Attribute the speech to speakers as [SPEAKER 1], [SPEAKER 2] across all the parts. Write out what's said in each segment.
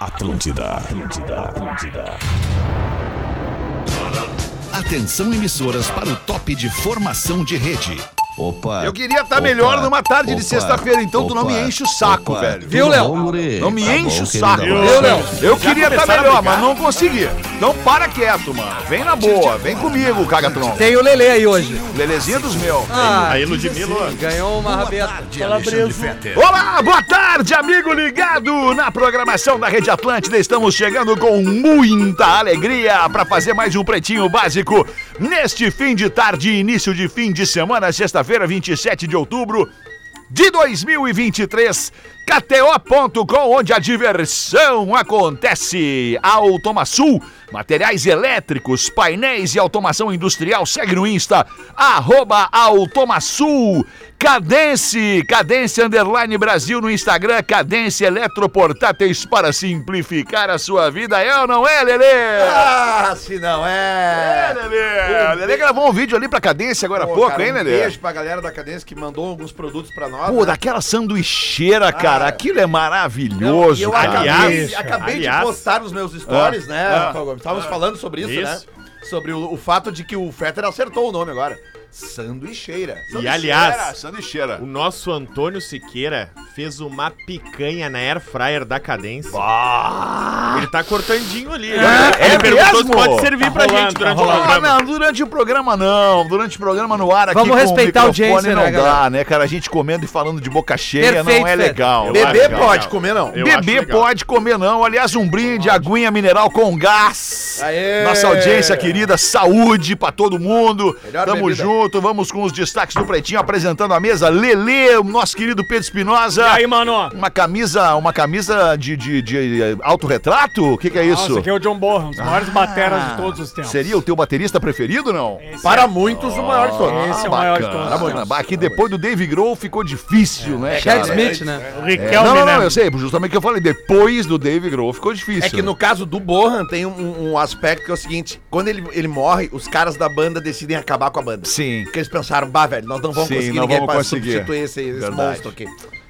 [SPEAKER 1] Atlântida, Atlântida, Atlântida.
[SPEAKER 2] Atenção emissoras para o top de formação de rede.
[SPEAKER 3] Opa.
[SPEAKER 4] Eu queria estar melhor numa tarde de sexta-feira, então tu não me enche o saco, velho. Viu, Léo? Não
[SPEAKER 2] tá
[SPEAKER 4] me enche o saco, viu, Léo? Eu queria estar melhor, mas não consegui. Então para quieto, mano. Vem na boa, vem comigo, cagatron.
[SPEAKER 5] Tem o Lele aí hoje.
[SPEAKER 4] Lelezinha dos meus.
[SPEAKER 5] Ah,
[SPEAKER 1] Aí, Ludmilla.
[SPEAKER 5] ganhou uma rabeta.
[SPEAKER 4] Olá, boa tarde, amigo ligado na programação da Rede Atlântida. Estamos chegando com muita alegria para fazer mais um pretinho básico neste fim de tarde, início de fim de semana, sexta-feira, 27 de outubro de 2023. KTO.com, onde a diversão acontece. Automaçul, materiais elétricos, painéis e automação industrial. Segue no Insta, arroba Automaçul. Cadence, Cadence Underline Brasil no Instagram, Cadence Eletroportáteis para simplificar a sua vida. É ou não é, Lelê?
[SPEAKER 3] Ah, se não é.
[SPEAKER 4] né? Lelê, Lelê gravou um vídeo ali pra Cadence agora há Tá pouco,
[SPEAKER 3] cara,
[SPEAKER 4] hein,
[SPEAKER 3] um
[SPEAKER 4] Lelê?
[SPEAKER 3] Beijo pra galera da cadência que mandou alguns produtos pra nós.
[SPEAKER 4] Pô,
[SPEAKER 3] né?
[SPEAKER 4] daquela sanduicheira, cara, aquilo é
[SPEAKER 3] Não, e
[SPEAKER 4] maravilhoso,
[SPEAKER 3] eu
[SPEAKER 4] cara.
[SPEAKER 3] acabei,
[SPEAKER 1] Aliás,
[SPEAKER 3] acabei de
[SPEAKER 1] aliás.
[SPEAKER 3] postar nos meus stories, né,
[SPEAKER 4] ah,
[SPEAKER 3] Rafael Gomes? Estávamos falando sobre isso,
[SPEAKER 1] Isso.
[SPEAKER 3] né? Sobre o, o fato de que o Fetter acertou o nome agora. Sanduicheira.
[SPEAKER 1] E aliás,
[SPEAKER 4] sanduicheira.
[SPEAKER 1] o nosso Antônio Siqueira fez uma picanha na air fryer da cadência. Ele tá cortandinho ali.
[SPEAKER 4] É,
[SPEAKER 1] Ele
[SPEAKER 4] é
[SPEAKER 1] perguntou
[SPEAKER 4] mesmo?
[SPEAKER 1] se pode servir pra
[SPEAKER 6] rolando,
[SPEAKER 1] gente
[SPEAKER 6] tá
[SPEAKER 1] durante o
[SPEAKER 6] rolando.
[SPEAKER 4] Ah,
[SPEAKER 1] programa.
[SPEAKER 4] não, durante o programa não. Durante o programa no ar aqui
[SPEAKER 5] Vamos
[SPEAKER 4] com
[SPEAKER 5] respeitar
[SPEAKER 4] o
[SPEAKER 5] a
[SPEAKER 4] microfone
[SPEAKER 5] audiência,
[SPEAKER 4] não
[SPEAKER 5] né,
[SPEAKER 4] dá,
[SPEAKER 5] galera?
[SPEAKER 4] né, cara? A gente comendo e falando de boca cheia
[SPEAKER 5] Perfeito,
[SPEAKER 4] não é
[SPEAKER 5] Fer.
[SPEAKER 4] legal.
[SPEAKER 1] Eu
[SPEAKER 3] Bebê
[SPEAKER 1] acho legal,
[SPEAKER 3] pode
[SPEAKER 1] legal.
[SPEAKER 3] comer, não.
[SPEAKER 1] Eu acho
[SPEAKER 4] Bebê
[SPEAKER 1] legal.
[SPEAKER 4] pode comer não. Aliás, um brinde, aguinha mineral com gás.
[SPEAKER 3] Aê!
[SPEAKER 4] Nossa audiência querida, saúde pra todo mundo.
[SPEAKER 3] Melhor
[SPEAKER 4] Tamo
[SPEAKER 3] bebida.
[SPEAKER 4] junto, vamos com os destaques do Pretinho apresentando a mesa. Lelê, o nosso querido Pedro Espinosa.
[SPEAKER 6] E aí, mano?
[SPEAKER 4] Uma camisa, uma camisa de, de, de eh, autorretrato? O que, que é isso? Ah.
[SPEAKER 6] Nossa, aqui é o John Bonham, um dos maiores bateras de todos os tempos.
[SPEAKER 4] Seria o teu baterista preferido, não? Ah,
[SPEAKER 6] Esse
[SPEAKER 3] Para
[SPEAKER 6] é-
[SPEAKER 3] muitos, o maior de todos.
[SPEAKER 6] Esse é o maior de
[SPEAKER 4] Bacana.
[SPEAKER 6] todos. É.
[SPEAKER 4] Bah, Aqui depois do Dave Grohl ficou difícil, né,
[SPEAKER 5] Chad
[SPEAKER 4] cara?
[SPEAKER 5] Smith, né?
[SPEAKER 6] O
[SPEAKER 4] É,
[SPEAKER 6] Riquelme,
[SPEAKER 4] não, não, não,
[SPEAKER 6] né?
[SPEAKER 4] eu sei, justamente o que eu falei, depois do Dave Grohl ficou difícil. né?
[SPEAKER 3] É que no caso do Bohan tem um, um aspecto que é o seguinte: quando ele, ele morre, os caras da banda decidem acabar com a banda.
[SPEAKER 4] Sim.
[SPEAKER 3] Porque eles pensaram, bah, velho, nós não vamos
[SPEAKER 4] Sim,
[SPEAKER 3] conseguir
[SPEAKER 4] não
[SPEAKER 3] ninguém
[SPEAKER 4] vamos
[SPEAKER 3] pra
[SPEAKER 4] conseguir.
[SPEAKER 3] substituir esse, esse
[SPEAKER 4] Verdade.
[SPEAKER 3] monstro aqui.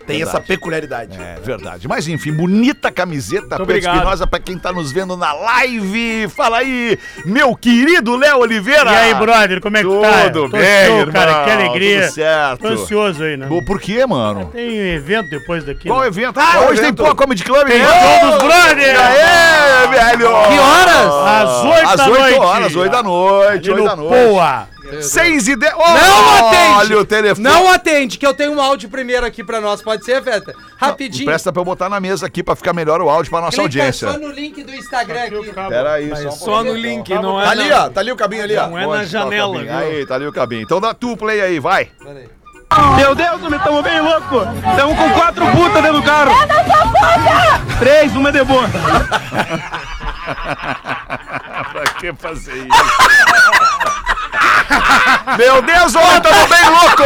[SPEAKER 3] Tem
[SPEAKER 4] Verdade.
[SPEAKER 3] essa peculiaridade. Tá
[SPEAKER 4] É verdade. Mas enfim, bonita camiseta, Pedro
[SPEAKER 6] obrigado.
[SPEAKER 4] Espinosa, pra quem tá nos vendo na live. Fala aí, meu querido Léo Oliveira.
[SPEAKER 6] E aí, brother, como é que
[SPEAKER 4] Tudo
[SPEAKER 6] tá?
[SPEAKER 4] bem,
[SPEAKER 6] Tô show,
[SPEAKER 4] irmão,
[SPEAKER 6] cara, que alegria.
[SPEAKER 4] Tudo certo.
[SPEAKER 6] Tô ansioso aí, né?
[SPEAKER 4] Pô, Por quê, mano?
[SPEAKER 6] Tem um evento depois daqui.
[SPEAKER 4] Qual
[SPEAKER 6] né?
[SPEAKER 4] evento? Ah,
[SPEAKER 3] Qual
[SPEAKER 4] hoje
[SPEAKER 3] evento?
[SPEAKER 4] tem Pô Comedy Club,
[SPEAKER 6] Tem
[SPEAKER 4] né?
[SPEAKER 6] show dos
[SPEAKER 4] E
[SPEAKER 6] brothers!
[SPEAKER 4] aí, velho?
[SPEAKER 5] Que horas?
[SPEAKER 6] Às oito
[SPEAKER 4] Às
[SPEAKER 6] da
[SPEAKER 4] 8
[SPEAKER 6] noite.
[SPEAKER 4] horas, 8 da noite,
[SPEAKER 6] Ali
[SPEAKER 4] 8 da
[SPEAKER 6] no
[SPEAKER 4] noite.
[SPEAKER 6] Poa.
[SPEAKER 4] 6 e 10.
[SPEAKER 5] Não atende!
[SPEAKER 4] Olha o telefone.
[SPEAKER 5] Não atende, que eu tenho um áudio primeiro aqui pra nós. Pode ser, Feta? Rapidinho.
[SPEAKER 4] Presta pra eu botar na mesa aqui pra ficar melhor o áudio pra nossa
[SPEAKER 5] Clica tá só
[SPEAKER 4] audiência.
[SPEAKER 5] no link do Instagram aqui.
[SPEAKER 4] Pera aí, só um
[SPEAKER 6] Só no link, não é
[SPEAKER 3] Tá ali, ó, tá ali o cabinho ali, ó.
[SPEAKER 6] Não é na janela,
[SPEAKER 4] pouquinho. Aí, tá ali o cabinho. Então dá tu play aí, vai.
[SPEAKER 5] Pera aí.
[SPEAKER 7] Meu Deus, me tamo bem louco! Tamo com quatro putas dentro do carro! Eu não sou puta! Três, uma é de boa.
[SPEAKER 4] Pra que fazer isso? Meu Deus, olha, tamo bem louco!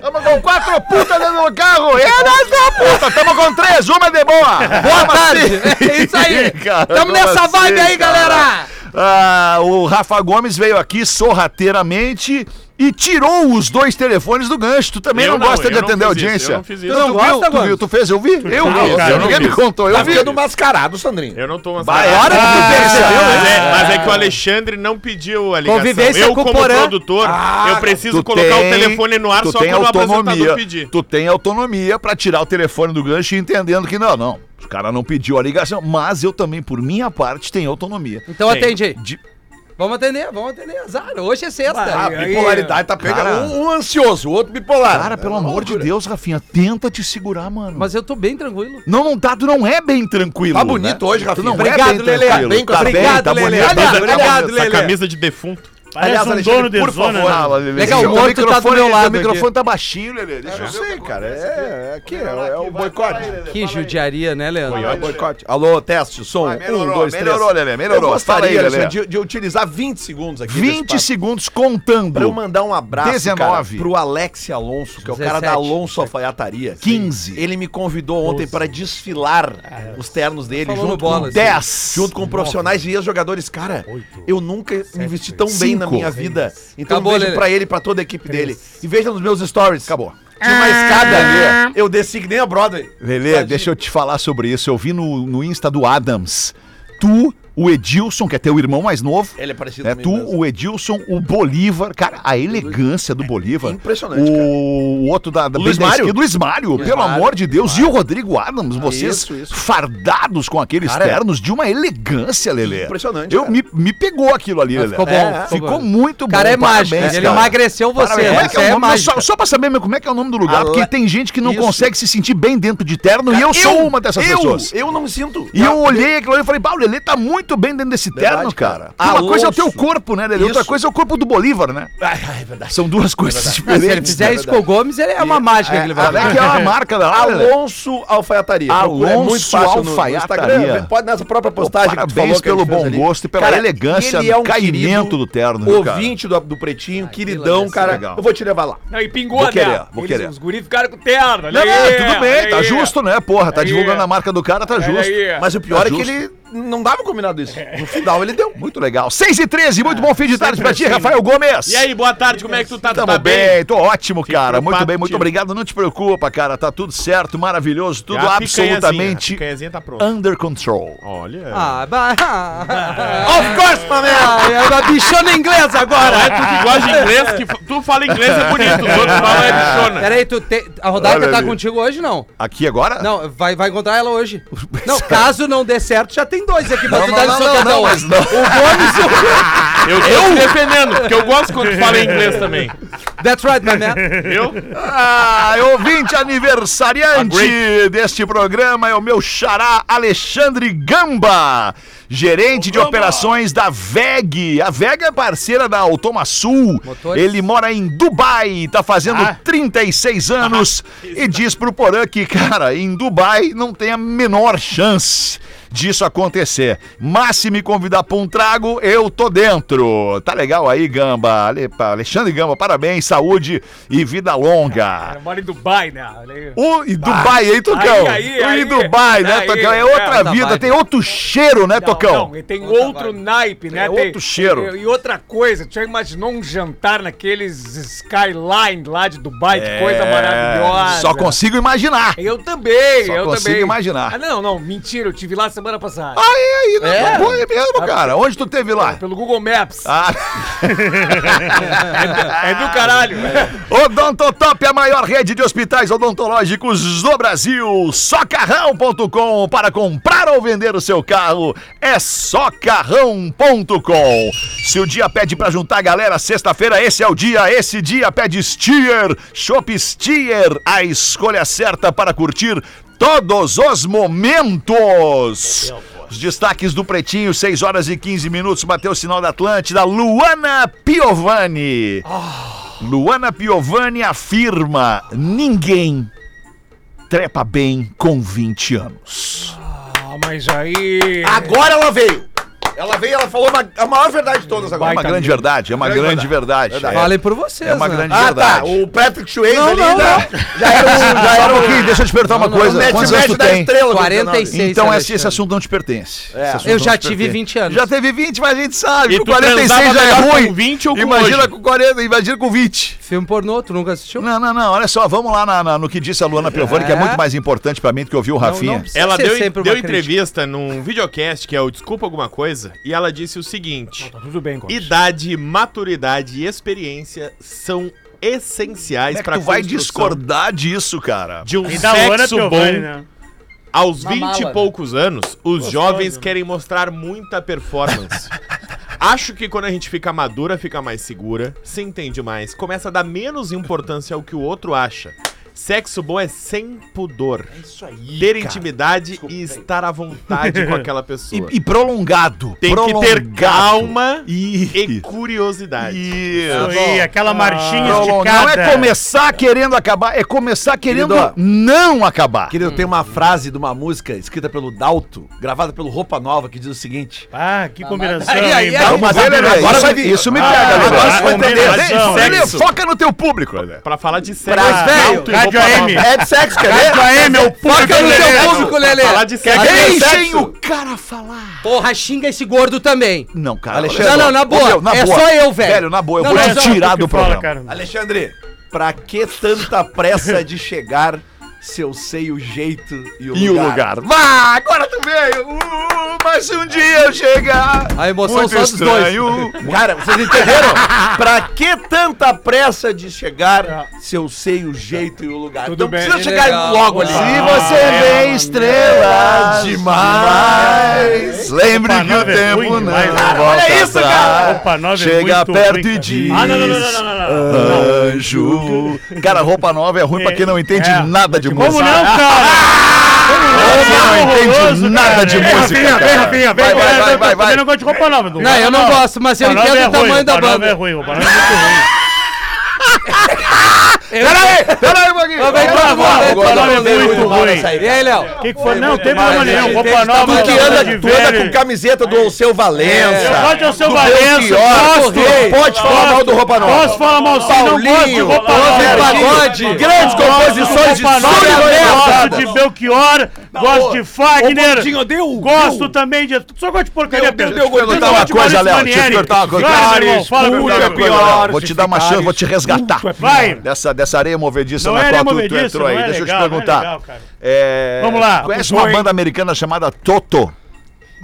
[SPEAKER 4] Tamo com quatro putas dentro do carro! Eu não sou puta! Tamo com três, uma é de boa!
[SPEAKER 5] Boa tarde. É isso aí.
[SPEAKER 4] Cara, como
[SPEAKER 5] Tamo nessa
[SPEAKER 4] assim,
[SPEAKER 5] vibe aí,
[SPEAKER 4] cara?
[SPEAKER 5] galera.
[SPEAKER 4] Ah, o Rafa Gomes veio aqui sorrateiramente e tirou os dois telefones do gancho. Tu também
[SPEAKER 1] Eu
[SPEAKER 4] não,
[SPEAKER 1] não,
[SPEAKER 4] gosta de
[SPEAKER 1] eu não
[SPEAKER 4] atender a
[SPEAKER 1] fiz isso,
[SPEAKER 4] audiência.
[SPEAKER 1] eu não fiz isso.
[SPEAKER 4] Tu
[SPEAKER 5] Tu não
[SPEAKER 4] viu,
[SPEAKER 5] gosta,
[SPEAKER 4] tu, viu,
[SPEAKER 5] Gomes?
[SPEAKER 4] tu fez, eu vi. Eu
[SPEAKER 1] não,
[SPEAKER 4] vi.
[SPEAKER 1] cara, eu não
[SPEAKER 4] Ninguém me
[SPEAKER 1] fiz.
[SPEAKER 4] contou, eu
[SPEAKER 3] Tá
[SPEAKER 4] vi.
[SPEAKER 3] ficando mascarado, Sandrinho.
[SPEAKER 1] Eu não tô mais.
[SPEAKER 4] Vai,
[SPEAKER 1] Ah,
[SPEAKER 4] é hora que tu percebeu,
[SPEAKER 1] mas,
[SPEAKER 4] né?
[SPEAKER 1] é, mas é que o Alexandre não pediu a ligação.
[SPEAKER 5] Convivência
[SPEAKER 1] eu,
[SPEAKER 5] com o
[SPEAKER 1] como
[SPEAKER 5] Porã.
[SPEAKER 1] produtor,
[SPEAKER 4] Ah,
[SPEAKER 1] eu preciso colocar o telefone no ar
[SPEAKER 4] tu
[SPEAKER 1] só
[SPEAKER 4] tem
[SPEAKER 1] quando o apresentador
[SPEAKER 4] autonomia,
[SPEAKER 1] pedir.
[SPEAKER 4] Tu tem autonomia pra tirar o telefone do gancho e entendendo que não, não. O cara não pediu a ligação, mas eu também, por minha parte, tenho autonomia.
[SPEAKER 5] Então
[SPEAKER 1] Sim.
[SPEAKER 5] atende aí.
[SPEAKER 4] De-
[SPEAKER 5] Vamos atender, vamos atender. Azar, hoje é sexta.
[SPEAKER 3] A bipolaridade tá pegando.
[SPEAKER 4] Cara.
[SPEAKER 3] um, um ansioso, o outro bipolar. Tá
[SPEAKER 4] Cara, pelo amor de Deus, Rafinha, tenta te segurar, mano.
[SPEAKER 5] Mas eu tô bem tranquilo.
[SPEAKER 4] Não, não tá, tu não é bem tranquilo.
[SPEAKER 3] Tá bonito
[SPEAKER 4] né?
[SPEAKER 3] hoje,
[SPEAKER 4] Tu
[SPEAKER 3] Rafinha.
[SPEAKER 4] não é bem
[SPEAKER 5] Obrigado, Lelê.
[SPEAKER 4] tranquilo.
[SPEAKER 3] Bem,
[SPEAKER 4] tá
[SPEAKER 3] obrigado,
[SPEAKER 4] bem, tá
[SPEAKER 5] Lelê.
[SPEAKER 4] bonito.
[SPEAKER 5] Olha,
[SPEAKER 4] Mas
[SPEAKER 5] olha, Obrigado,
[SPEAKER 1] Essa
[SPEAKER 5] Lelê.
[SPEAKER 1] camisa de defunto.
[SPEAKER 6] Parece um
[SPEAKER 3] Alexandre,
[SPEAKER 6] dono de
[SPEAKER 3] por
[SPEAKER 6] zona.
[SPEAKER 3] favor,
[SPEAKER 6] né?
[SPEAKER 4] Fala, Lelê.
[SPEAKER 5] Legal,
[SPEAKER 4] Teu
[SPEAKER 5] o outro tá do
[SPEAKER 4] microfone-
[SPEAKER 5] meu lado
[SPEAKER 4] teu
[SPEAKER 5] aqui.
[SPEAKER 4] microfone tá baixinho, Lelê. Deixa
[SPEAKER 3] Eu
[SPEAKER 4] eu ver.
[SPEAKER 3] sei, cara. É, aqui, é,
[SPEAKER 4] lá,
[SPEAKER 3] é
[SPEAKER 4] aqui,
[SPEAKER 3] o
[SPEAKER 4] vai,
[SPEAKER 3] boicote.
[SPEAKER 4] vai, Lelê,
[SPEAKER 5] Que
[SPEAKER 4] fala aí.
[SPEAKER 5] judiaria, né, Leandro?
[SPEAKER 3] É o boicote. Alô, teste, som.
[SPEAKER 4] Vai, melhorou,
[SPEAKER 3] um, dois, três.
[SPEAKER 4] melhorou, Lelê, melhorou.
[SPEAKER 3] Eu
[SPEAKER 4] Fala aí,
[SPEAKER 3] gostaria, Alexandre,
[SPEAKER 4] Lelê.
[SPEAKER 3] de, de utilizar 20 segundos aqui. desse
[SPEAKER 4] 20
[SPEAKER 3] papo
[SPEAKER 4] segundos
[SPEAKER 3] Pra eu
[SPEAKER 4] contando.
[SPEAKER 3] mandar um abraço,
[SPEAKER 4] 19.
[SPEAKER 3] cara, pro Alex Alonso, que é o cara
[SPEAKER 5] 17.
[SPEAKER 3] da Alonso Alfaiataria.
[SPEAKER 4] 15.
[SPEAKER 3] Ele me convidou ontem pra desfilar os ternos dele
[SPEAKER 5] Ah, Falou no
[SPEAKER 3] junto
[SPEAKER 5] bola,
[SPEAKER 3] com
[SPEAKER 5] assim.
[SPEAKER 4] 10.
[SPEAKER 3] junto com profissionais e ex-jogadores. Cara, eu nunca me vesti tão bem na
[SPEAKER 4] cinco,
[SPEAKER 3] minha vida. Então
[SPEAKER 5] Acabou,
[SPEAKER 3] um beijo
[SPEAKER 5] Lelê.
[SPEAKER 3] pra ele e pra toda a equipe dele. E veja nos meus stories. Acabou. Tinha uma escada
[SPEAKER 5] Ah.
[SPEAKER 3] ali. Eu desci que nem a Broadway.
[SPEAKER 4] Lelê, deixa eu te falar sobre isso. Eu vi no, no Insta do Adams. Tu, o Edilson, que é teu irmão mais novo.
[SPEAKER 3] Ele é parecido
[SPEAKER 4] É
[SPEAKER 3] comigo
[SPEAKER 4] tu,
[SPEAKER 3] mesmo.
[SPEAKER 4] o Edilson, o Bolívar, cara, a elegância do Bolívar.
[SPEAKER 3] É impressionante,
[SPEAKER 4] O,
[SPEAKER 3] cara.
[SPEAKER 4] o outro da, da
[SPEAKER 3] Luiz
[SPEAKER 4] bem da
[SPEAKER 3] Mário.
[SPEAKER 4] esquerda, Luiz Mário, pelo
[SPEAKER 3] Mário, Ah,
[SPEAKER 4] amor de Deus. E o Rodrigo Adams, vocês
[SPEAKER 3] isso, isso.
[SPEAKER 4] fardados com aqueles
[SPEAKER 3] Cara, é
[SPEAKER 4] ternos de uma elegância, Lelê.
[SPEAKER 3] Impressionante,
[SPEAKER 4] Eu,
[SPEAKER 3] cara.
[SPEAKER 4] me, me pegou aquilo ali, Lelê.
[SPEAKER 5] ficou bom,
[SPEAKER 4] É,
[SPEAKER 5] ficou
[SPEAKER 4] ficou
[SPEAKER 5] bom.
[SPEAKER 4] muito
[SPEAKER 5] O
[SPEAKER 4] bom.
[SPEAKER 5] cara é
[SPEAKER 4] Parabéns,
[SPEAKER 5] mágico. Ele
[SPEAKER 4] cara.
[SPEAKER 5] emagreceu você.
[SPEAKER 4] Parabéns. Como é que é
[SPEAKER 5] Você
[SPEAKER 4] o
[SPEAKER 5] é
[SPEAKER 4] nome? Só,
[SPEAKER 5] mágico.
[SPEAKER 4] só pra saber meu, como é que é o nome do lugar,
[SPEAKER 3] Ale-
[SPEAKER 4] porque tem gente que não
[SPEAKER 3] Isso.
[SPEAKER 4] consegue se sentir bem dentro de terno e eu, sou uma dessas
[SPEAKER 3] eu,
[SPEAKER 4] pessoas.
[SPEAKER 3] Eu não sinto.
[SPEAKER 4] E eu olhei aquilo ali e falei, pá, o Lelê tá muito bem dentro desse
[SPEAKER 3] Verdade,
[SPEAKER 4] terno, cara.
[SPEAKER 3] cara.
[SPEAKER 4] uma
[SPEAKER 3] Alonso.
[SPEAKER 4] coisa é o teu corpo, né, Lelê? Outra
[SPEAKER 3] Isso.
[SPEAKER 4] coisa é o corpo do Bolívar, né?
[SPEAKER 3] é verdade.
[SPEAKER 4] São duas coisas
[SPEAKER 5] Ah, Se ele
[SPEAKER 4] diferentes.
[SPEAKER 5] fizer
[SPEAKER 4] né?
[SPEAKER 5] isso com o Gomes, ele é uma mágica que ele vai
[SPEAKER 4] Qual é que é a marca da lá, Lelê?
[SPEAKER 3] Alonso Alfaiataria.
[SPEAKER 4] Alonso
[SPEAKER 3] Procura, é no- no
[SPEAKER 4] Alfaiataria.
[SPEAKER 3] Instagram, Pode nessa própria
[SPEAKER 4] Pô,
[SPEAKER 3] postagem. que tu
[SPEAKER 4] parabéns
[SPEAKER 3] falou que a
[SPEAKER 4] pelo
[SPEAKER 3] gente fez
[SPEAKER 4] bom
[SPEAKER 3] ali.
[SPEAKER 4] gosto e pela
[SPEAKER 3] Cara,
[SPEAKER 4] elegância
[SPEAKER 3] ele é um
[SPEAKER 4] do caimento
[SPEAKER 3] querido
[SPEAKER 4] do terno, viu, cara?
[SPEAKER 3] Ouvinte do, do Pretinho,
[SPEAKER 5] Vila
[SPEAKER 3] queridão,
[SPEAKER 5] Dessa.
[SPEAKER 3] cara.
[SPEAKER 4] Legal.
[SPEAKER 3] Eu vou te levar lá.
[SPEAKER 8] Não, e pingou
[SPEAKER 4] Vou
[SPEAKER 8] né?
[SPEAKER 4] querer, vou
[SPEAKER 8] Eles-
[SPEAKER 4] querer.
[SPEAKER 8] Os guris ficaram com terno.
[SPEAKER 4] Não,
[SPEAKER 8] olha
[SPEAKER 4] é,
[SPEAKER 8] aí,
[SPEAKER 4] tudo bem,
[SPEAKER 8] olha
[SPEAKER 4] tá
[SPEAKER 8] aí.
[SPEAKER 4] justo, né, porra? Tá
[SPEAKER 8] Aí.
[SPEAKER 4] divulgando a marca do cara, tá
[SPEAKER 8] Olha
[SPEAKER 4] justo.
[SPEAKER 8] aí.
[SPEAKER 3] Mas o pior
[SPEAKER 4] Tá
[SPEAKER 3] é que
[SPEAKER 4] justo.
[SPEAKER 3] ele não dava combinado isso.
[SPEAKER 5] É.
[SPEAKER 3] No final ele deu.
[SPEAKER 4] Muito legal. 6 e 13, muito bom fim de tarde pra ti, Rafael Gomes.
[SPEAKER 1] E aí, boa tarde, como é que tu tá? Tu
[SPEAKER 4] Tamo
[SPEAKER 1] tá bem?
[SPEAKER 4] bem, tô ótimo, cara. Muito bem,
[SPEAKER 1] preocupado
[SPEAKER 4] muito
[SPEAKER 1] contigo.
[SPEAKER 4] obrigado. Não te preocupa, cara. Tá tudo certo, maravilhoso, tudo
[SPEAKER 1] Já a picanhazinha,
[SPEAKER 4] absolutamente
[SPEAKER 1] É A picanhazinha tá pronta.
[SPEAKER 4] under control.
[SPEAKER 1] Olha.
[SPEAKER 5] Ah, bah, ah,
[SPEAKER 3] Of course, mané!
[SPEAKER 5] ah, é uma bichona inglesa agora.
[SPEAKER 1] Ah,
[SPEAKER 4] é
[SPEAKER 1] tu que gosta de inglês, que fa- tu fala inglês é bonito, os outros falam é bichona.
[SPEAKER 5] Peraí, tu te... a Rodaica
[SPEAKER 4] Olha
[SPEAKER 5] tá
[SPEAKER 4] ali.
[SPEAKER 5] contigo hoje, não?
[SPEAKER 4] Aqui agora?
[SPEAKER 5] Não, vai, vai encontrar ela hoje. Não, caso não dê certo, já tem dois aqui pra tu dar no seu cada um.
[SPEAKER 4] mas não.
[SPEAKER 1] Eu tô te defendendo, porque eu gosto É quando tu fala inglês também.
[SPEAKER 5] That's right, my man.
[SPEAKER 1] Viu?
[SPEAKER 4] Ah, ouvinte aniversariante deste programa é o meu xará Alexandre Gamba, gerente de operações da VEG. A VEG é parceira da Automasul.
[SPEAKER 5] Motores.
[SPEAKER 4] Ele mora em Dubai, tá fazendo
[SPEAKER 8] Ah.
[SPEAKER 4] 36 anos e diz pro Porã que, cara, em Dubai não tem a menor chance disso acontecer. Mas se me convidar pra um trago, eu tô dentro. Tá legal aí, Gamba. Ale- pa- Alexandre Gamba, parabéns, saúde e vida longa.
[SPEAKER 8] Cara, Mora em Dubai, né? Olha aí.
[SPEAKER 4] O, e Dubai, hein, Tocão?
[SPEAKER 8] Aí, aí,
[SPEAKER 4] O- e
[SPEAKER 8] aí.
[SPEAKER 4] Dubai, né,
[SPEAKER 8] Aí,
[SPEAKER 4] Tocão? É outra
[SPEAKER 5] é, tá
[SPEAKER 4] vida,
[SPEAKER 5] vibe.
[SPEAKER 4] tem outro cheiro, né, Tocão?
[SPEAKER 8] Não, não, e tem outro naipe, né?
[SPEAKER 4] É
[SPEAKER 8] Tem-
[SPEAKER 4] outro cheiro.
[SPEAKER 8] E, e outra coisa, tu já imaginou um jantar naqueles Skyline lá de Dubai? Que coisa
[SPEAKER 4] É,
[SPEAKER 8] maravilhosa.
[SPEAKER 4] Só consigo imaginar.
[SPEAKER 8] Eu também,
[SPEAKER 4] Só
[SPEAKER 8] eu
[SPEAKER 4] consigo
[SPEAKER 8] também.
[SPEAKER 4] imaginar.
[SPEAKER 8] Ah, não, não, mentira, eu tive lá semana passada.
[SPEAKER 4] Aí, aí, não, é. é mesmo, cara. Onde tu teve lá?
[SPEAKER 8] Pelo Google Maps.
[SPEAKER 4] Ah.
[SPEAKER 8] É do caralho.
[SPEAKER 4] Odontotop, a maior rede de hospitais odontológicos do Brasil. Socarrão.com. Para comprar ou vender o seu carro, é socarrão.com. Se o dia pede pra juntar a galera, sexta-feira, esse é o dia. Esse dia pede Steer. Shop Steer, a escolha certa para curtir todos os momentos. Os destaques do Pretinho, 6 horas e 15 minutos, bateu o sinal da Atlântida, Luana Piovani. Luana Piovani afirma: ninguém trepa bem com 20 anos.
[SPEAKER 8] Ah, mas aí.
[SPEAKER 3] Agora ela veio. Ela veio e ela falou uma- a maior verdade de todas
[SPEAKER 4] É
[SPEAKER 3] agora.
[SPEAKER 4] uma
[SPEAKER 8] Baita
[SPEAKER 4] grande
[SPEAKER 8] amigo.
[SPEAKER 4] verdade, é uma grande verdade.
[SPEAKER 3] Verdade.
[SPEAKER 4] É.
[SPEAKER 5] Falem por vocês,
[SPEAKER 4] É uma
[SPEAKER 5] né?
[SPEAKER 4] grande
[SPEAKER 3] Ah, tá.
[SPEAKER 4] verdade.
[SPEAKER 3] O Patrick Swayze
[SPEAKER 5] Não,
[SPEAKER 3] ali né?
[SPEAKER 5] não,
[SPEAKER 3] já, já era um... Já
[SPEAKER 4] Só
[SPEAKER 3] era
[SPEAKER 4] um
[SPEAKER 3] um
[SPEAKER 4] pouquinho, deixa eu te perguntar uma
[SPEAKER 5] Não, não,
[SPEAKER 4] coisa.
[SPEAKER 5] não, mete-
[SPEAKER 4] Quantos anos
[SPEAKER 3] match
[SPEAKER 4] tu
[SPEAKER 3] da
[SPEAKER 4] tem?
[SPEAKER 3] estrela.
[SPEAKER 5] 46.
[SPEAKER 4] Então esse,
[SPEAKER 5] Alexandre.
[SPEAKER 4] esse assunto não te pertence. Esse
[SPEAKER 3] É.
[SPEAKER 4] assunto
[SPEAKER 5] Ah, Eu
[SPEAKER 4] não
[SPEAKER 5] já
[SPEAKER 4] te
[SPEAKER 5] tive
[SPEAKER 4] pertence.
[SPEAKER 5] 20 anos.
[SPEAKER 4] Já teve 20, mas a gente sabe.
[SPEAKER 1] É, E
[SPEAKER 4] Com
[SPEAKER 1] tu
[SPEAKER 4] 46
[SPEAKER 1] transava
[SPEAKER 4] já é
[SPEAKER 1] melhor
[SPEAKER 4] ruim.
[SPEAKER 1] com 20 ou com
[SPEAKER 4] imagina
[SPEAKER 1] hoje?
[SPEAKER 4] com 40, imagina com 20.
[SPEAKER 5] Filme pornô, tu nunca assistiu?
[SPEAKER 4] Não, não, não. Olha só, vamos lá na- na- no que disse a Luana Piovani, que é muito mais importante pra mim do que ouvir o Rafinha.
[SPEAKER 5] precisa
[SPEAKER 1] Ela
[SPEAKER 5] ser
[SPEAKER 1] deu,
[SPEAKER 5] sempre uma
[SPEAKER 1] deu
[SPEAKER 5] crítica.
[SPEAKER 1] entrevista num videocast que é o Desculpa Alguma Coisa e ela disse o seguinte:
[SPEAKER 8] Tudo bem, Gomes.
[SPEAKER 1] idade, maturidade e experiência são essenciais
[SPEAKER 4] Como é que
[SPEAKER 1] para
[SPEAKER 4] tu vai discordar disso, cara?
[SPEAKER 1] de um
[SPEAKER 6] E da Ana
[SPEAKER 1] sexo bom.
[SPEAKER 6] Piovani, né?
[SPEAKER 1] Aos
[SPEAKER 5] Uma
[SPEAKER 1] 20
[SPEAKER 5] mala,
[SPEAKER 1] e
[SPEAKER 5] né?
[SPEAKER 1] poucos anos, os jovens querem mostrar muita performance. Acho que quando a gente fica madura, fica mais segura, se entende mais, começa a dar menos importância ao que o outro acha. Sexo bom é sem pudor. É isso aí. Ter intimidade e estar à vontade com aquela pessoa.
[SPEAKER 4] E, e prolongado.
[SPEAKER 1] Tem que ter
[SPEAKER 4] prolongado.
[SPEAKER 1] calma e
[SPEAKER 4] E...
[SPEAKER 1] curiosidade.
[SPEAKER 4] Isso.
[SPEAKER 6] E aquela marchinha esticada.
[SPEAKER 4] Tá Ah, Não é começar querendo acabar, é começar querendo
[SPEAKER 3] Querido, ó.
[SPEAKER 4] não acabar.
[SPEAKER 3] Querido, tem uma frase de uma música escrita pelo Dalto, gravada pelo Roupa Nova, que diz o seguinte.
[SPEAKER 6] Ah, que combinação.
[SPEAKER 5] Aí, aí,
[SPEAKER 6] hein?
[SPEAKER 5] aí,
[SPEAKER 6] Vamos
[SPEAKER 4] Mas,
[SPEAKER 6] ver,
[SPEAKER 4] Lelê,
[SPEAKER 6] Lelê.
[SPEAKER 3] agora
[SPEAKER 4] isso,
[SPEAKER 3] vai vir.
[SPEAKER 4] isso me pega, Lelê.
[SPEAKER 6] agora você vai
[SPEAKER 4] Ah,
[SPEAKER 6] entender.
[SPEAKER 4] Lelê,
[SPEAKER 6] Sexo.
[SPEAKER 4] Lelê, foca no teu público, Lelê.
[SPEAKER 1] Pra falar de sexo,
[SPEAKER 5] Pra- velho,
[SPEAKER 1] alto e
[SPEAKER 6] Rádio
[SPEAKER 1] roupa
[SPEAKER 6] AM.
[SPEAKER 1] nova.
[SPEAKER 3] É de sexo, quer
[SPEAKER 6] Rádio
[SPEAKER 3] ver?
[SPEAKER 6] AM, meu público.
[SPEAKER 5] Foca no
[SPEAKER 6] Lelê.
[SPEAKER 5] seu público, Lelê.
[SPEAKER 1] Falar de sexo.
[SPEAKER 3] Quer é
[SPEAKER 4] Deixem
[SPEAKER 3] sexo?
[SPEAKER 4] o cara falar.
[SPEAKER 5] Porra, xinga esse gordo também.
[SPEAKER 4] Não, cara.
[SPEAKER 3] Alexandre.
[SPEAKER 5] Não, não, na
[SPEAKER 4] Ô,
[SPEAKER 5] boa.
[SPEAKER 4] meu, na
[SPEAKER 5] é
[SPEAKER 4] boa.
[SPEAKER 5] só eu, velho.
[SPEAKER 4] Velho, na boa, eu
[SPEAKER 5] Não,
[SPEAKER 4] vou
[SPEAKER 5] não,
[SPEAKER 4] te
[SPEAKER 5] não,
[SPEAKER 4] tirar
[SPEAKER 6] Tu
[SPEAKER 4] do
[SPEAKER 6] que fala,
[SPEAKER 4] programa.
[SPEAKER 6] cara.
[SPEAKER 3] Alexandre, Pra que tanta pressa de chegar se eu sei o jeito e o
[SPEAKER 4] E o lugar. Vá, agora tu veio. Uh, mas um dia eu chegar.
[SPEAKER 5] A emoção
[SPEAKER 4] Muito
[SPEAKER 5] só dos dois.
[SPEAKER 4] estranho.
[SPEAKER 3] Cara, vocês entenderam? pra que tanta pressa de chegar se eu sei o jeito e o lugar?
[SPEAKER 8] Tudo
[SPEAKER 3] não
[SPEAKER 8] bem,
[SPEAKER 3] precisa
[SPEAKER 5] é
[SPEAKER 3] chegar
[SPEAKER 5] legal.
[SPEAKER 3] logo ali. Ah, é
[SPEAKER 4] Se você vê estrelas demais, lembre
[SPEAKER 6] Opa,
[SPEAKER 4] que o
[SPEAKER 6] nove é
[SPEAKER 4] tempo
[SPEAKER 6] ruim
[SPEAKER 4] não
[SPEAKER 6] demais, né?
[SPEAKER 4] volta
[SPEAKER 3] Olha isso,
[SPEAKER 4] atrás.
[SPEAKER 3] cara!
[SPEAKER 6] Opa, nove é
[SPEAKER 4] Chega
[SPEAKER 6] muito
[SPEAKER 4] perto
[SPEAKER 6] ruim,
[SPEAKER 4] e diz.
[SPEAKER 6] cara. Ah, não, não, não, não, não, não, não.
[SPEAKER 4] Anjo. Cara, roupa nova é ruim pra quem não entende
[SPEAKER 6] É.
[SPEAKER 4] nada de
[SPEAKER 6] Como
[SPEAKER 4] música.
[SPEAKER 6] não, cara?
[SPEAKER 4] Como não entende
[SPEAKER 6] Horroroso,
[SPEAKER 4] nada
[SPEAKER 6] cara.
[SPEAKER 4] de
[SPEAKER 6] Vem,
[SPEAKER 4] música,
[SPEAKER 6] Rafinha,
[SPEAKER 4] cara.
[SPEAKER 6] Vem, Rafinha, vem.
[SPEAKER 4] Vai, vai,
[SPEAKER 6] Eu
[SPEAKER 4] vai,
[SPEAKER 6] também
[SPEAKER 4] vai, vai.
[SPEAKER 6] não gosto de roupa nova.
[SPEAKER 5] Não, eu não gosto, mas eu
[SPEAKER 6] Roupa nova
[SPEAKER 5] entendo
[SPEAKER 6] é
[SPEAKER 5] o tamanho
[SPEAKER 6] ruim,
[SPEAKER 5] da
[SPEAKER 6] roupa nova
[SPEAKER 5] banda.
[SPEAKER 6] é ruim, roupa nova é muito ruim.
[SPEAKER 4] Peraí, peraí um pouquinho.
[SPEAKER 5] Vem
[SPEAKER 4] Vamos
[SPEAKER 5] pra
[SPEAKER 4] lá,
[SPEAKER 5] fora,
[SPEAKER 4] vamos lá.
[SPEAKER 5] vem pra
[SPEAKER 6] é muito
[SPEAKER 5] fora.
[SPEAKER 6] ruim.
[SPEAKER 5] E aí, Léo?
[SPEAKER 6] Que que foi? Não, tem
[SPEAKER 5] demais,
[SPEAKER 6] problema
[SPEAKER 5] gente. Tem
[SPEAKER 6] nenhum.
[SPEAKER 5] que
[SPEAKER 6] Roupa
[SPEAKER 5] tá
[SPEAKER 6] nova. é
[SPEAKER 5] muito
[SPEAKER 3] Tu que
[SPEAKER 5] Não,
[SPEAKER 3] anda,
[SPEAKER 5] de
[SPEAKER 3] tu anda com camiseta do Alceu Valença.
[SPEAKER 6] Eu gosto de Alceu
[SPEAKER 3] do
[SPEAKER 6] Valença,
[SPEAKER 3] Belchior,
[SPEAKER 6] gosto,
[SPEAKER 3] tu não pode falar mal do Roupa Nova.
[SPEAKER 6] Posso falar mal sim, não gosto de
[SPEAKER 3] Paulinho,
[SPEAKER 6] roupa
[SPEAKER 3] Robertinho,
[SPEAKER 6] nova.
[SPEAKER 5] Pagode.
[SPEAKER 3] Grandes composições de
[SPEAKER 6] Roupa nova,
[SPEAKER 3] Sônia
[SPEAKER 6] eu gosto
[SPEAKER 3] Mel.
[SPEAKER 6] de Belchior, gosto de
[SPEAKER 8] Ô, Bondinho,
[SPEAKER 6] Fagner,
[SPEAKER 8] eu dei o-
[SPEAKER 6] gosto também de... Só gosto de porcaria,
[SPEAKER 8] Deu,
[SPEAKER 6] Pedro.
[SPEAKER 8] deu, deu,
[SPEAKER 6] Eu
[SPEAKER 4] Perguntar
[SPEAKER 6] gosto
[SPEAKER 4] uma
[SPEAKER 6] um de
[SPEAKER 4] coisa,
[SPEAKER 6] Maurício
[SPEAKER 4] Léo. Deixa eu te
[SPEAKER 6] Manieri.
[SPEAKER 4] perguntar uma coisa.
[SPEAKER 6] Vai, meu irmão,
[SPEAKER 4] Caris,
[SPEAKER 6] fala a
[SPEAKER 4] puta,
[SPEAKER 6] verdade.
[SPEAKER 4] é pior. Vou te dar uma chance, vou te resgatar.
[SPEAKER 6] Vai.
[SPEAKER 4] Dessa, dessa areia movediça
[SPEAKER 6] Não
[SPEAKER 4] na
[SPEAKER 6] é
[SPEAKER 4] qual tu- tu,
[SPEAKER 6] movediça,
[SPEAKER 4] entrou aí.
[SPEAKER 6] não é
[SPEAKER 4] Deixa eu
[SPEAKER 6] legal,
[SPEAKER 4] te
[SPEAKER 6] não é
[SPEAKER 4] perguntar.
[SPEAKER 6] legal, cara.
[SPEAKER 4] É,
[SPEAKER 6] Vamos lá.
[SPEAKER 4] Conhece uma banda americana chamada Toto?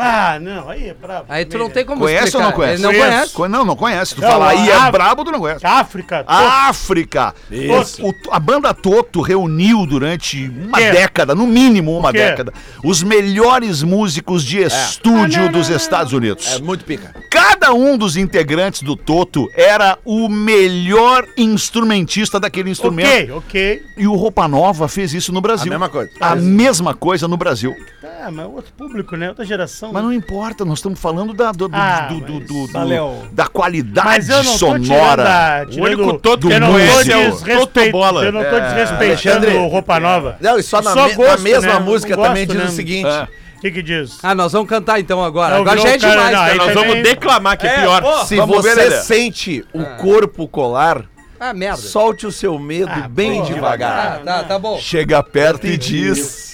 [SPEAKER 6] Ah, não, aí é brabo.
[SPEAKER 5] Aí tu não tem como
[SPEAKER 4] Conhece ou não conhece?
[SPEAKER 5] Ele não conhece.
[SPEAKER 4] Co- Não, não conhece. Tu
[SPEAKER 6] Não,
[SPEAKER 4] fala aí
[SPEAKER 6] a-
[SPEAKER 4] é brabo, tu não conhece.
[SPEAKER 6] África,
[SPEAKER 4] A África.
[SPEAKER 6] Isso.
[SPEAKER 4] O- o- a banda Toto reuniu durante uma
[SPEAKER 6] quê?
[SPEAKER 4] década, no mínimo uma
[SPEAKER 6] quê? É.
[SPEAKER 4] década, os melhores músicos de estúdio dos Estados Unidos.
[SPEAKER 3] Muito pica.
[SPEAKER 4] Cada um dos integrantes do Toto era o melhor instrumentista daquele instrumento.
[SPEAKER 6] Ok, ok.
[SPEAKER 4] E o Roupa Nova fez isso no Brasil.
[SPEAKER 3] A mesma coisa.
[SPEAKER 4] A mesma coisa no Brasil.
[SPEAKER 6] Tá, mas outro público, né? Outra geração.
[SPEAKER 4] Mas não é importa, nós estamos falando da, do- do-
[SPEAKER 6] Ah,
[SPEAKER 4] do- do-
[SPEAKER 6] mas-
[SPEAKER 4] do- do-
[SPEAKER 8] Valeu.
[SPEAKER 4] da qualidade
[SPEAKER 6] Mas eu não tô
[SPEAKER 4] sonora.
[SPEAKER 6] tirando a- tirando-
[SPEAKER 1] único Toto
[SPEAKER 6] eu
[SPEAKER 4] do
[SPEAKER 6] não tô
[SPEAKER 4] Múcio.
[SPEAKER 6] desrespeitando-
[SPEAKER 1] Toto Bola.
[SPEAKER 6] Eu não
[SPEAKER 4] É,
[SPEAKER 6] tô desrespeitando
[SPEAKER 3] Alexandre.
[SPEAKER 6] o roupa nova.
[SPEAKER 3] Não, e só na, me- na
[SPEAKER 6] gosto,
[SPEAKER 3] mesma
[SPEAKER 6] né?
[SPEAKER 3] música
[SPEAKER 6] Não
[SPEAKER 3] também
[SPEAKER 6] gosto,
[SPEAKER 3] diz
[SPEAKER 6] né?
[SPEAKER 3] o seguinte.
[SPEAKER 4] Ah.
[SPEAKER 6] O que que diz?
[SPEAKER 5] Ah, nós vamos cantar então agora.
[SPEAKER 6] Não,
[SPEAKER 5] agora já
[SPEAKER 6] virou
[SPEAKER 5] é
[SPEAKER 6] o cara,
[SPEAKER 5] demais,
[SPEAKER 6] não,
[SPEAKER 5] cara.
[SPEAKER 6] aí
[SPEAKER 1] Nós
[SPEAKER 6] também-
[SPEAKER 1] vamos declamar que é pior.
[SPEAKER 3] Se
[SPEAKER 4] Vamos ver,
[SPEAKER 3] você
[SPEAKER 4] Lelê.
[SPEAKER 3] sente o
[SPEAKER 6] Ah.
[SPEAKER 3] corpo colar,
[SPEAKER 5] Ah, merda.
[SPEAKER 3] solte o seu medo bem devagar.
[SPEAKER 5] Ah, tá, tá bom.
[SPEAKER 4] Chega perto e diz.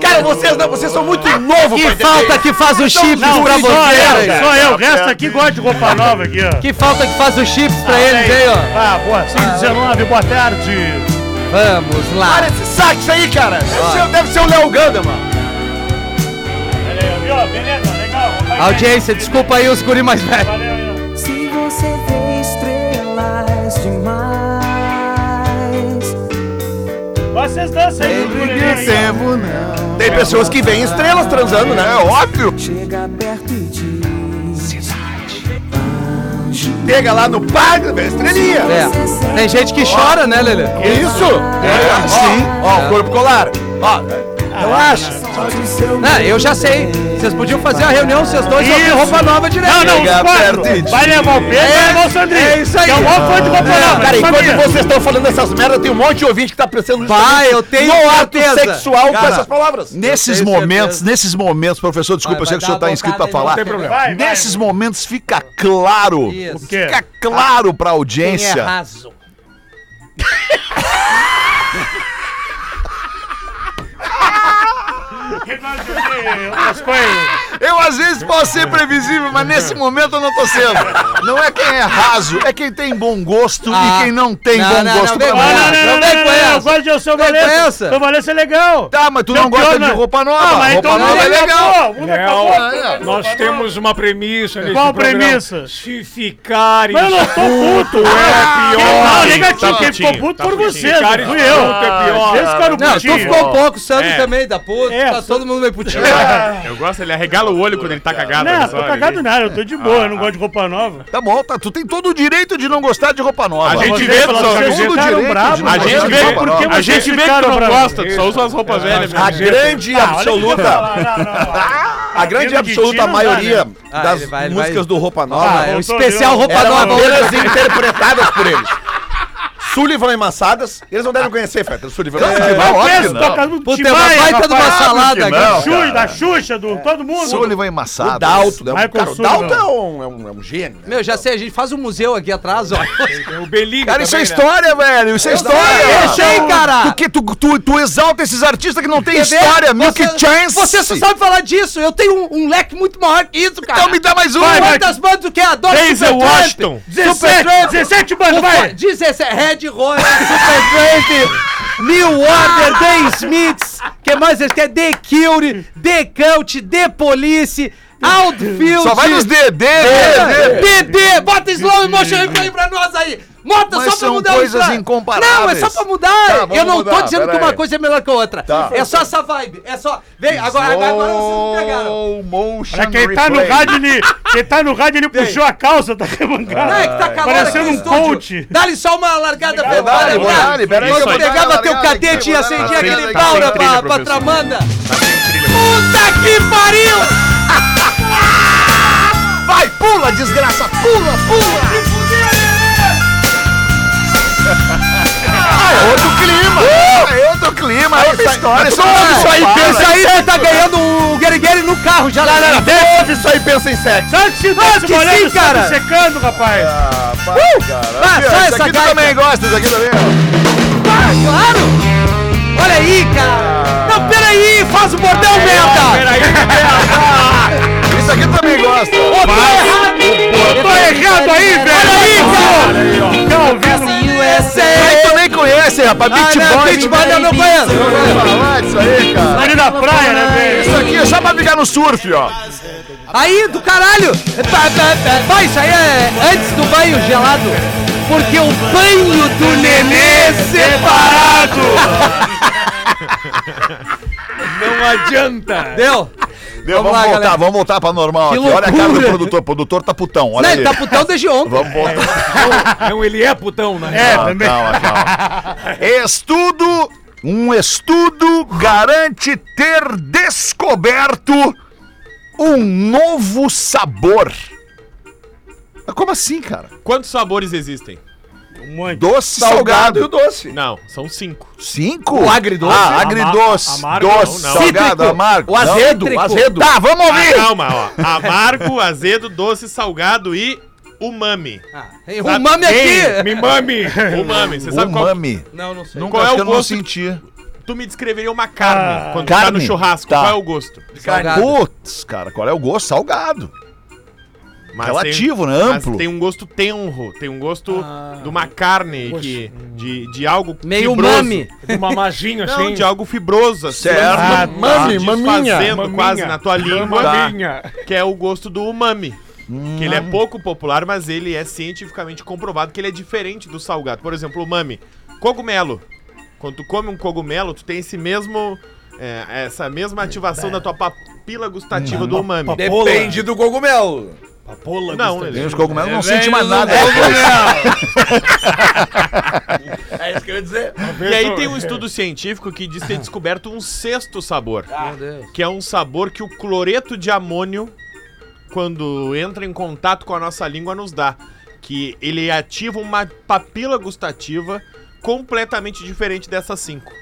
[SPEAKER 3] Cara, vocês, não, vocês são muito novo
[SPEAKER 5] Que falta que faz o chips
[SPEAKER 6] Não,
[SPEAKER 5] pra
[SPEAKER 6] só eu,
[SPEAKER 4] é,
[SPEAKER 5] vocês.
[SPEAKER 6] só eu. O resto aqui gosta de roupa nova aqui, ó.
[SPEAKER 5] Que falta que faz o chips pra eles aí, ó.
[SPEAKER 6] Ah, boa, 519, boa tarde.
[SPEAKER 5] Vamos
[SPEAKER 3] Para
[SPEAKER 5] lá.
[SPEAKER 3] esse sax aí, cara.
[SPEAKER 6] é
[SPEAKER 3] Deve ser, deve ser o Léo Ganda, mano.
[SPEAKER 6] Beleza, legal.
[SPEAKER 5] Audiência, desculpa aí os guri mais velhos.
[SPEAKER 9] Se você vê estrelas demais,
[SPEAKER 6] Vocês dançam aí,
[SPEAKER 3] Tem pessoas que veem estrelas transando, né? É óbvio.
[SPEAKER 9] chega perto e diz:
[SPEAKER 3] Pega lá no pago, vê a estrelinha.
[SPEAKER 5] É. Tem gente que chora, né, Lelê?
[SPEAKER 3] Isso. É, sim. Ó, o corpo colar. Ó, relaxa.
[SPEAKER 9] Solte o seu
[SPEAKER 5] Ah, eu já sei. Vocês podiam fazer a reunião, vocês dois, só tem
[SPEAKER 6] Isso.
[SPEAKER 5] roupa nova direto.
[SPEAKER 6] Não, não,
[SPEAKER 4] Chega
[SPEAKER 6] os quatro.
[SPEAKER 4] perto de
[SPEAKER 6] Vai levar o Pedro e vai levar o Sandrinho.
[SPEAKER 5] é isso aí.
[SPEAKER 6] Que é o maior fã de roupa nova.
[SPEAKER 3] Cara, enquanto
[SPEAKER 6] sabia?
[SPEAKER 3] vocês estão falando essas merdas, tem um monte de ouvinte que tá pensando
[SPEAKER 5] Vai, eu tenho
[SPEAKER 3] no um ato
[SPEAKER 5] certeza.
[SPEAKER 3] sexual com
[SPEAKER 4] Cara,
[SPEAKER 3] essas palavras.
[SPEAKER 4] Nesses
[SPEAKER 5] Eu tenho
[SPEAKER 4] momentos,
[SPEAKER 5] certeza.
[SPEAKER 4] nesses momentos, professor, desculpa,
[SPEAKER 5] Vai,
[SPEAKER 4] eu sei que o
[SPEAKER 5] vai
[SPEAKER 4] senhor tá
[SPEAKER 5] dar
[SPEAKER 4] está
[SPEAKER 5] uma
[SPEAKER 4] inscrito
[SPEAKER 5] bocada
[SPEAKER 4] a
[SPEAKER 5] aí,
[SPEAKER 4] falar.
[SPEAKER 5] não tem problema.
[SPEAKER 6] Vai, vai.
[SPEAKER 4] Nesses momentos fica claro.
[SPEAKER 5] Isso.
[SPEAKER 6] O quê?
[SPEAKER 4] Fica claro pra
[SPEAKER 5] Quem é
[SPEAKER 4] audiência
[SPEAKER 5] raso?
[SPEAKER 6] Outras coisas.
[SPEAKER 4] Eu às vezes posso ser previsível, mas nesse momento eu não tô sendo. Não é quem é raso, é quem tem bom gosto
[SPEAKER 5] Ah.
[SPEAKER 4] e quem não tem
[SPEAKER 5] Não,
[SPEAKER 4] bom
[SPEAKER 5] não, não,
[SPEAKER 4] gosto
[SPEAKER 5] vem
[SPEAKER 4] também.
[SPEAKER 5] com
[SPEAKER 6] Ah, não,
[SPEAKER 5] essa.
[SPEAKER 6] não, não,
[SPEAKER 5] Não vem
[SPEAKER 6] não,
[SPEAKER 5] com
[SPEAKER 6] não,
[SPEAKER 5] essa.
[SPEAKER 6] eu gosto de Alceu
[SPEAKER 5] Vem com
[SPEAKER 6] Valença.
[SPEAKER 5] essa.
[SPEAKER 6] Seu Valença é legal.
[SPEAKER 4] Tá, mas tu não
[SPEAKER 6] Meu
[SPEAKER 4] gosta
[SPEAKER 6] pior,
[SPEAKER 4] de
[SPEAKER 6] né?
[SPEAKER 4] roupa
[SPEAKER 6] Ah,
[SPEAKER 4] nova.
[SPEAKER 6] mas
[SPEAKER 4] roupa
[SPEAKER 6] então
[SPEAKER 4] nova é
[SPEAKER 6] muda a
[SPEAKER 4] legal.
[SPEAKER 6] cor, muda a
[SPEAKER 8] Não,
[SPEAKER 6] cor.
[SPEAKER 8] É, Nós temos uma premissa nesse
[SPEAKER 6] Qual
[SPEAKER 8] programa.
[SPEAKER 6] premissa?
[SPEAKER 8] Se ficarem
[SPEAKER 6] Mas eu não tô puto.
[SPEAKER 8] é
[SPEAKER 6] Não,
[SPEAKER 8] pior.
[SPEAKER 6] negativo,
[SPEAKER 1] tá
[SPEAKER 6] quem ficou
[SPEAKER 1] putinho,
[SPEAKER 6] puto
[SPEAKER 1] tá
[SPEAKER 6] por
[SPEAKER 1] putinho.
[SPEAKER 6] você, não
[SPEAKER 8] Cara,
[SPEAKER 6] fui eu.
[SPEAKER 8] puto é pior.
[SPEAKER 6] Vocês ficaram
[SPEAKER 5] Não,
[SPEAKER 4] então
[SPEAKER 5] tu
[SPEAKER 6] putinho.
[SPEAKER 5] ficou um pouco, o Sandro
[SPEAKER 1] É.
[SPEAKER 5] também, da puta.
[SPEAKER 6] É,
[SPEAKER 5] tá
[SPEAKER 6] Sandro-
[SPEAKER 5] todo mundo meio Ah, putinho.
[SPEAKER 1] Eu gosto, ele arregala o olho quando ele tá cagado.
[SPEAKER 6] Não,
[SPEAKER 1] olha
[SPEAKER 6] tô
[SPEAKER 1] só,
[SPEAKER 6] cagado
[SPEAKER 1] ele-
[SPEAKER 6] nada, eu tô de boa, eu
[SPEAKER 1] Ah.
[SPEAKER 6] não gosto de roupa nova.
[SPEAKER 4] Tá bom, tá, tu tem todo o direito de não gostar de roupa nova.
[SPEAKER 1] A gente
[SPEAKER 6] Vocês
[SPEAKER 1] vê,
[SPEAKER 6] falam,
[SPEAKER 1] só-
[SPEAKER 6] vocês
[SPEAKER 4] todo
[SPEAKER 6] ficaram
[SPEAKER 4] direito de
[SPEAKER 6] bravos,
[SPEAKER 4] não
[SPEAKER 1] A
[SPEAKER 6] mas
[SPEAKER 1] gente
[SPEAKER 6] eu
[SPEAKER 1] vê,
[SPEAKER 6] sei por que
[SPEAKER 1] a
[SPEAKER 6] vocês
[SPEAKER 1] gente vê que
[SPEAKER 6] ficaram
[SPEAKER 1] não
[SPEAKER 6] bravos.
[SPEAKER 1] gosta, tu só usa as roupas velhas.
[SPEAKER 3] A
[SPEAKER 1] mesmo.
[SPEAKER 3] grande
[SPEAKER 6] é Ah, olha o que eu ia
[SPEAKER 3] absoluta,
[SPEAKER 6] falar, não, não, não.
[SPEAKER 3] a grande
[SPEAKER 6] Dentro de ti
[SPEAKER 3] absoluta
[SPEAKER 6] não dá,
[SPEAKER 3] maioria
[SPEAKER 6] né?
[SPEAKER 5] Ah,
[SPEAKER 3] das
[SPEAKER 5] ele vai- ele
[SPEAKER 3] músicas
[SPEAKER 5] vai-
[SPEAKER 3] do Roupa
[SPEAKER 5] Ah,
[SPEAKER 3] Nova
[SPEAKER 5] é o
[SPEAKER 6] voltou,
[SPEAKER 5] especial
[SPEAKER 6] viu?
[SPEAKER 5] roupa
[SPEAKER 3] eram
[SPEAKER 5] nova.
[SPEAKER 3] apenas interpretadas por eles. Sullivan e Massadas. Eles não devem conhecer, Fetter. o Sullivan e
[SPEAKER 4] É,
[SPEAKER 3] Massadas.
[SPEAKER 4] não, óbvio que
[SPEAKER 6] Pensa,
[SPEAKER 4] não.
[SPEAKER 6] toca no
[SPEAKER 5] Puta, é uma
[SPEAKER 6] Timaya,
[SPEAKER 5] baita de uma
[SPEAKER 6] rapaz.
[SPEAKER 5] salada
[SPEAKER 4] que
[SPEAKER 5] aqui.
[SPEAKER 4] não.
[SPEAKER 6] Xuxa,
[SPEAKER 4] cara.
[SPEAKER 6] da Xuxa,
[SPEAKER 5] É.
[SPEAKER 6] do todo mundo.
[SPEAKER 4] Sullivan e Massadas.
[SPEAKER 3] O Dalton. né?
[SPEAKER 6] Michael
[SPEAKER 3] Cara, o
[SPEAKER 6] Sullivan.
[SPEAKER 3] Dalton é um, é um- é um gênio. né?
[SPEAKER 5] Meu, já sei, a gente faz um museu aqui atrás, ó.
[SPEAKER 8] O Belinho.
[SPEAKER 4] Cara, isso é história, velho. Isso é história.
[SPEAKER 5] sei, eu sei, cara.
[SPEAKER 4] Tu, que- tu, tu, tu exalta esses artistas que não tem
[SPEAKER 5] Quer ver?
[SPEAKER 4] história. Milk
[SPEAKER 5] Você-
[SPEAKER 4] Chance.
[SPEAKER 5] Você só sabe falar disso. Eu tenho um, um leque muito maior que isso, cara.
[SPEAKER 4] Então me dá mais um.
[SPEAKER 5] Quantas bandas tu quer? Adoro
[SPEAKER 1] Denzel
[SPEAKER 4] é
[SPEAKER 5] Supertramp,
[SPEAKER 1] Washington.
[SPEAKER 5] Supertramp,
[SPEAKER 6] 17, 17 bandas, vai!
[SPEAKER 5] 17, Red Hot, Supertramp, New
[SPEAKER 6] Ah.
[SPEAKER 5] Order, The Smiths, que mais eles querem? The Cure, The Cult, The Police, Outfield. É,
[SPEAKER 4] Só vai nos né? DD. É,
[SPEAKER 5] DD, bota slow motion replay pra nós aí. Bota
[SPEAKER 4] Mas
[SPEAKER 5] só pra
[SPEAKER 4] são
[SPEAKER 5] mudar
[SPEAKER 4] coisas
[SPEAKER 5] estado.
[SPEAKER 4] incomparáveis.
[SPEAKER 5] Não, é só pra mudar.
[SPEAKER 4] Tá, vamos
[SPEAKER 5] eu não tô
[SPEAKER 4] mudar,
[SPEAKER 5] dizendo que
[SPEAKER 4] peraí. Tá.
[SPEAKER 5] uma coisa é melhor que a outra. É só essa vibe. É só. Vem, agora, agora, agora vocês me pegaram.
[SPEAKER 4] motion
[SPEAKER 6] Olha, quem tá no
[SPEAKER 4] replay.
[SPEAKER 6] rádio, ele, quem tá no rádio, ele puxou a calça da remangada.
[SPEAKER 5] Não, é que tá calor aqui
[SPEAKER 6] Parecendo um
[SPEAKER 5] no estúdio.
[SPEAKER 6] coach.
[SPEAKER 5] Dá-lhe só uma
[SPEAKER 4] É
[SPEAKER 5] largada pra né?
[SPEAKER 4] dá-lhe,
[SPEAKER 5] pra-
[SPEAKER 4] dá-lhe, peraí,
[SPEAKER 5] Eu
[SPEAKER 4] só
[SPEAKER 5] pegava
[SPEAKER 4] dá-lhe,
[SPEAKER 5] teu
[SPEAKER 4] dá-lhe,
[SPEAKER 5] cadete e
[SPEAKER 4] dá-lhe,
[SPEAKER 5] acendia
[SPEAKER 4] dá-lhe,
[SPEAKER 5] aquele
[SPEAKER 4] tá sem
[SPEAKER 5] pau pra,
[SPEAKER 1] trilha,
[SPEAKER 5] pra
[SPEAKER 1] professor.
[SPEAKER 5] tramanda. Puta que pariu!
[SPEAKER 4] Vai, pula, desgraça. Pula, pula. É outro clima.
[SPEAKER 5] Uh!
[SPEAKER 4] É outro clima. É outra história. Isso aí.
[SPEAKER 5] Pensa aí, você tá ganhando o Guerigueri no carro já lá. Não,
[SPEAKER 3] Deve isso aí, pensa em sexo.
[SPEAKER 6] Sabe se tá se
[SPEAKER 5] que
[SPEAKER 6] molhando,
[SPEAKER 5] sim,
[SPEAKER 6] sabe
[SPEAKER 5] cara.
[SPEAKER 6] secando, rapaz.
[SPEAKER 5] Ah, só
[SPEAKER 4] Isso
[SPEAKER 5] essa
[SPEAKER 4] aqui tu
[SPEAKER 5] gaita.
[SPEAKER 4] também gosta. Isso aqui também.
[SPEAKER 5] Ah, claro! Olha aí, cara! Não, peraí, faz o bordão, merda!
[SPEAKER 4] Isso aqui também gosta.
[SPEAKER 5] Ô, tô errado!
[SPEAKER 4] tá
[SPEAKER 6] Eu tô errado aí, velho.
[SPEAKER 5] Olha
[SPEAKER 6] aí, cara. Tá ouvindo?
[SPEAKER 4] Aí
[SPEAKER 5] USA!
[SPEAKER 4] também conhece, rapaz. Beat
[SPEAKER 5] Ah, não,
[SPEAKER 4] Boy.
[SPEAKER 5] Beach Boy eu não conheço!
[SPEAKER 4] falar disso aí, cara.
[SPEAKER 6] Ali na praia, né,
[SPEAKER 4] Isso
[SPEAKER 6] velho?
[SPEAKER 4] aqui é só pra ficar no surf, ó.
[SPEAKER 5] Aí, do caralho! Tá, tá, tá. Vai, isso aí é antes do banho gelado! Porque o banho do nenê separado!
[SPEAKER 8] Não adianta.
[SPEAKER 5] Deu?
[SPEAKER 4] Deu, vamos,
[SPEAKER 5] Vamos lá,
[SPEAKER 4] voltar,
[SPEAKER 5] galera.
[SPEAKER 4] vamos voltar pra normal
[SPEAKER 5] Que
[SPEAKER 4] aqui. Olha a cara do
[SPEAKER 5] loucura.
[SPEAKER 4] produtor. O produtor tá putão, olha
[SPEAKER 5] Não,
[SPEAKER 4] ele.
[SPEAKER 5] ele tá putão desde ontem.
[SPEAKER 4] Vamos voltar.
[SPEAKER 8] Não, ele é putão, né?
[SPEAKER 6] É,
[SPEAKER 5] tá
[SPEAKER 4] Calma,
[SPEAKER 6] também.
[SPEAKER 4] calma, calma. Estudo, um estudo garante ter descoberto um novo sabor. Mas Como assim, cara?
[SPEAKER 1] Quantos sabores existem?
[SPEAKER 6] Um monte.
[SPEAKER 4] Doce,
[SPEAKER 3] Salgado e o
[SPEAKER 4] salgado.
[SPEAKER 3] doce.
[SPEAKER 1] Não, são cinco.
[SPEAKER 4] Cinco?
[SPEAKER 3] O agridoce?
[SPEAKER 4] Ah, agridoce.
[SPEAKER 6] Ama- amargo,
[SPEAKER 4] doce,
[SPEAKER 1] não, não.
[SPEAKER 4] salgado,
[SPEAKER 5] Cítrico.
[SPEAKER 4] amargo.
[SPEAKER 5] O
[SPEAKER 4] Não.
[SPEAKER 5] azedo,
[SPEAKER 4] Cítrico.
[SPEAKER 5] o azedo.
[SPEAKER 4] Tá, vamos
[SPEAKER 1] Ah,
[SPEAKER 4] ouvir.
[SPEAKER 1] calma, ó. Amargo, azedo, doce, salgado e umami.
[SPEAKER 5] O mame
[SPEAKER 1] Ei,
[SPEAKER 5] Ah, aqui!
[SPEAKER 6] Mimami.
[SPEAKER 1] Umami, você
[SPEAKER 4] Um
[SPEAKER 1] sabe qual,
[SPEAKER 4] Umami.
[SPEAKER 5] Não, não sei.
[SPEAKER 4] Nunca
[SPEAKER 1] Qual é
[SPEAKER 4] acho
[SPEAKER 1] o
[SPEAKER 4] que eu não
[SPEAKER 1] gosto?
[SPEAKER 4] senti.
[SPEAKER 1] Tu me descreveria uma carne
[SPEAKER 6] Ah,
[SPEAKER 1] quando tá
[SPEAKER 4] carne?
[SPEAKER 1] no churrasco.
[SPEAKER 4] Tá.
[SPEAKER 1] Qual é o gosto?
[SPEAKER 5] Salgado.
[SPEAKER 4] Putz, cara, qual é o gosto? Salgado.
[SPEAKER 1] Mas
[SPEAKER 4] Relativo, né?
[SPEAKER 1] mas
[SPEAKER 4] Amplo.
[SPEAKER 1] tem um gosto tenro, tem um gosto de uma carne que, de, de algo
[SPEAKER 5] Meio
[SPEAKER 1] fibroso.
[SPEAKER 5] mame.
[SPEAKER 8] Uma maginha
[SPEAKER 1] Não,
[SPEAKER 8] assim.
[SPEAKER 1] de algo fibroso, assim.
[SPEAKER 4] Certo. tá.
[SPEAKER 1] mas
[SPEAKER 6] Ah,
[SPEAKER 1] não
[SPEAKER 8] mame,
[SPEAKER 1] se
[SPEAKER 8] maminha,
[SPEAKER 1] desfazendo
[SPEAKER 8] maminha.
[SPEAKER 1] quase na tua língua,
[SPEAKER 8] Maminha.
[SPEAKER 1] que é o gosto do umami.
[SPEAKER 4] Hum.
[SPEAKER 1] Que ele é pouco popular, mas ele é cientificamente comprovado que ele é diferente do salgado. Por exemplo, o umami. Cogumelo. Quando tu come um cogumelo, tu tem esse mesmo... é, essa mesma ativação da tua papila
[SPEAKER 4] Hum.
[SPEAKER 1] gustativa do umami.
[SPEAKER 3] Depende do cogumelo.
[SPEAKER 8] Papola.
[SPEAKER 1] Não,
[SPEAKER 8] Gustavo.
[SPEAKER 4] Tem
[SPEAKER 1] né?
[SPEAKER 4] os cogumelos, não sente mais nada.
[SPEAKER 3] É isso que eu ia dizer.
[SPEAKER 1] E aí tem um estudo científico que diz ter descoberto um sexto sabor.
[SPEAKER 5] Meu Deus.
[SPEAKER 1] que é um sabor que o cloreto de amônio, quando entra em contato com a nossa língua, nos dá. Que ele ativa uma papila gustativa completamente diferente dessas cinco.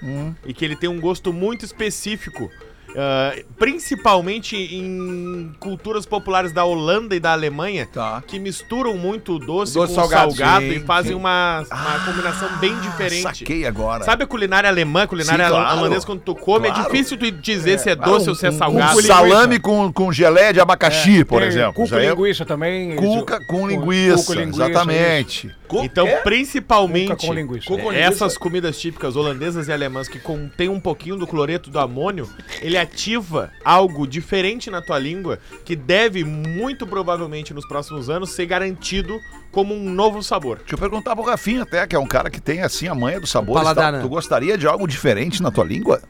[SPEAKER 1] E que ele tem um gosto muito específico. ah, principalmente em culturas populares da Holanda e da Alemanha,
[SPEAKER 4] Tá.
[SPEAKER 1] que misturam muito o doce,
[SPEAKER 3] Doce
[SPEAKER 1] com o
[SPEAKER 3] salgado,
[SPEAKER 1] salgado,
[SPEAKER 3] sim,
[SPEAKER 1] e fazem
[SPEAKER 3] sim.
[SPEAKER 1] uma, uma combinação bem diferente.
[SPEAKER 4] Saquei agora.
[SPEAKER 1] Sabe a culinária alemã, a culinária
[SPEAKER 4] Sim, claro.
[SPEAKER 1] holandesa, quando tu come, é
[SPEAKER 4] Claro.
[SPEAKER 1] difícil tu dizer se é doce ou se é salgado.
[SPEAKER 4] Um salame com, com gelé de abacaxi, por
[SPEAKER 8] Tem
[SPEAKER 4] exemplo.
[SPEAKER 8] Cuca
[SPEAKER 4] Já
[SPEAKER 8] e
[SPEAKER 4] é
[SPEAKER 8] linguiça também.
[SPEAKER 4] cuca com
[SPEAKER 8] Cu-
[SPEAKER 4] linguiça.
[SPEAKER 8] cuca, linguiça,
[SPEAKER 4] exatamente.
[SPEAKER 1] Então, principalmente,
[SPEAKER 8] Cuca com linguiça.
[SPEAKER 1] é, essas comidas típicas holandesas e alemãs que contêm um pouquinho do cloreto do amônio, ele ativa algo diferente na tua língua que deve, muito provavelmente, nos próximos anos, ser garantido como um novo sabor.
[SPEAKER 4] Deixa eu perguntar pro Rafinha até, que é um cara que tem assim a manha dos sabores. e
[SPEAKER 5] paladar,
[SPEAKER 4] tal.
[SPEAKER 5] né?
[SPEAKER 4] Tu gostaria de algo diferente na tua língua?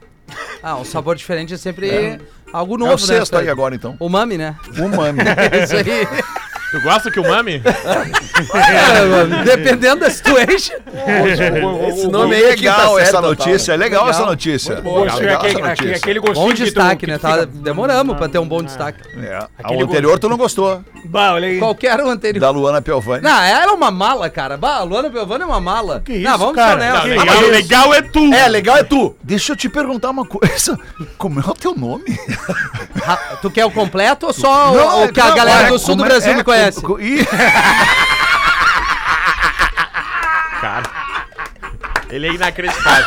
[SPEAKER 5] Ah, um sabor diferente é sempre algo
[SPEAKER 4] é o
[SPEAKER 5] novo, né?
[SPEAKER 4] sexto aí
[SPEAKER 5] Fred?
[SPEAKER 4] agora, então.
[SPEAKER 5] O mame, né?
[SPEAKER 4] Umami.
[SPEAKER 5] É isso aí.
[SPEAKER 1] Tu gosta que o mame?
[SPEAKER 5] É, dependendo da situation.
[SPEAKER 3] Esse
[SPEAKER 4] Não
[SPEAKER 3] nome aí é
[SPEAKER 4] legal
[SPEAKER 3] quinta série
[SPEAKER 4] essa
[SPEAKER 3] total,
[SPEAKER 4] notícia, é legal, essa notícia. É
[SPEAKER 8] Pô,
[SPEAKER 4] Legal
[SPEAKER 8] chega
[SPEAKER 4] essa
[SPEAKER 8] é aquele, aquele,
[SPEAKER 4] notícia.
[SPEAKER 8] aquele gostinho
[SPEAKER 5] Bom
[SPEAKER 8] que tu-
[SPEAKER 5] destaque,
[SPEAKER 8] que
[SPEAKER 5] né?
[SPEAKER 8] tu
[SPEAKER 5] Tá,
[SPEAKER 8] fica-
[SPEAKER 5] demoramos pra ter um bom destaque.
[SPEAKER 4] É,
[SPEAKER 8] Aquele
[SPEAKER 4] O anterior tu não gostou,
[SPEAKER 8] Bah, olha aí.
[SPEAKER 5] Qualquer um anterior.
[SPEAKER 4] da Luana Piovani.
[SPEAKER 5] Não, era uma mala, cara. Bah, a Luana Piovani é uma mala.
[SPEAKER 6] Que isso,
[SPEAKER 5] não, vamos
[SPEAKER 6] cara? Tá
[SPEAKER 5] só nela.
[SPEAKER 1] Não,
[SPEAKER 5] Ah,
[SPEAKER 1] legal, legal é tu!
[SPEAKER 3] É, legal é tu.
[SPEAKER 4] Deixa eu te perguntar uma coisa. Como é o teu nome?
[SPEAKER 5] Ra- Tu quer o completo ou só o-
[SPEAKER 4] Não,
[SPEAKER 5] o,
[SPEAKER 4] é-
[SPEAKER 5] que a
[SPEAKER 4] não, é
[SPEAKER 5] galera do sul do
[SPEAKER 4] como-
[SPEAKER 5] Brasil
[SPEAKER 4] é
[SPEAKER 5] me conhece?
[SPEAKER 4] com- com- Ih,
[SPEAKER 1] Ele é inacreditável.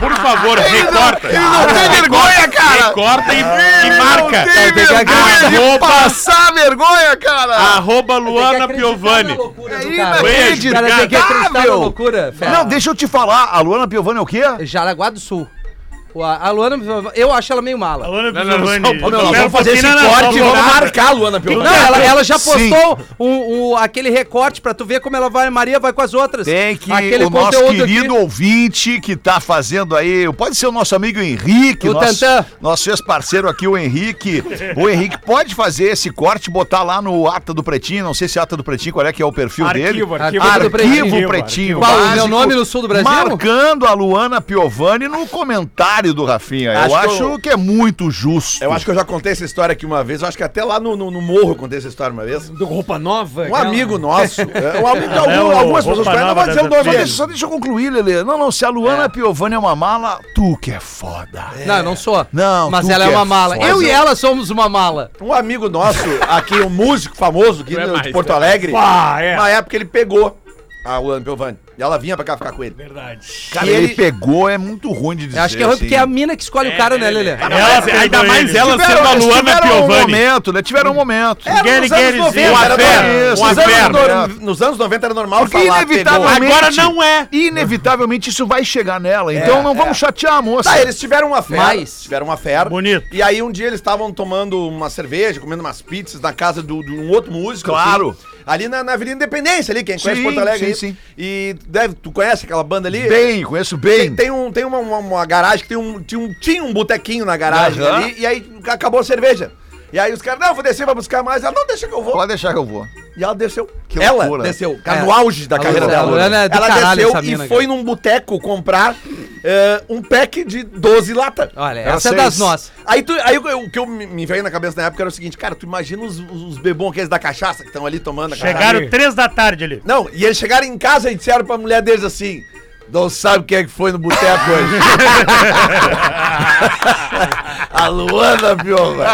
[SPEAKER 1] Por favor, recorta.
[SPEAKER 4] não tem vergonha, cara!
[SPEAKER 1] Recorta e,
[SPEAKER 6] É,
[SPEAKER 1] e marca.
[SPEAKER 4] Tem
[SPEAKER 5] Tem que
[SPEAKER 4] vergonha de
[SPEAKER 1] arroba-
[SPEAKER 4] passar vergonha, cara! Ah,
[SPEAKER 1] Arroba Luana Piovani.
[SPEAKER 5] É
[SPEAKER 1] Beijo,
[SPEAKER 5] cara. Cara, tem que acreditar na
[SPEAKER 4] inacreditável.
[SPEAKER 5] loucura, fera.
[SPEAKER 4] Não, deixa eu te falar, a Luana Piovani é o quê?
[SPEAKER 5] Jaraguá do Sul. O- A a Luana, Piovani- eu acho ela meio mala.
[SPEAKER 6] Alana
[SPEAKER 1] Não, não, não,
[SPEAKER 6] Piovani.
[SPEAKER 1] só um pouco,
[SPEAKER 6] Não,
[SPEAKER 3] Vamos fazer esse
[SPEAKER 6] não, não,
[SPEAKER 3] corte e
[SPEAKER 6] não,
[SPEAKER 3] vamos
[SPEAKER 6] não,
[SPEAKER 3] marcar a Luana Piovani.
[SPEAKER 5] Não, ela, ela já
[SPEAKER 4] Sim.
[SPEAKER 5] postou um, um- aquele recorte pra tu ver como ela vai, Maria vai com as outras.
[SPEAKER 4] Tem que
[SPEAKER 5] aquele
[SPEAKER 4] o nosso
[SPEAKER 5] conteúdo aqui.
[SPEAKER 4] querido ouvinte que tá fazendo aí, pode ser o nosso amigo Henrique,
[SPEAKER 5] O
[SPEAKER 4] nosso,
[SPEAKER 5] Tantã.
[SPEAKER 4] nosso ex-parceiro aqui, o Henrique. O Henrique pode fazer esse corte, botar lá no Ata do Pretinho, não sei se é Ata do Pretinho, qual é que é o perfil dele.
[SPEAKER 8] Arquivo, arquivo.
[SPEAKER 5] Ata do
[SPEAKER 4] Arquivo
[SPEAKER 5] Pretinho.
[SPEAKER 4] Pretinho.
[SPEAKER 5] Qual, o meu
[SPEAKER 4] básico,
[SPEAKER 5] nome no sul do Brasil?
[SPEAKER 4] Marcando a Luana Piovani no comentário do Rafinha. eu
[SPEAKER 3] Acho que
[SPEAKER 4] acho
[SPEAKER 3] eu-
[SPEAKER 4] que é muito justo.
[SPEAKER 3] Eu acho que eu já contei essa história aqui uma vez. Eu acho que até lá no, no, no morro eu contei essa história uma vez.
[SPEAKER 8] Do roupa nova.
[SPEAKER 3] Um
[SPEAKER 8] aquela-
[SPEAKER 3] amigo nosso, é, um amigo, algum-
[SPEAKER 6] é o
[SPEAKER 3] algumas pessoas
[SPEAKER 6] Roupa
[SPEAKER 3] conhecem, não
[SPEAKER 6] Nova
[SPEAKER 3] vou dizer o nome
[SPEAKER 6] da-
[SPEAKER 4] Só
[SPEAKER 6] da-
[SPEAKER 3] dele.
[SPEAKER 4] deixa, só deixa eu concluir, Lelê. Não, não, se a Luana Piovani é uma mala, tu que é foda.
[SPEAKER 5] Não, eu não sou.
[SPEAKER 4] Não,
[SPEAKER 5] Mas
[SPEAKER 4] tu
[SPEAKER 5] ela é
[SPEAKER 4] que é
[SPEAKER 5] uma mala.
[SPEAKER 4] foda.
[SPEAKER 5] Eu e ela somos uma mala.
[SPEAKER 3] Um amigo nosso, aqui, um músico famoso aqui
[SPEAKER 1] Não é
[SPEAKER 3] de-
[SPEAKER 1] mais,
[SPEAKER 3] de Porto
[SPEAKER 1] não é
[SPEAKER 3] Alegre,
[SPEAKER 6] né? Pá, é.
[SPEAKER 3] na época ele pegou a Luana Piovani. E ela vinha pra cá ficar com ele.
[SPEAKER 6] Verdade.
[SPEAKER 4] Cara,
[SPEAKER 3] E
[SPEAKER 4] ele...
[SPEAKER 3] ele-
[SPEAKER 4] pegou, é muito ruim de dizer.
[SPEAKER 5] Eu acho que é ruim
[SPEAKER 4] assim. é,
[SPEAKER 5] porque é a mina que escolhe o cara, né, Lelê?
[SPEAKER 1] Ela- ainda
[SPEAKER 6] pegou
[SPEAKER 1] mais
[SPEAKER 6] ele.
[SPEAKER 1] ela sendo a
[SPEAKER 4] eles
[SPEAKER 1] Luana
[SPEAKER 4] tiveram um
[SPEAKER 1] Piovani.
[SPEAKER 4] momento, né? Tiveram um momento.
[SPEAKER 3] Era nos anos 90,
[SPEAKER 1] Um
[SPEAKER 3] era
[SPEAKER 1] affair,
[SPEAKER 3] normal.
[SPEAKER 1] um
[SPEAKER 3] Nos anos
[SPEAKER 1] affair.
[SPEAKER 3] nor- Nos anos 90 era normal
[SPEAKER 4] Porque
[SPEAKER 3] falar
[SPEAKER 4] inevitável-
[SPEAKER 3] pegou.
[SPEAKER 1] Agora não é.
[SPEAKER 4] Inevitavelmente isso vai chegar nela. Então não vamos chatear a moça.
[SPEAKER 3] Tá, eles tiveram uma fera.
[SPEAKER 5] Mas-
[SPEAKER 3] Tiveram uma fera.
[SPEAKER 6] Bonito.
[SPEAKER 3] E aí um dia eles estavam tomando uma cerveja, comendo umas pizzas na casa do- de um outro músico.
[SPEAKER 4] Claro.
[SPEAKER 3] assim, ali na, na Avenida Independência, ali, quem conhece
[SPEAKER 4] Sim,
[SPEAKER 3] Porto Alegre.
[SPEAKER 4] sim, sim.
[SPEAKER 3] aí. E deve, tu conhece aquela banda ali?
[SPEAKER 4] Bem, conheço bem.
[SPEAKER 3] Tem, tem um, tem uma, uma- uma garagem que tem um, tinha um, tinha um botequinho na garagem
[SPEAKER 4] Aham.
[SPEAKER 3] ali. E aí acabou a cerveja. E aí os caras, não, vou descer pra buscar mais. Ela, não, deixa que eu vou.
[SPEAKER 4] Pode deixar que eu vou.
[SPEAKER 3] E ela desceu.
[SPEAKER 4] Que
[SPEAKER 3] ela
[SPEAKER 4] loucura.
[SPEAKER 3] desceu. Cara,
[SPEAKER 5] É.
[SPEAKER 3] no auge da
[SPEAKER 5] A
[SPEAKER 3] carreira
[SPEAKER 5] Luana- a
[SPEAKER 3] dela.
[SPEAKER 5] Luana é do
[SPEAKER 3] ela
[SPEAKER 5] caralho
[SPEAKER 3] desceu
[SPEAKER 5] essa
[SPEAKER 3] e
[SPEAKER 5] mina,
[SPEAKER 3] foi num boteco comprar eh, um pack de 12 latas.
[SPEAKER 5] Olha,
[SPEAKER 4] Era
[SPEAKER 5] essa é
[SPEAKER 4] seis.
[SPEAKER 5] das nossas.
[SPEAKER 3] Aí, tu, aí o que eu me me veio na cabeça na época era o seguinte, cara, tu imagina os, os bebons aqueles da cachaça que estão ali tomando a cachaça.
[SPEAKER 6] Chegaram três da tarde ali.
[SPEAKER 3] Não, e eles chegaram em casa e disseram pra mulher deles assim, não sabe quem é que foi no boteco hoje. a Luana Piova.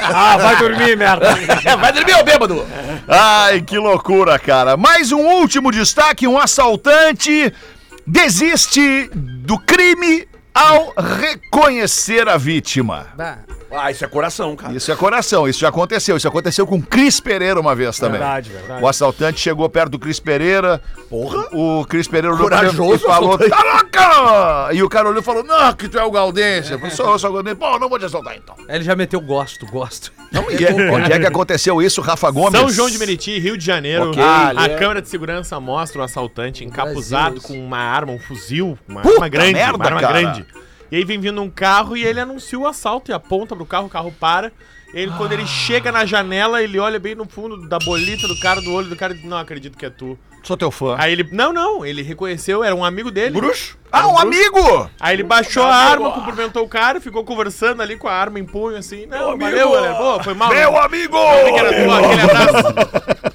[SPEAKER 8] Ah, vai dormir, merda.
[SPEAKER 3] Vai dormir, ô bêbado.
[SPEAKER 4] Ai, que loucura, cara. Mais um último destaque: um assaltante desiste do crime ao reconhecer a vítima.
[SPEAKER 3] Ah, isso é coração, cara.
[SPEAKER 4] Isso é coração, isso já aconteceu. Isso aconteceu com o Cris Pereira uma vez também.
[SPEAKER 8] Verdade, verdade.
[SPEAKER 4] O assaltante chegou perto do Cris Pereira.
[SPEAKER 3] Porra.
[SPEAKER 4] O Cris Pereira
[SPEAKER 3] Corajoso
[SPEAKER 4] e falou:
[SPEAKER 3] assaltante.
[SPEAKER 4] Tá louco! E o cara olhou e falou: Não, que tu é o Galdense. Eu falei: Sou eu, sou o Galdense. Bom, não vou te assaltar então.
[SPEAKER 5] Ele já meteu gosto, gosto.
[SPEAKER 4] E é- onde é que aconteceu isso, Rafa Gomes?
[SPEAKER 1] São João de Meriti, Rio de Janeiro.
[SPEAKER 4] Ok. Ah, é.
[SPEAKER 1] a câmera de segurança mostra um assaltante encapuzado
[SPEAKER 5] Brasil, isso.
[SPEAKER 1] com uma arma, um fuzil, uma
[SPEAKER 4] Puta
[SPEAKER 1] arma grande,
[SPEAKER 4] merda,
[SPEAKER 1] uma arma
[SPEAKER 4] cara.
[SPEAKER 1] grande. E aí vem vindo um carro e ele anuncia o assalto e aponta pro carro, o carro para. Ele, quando
[SPEAKER 4] Ah.
[SPEAKER 1] ele chega na janela, ele olha bem no fundo da bolita do cara, do olho do cara e diz, não acredito que é tu.
[SPEAKER 4] Sou teu fã.
[SPEAKER 1] Aí ele, não, não, ele reconheceu, era um amigo dele.
[SPEAKER 3] Bruxo.
[SPEAKER 4] Ah, um amigo!
[SPEAKER 1] Aí ele baixou a arma, cumprimentou o cara, ficou conversando ali com a arma em punho, assim. Não, valeu, galera, boa, foi mal. né?
[SPEAKER 4] Meu amigo!
[SPEAKER 1] Achei que era tua, aquele abraço.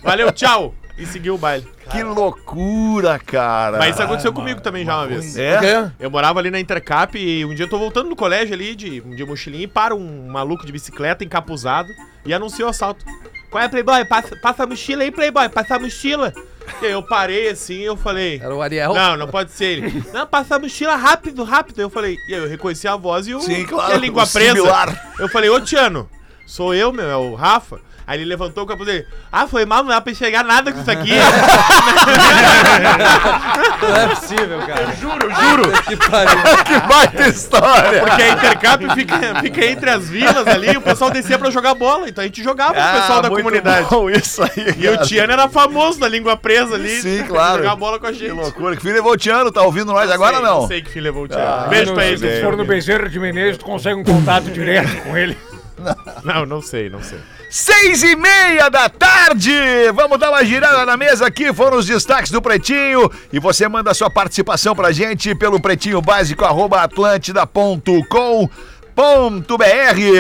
[SPEAKER 1] Valeu, tchau. E seguiu o baile.
[SPEAKER 4] Que loucura, cara.
[SPEAKER 1] Mas isso aconteceu comigo também já uma vez.
[SPEAKER 4] É?
[SPEAKER 1] Eu morava ali na Intercap e um dia eu tô voltando do colégio ali de, de mochilinha e para um maluco de bicicleta encapuzado e anunciou o assalto. Qual é, Playboy? Passa, passa a mochila aí, Playboy, passa a mochila. E aí eu parei assim e eu falei.
[SPEAKER 5] Era o Ariel.
[SPEAKER 1] Não, não pode ser ele. Não, passa a mochila rápido, rápido. Aí Eu falei, e aí eu reconheci a voz e, o,
[SPEAKER 4] Sim, claro,
[SPEAKER 1] e a língua
[SPEAKER 4] o
[SPEAKER 1] presa.
[SPEAKER 4] similar.
[SPEAKER 1] Eu falei, ô Tiano, sou eu, meu, é o Rafa. Aí ele levantou o capuz dele. Ah, foi mal, não dá pra enxergar nada com isso aqui.
[SPEAKER 5] Não é possível, cara.
[SPEAKER 1] juro, juro.
[SPEAKER 5] Que pariu.
[SPEAKER 4] Que baita história!
[SPEAKER 1] Porque a Intercap fica, fica entre as vilas ali, o pessoal descia pra jogar bola. Então a gente jogava com o pessoal da comunidade.
[SPEAKER 4] Ah, Bom, isso aí.
[SPEAKER 1] E o Tiano era famoso da língua presa ali.
[SPEAKER 4] Sim, claro.
[SPEAKER 1] Jogar bola com a gente.
[SPEAKER 4] Que loucura. Que filho é voltiano, tá ouvindo nós agora
[SPEAKER 1] sei,
[SPEAKER 4] não? Ah,
[SPEAKER 1] sei que filho levou o Tiano. Beijo pra ele.
[SPEAKER 8] Se for no Bezerro de Menezes, tu consegue um contato direto com ele.
[SPEAKER 1] Não, não sei, não sei.
[SPEAKER 4] Seis e meia da tarde! Vamos dar uma girada na mesa aqui, foram os destaques do Pretinho. E você manda sua participação pra gente pelo pretinho básico arroba atlântida.com.br.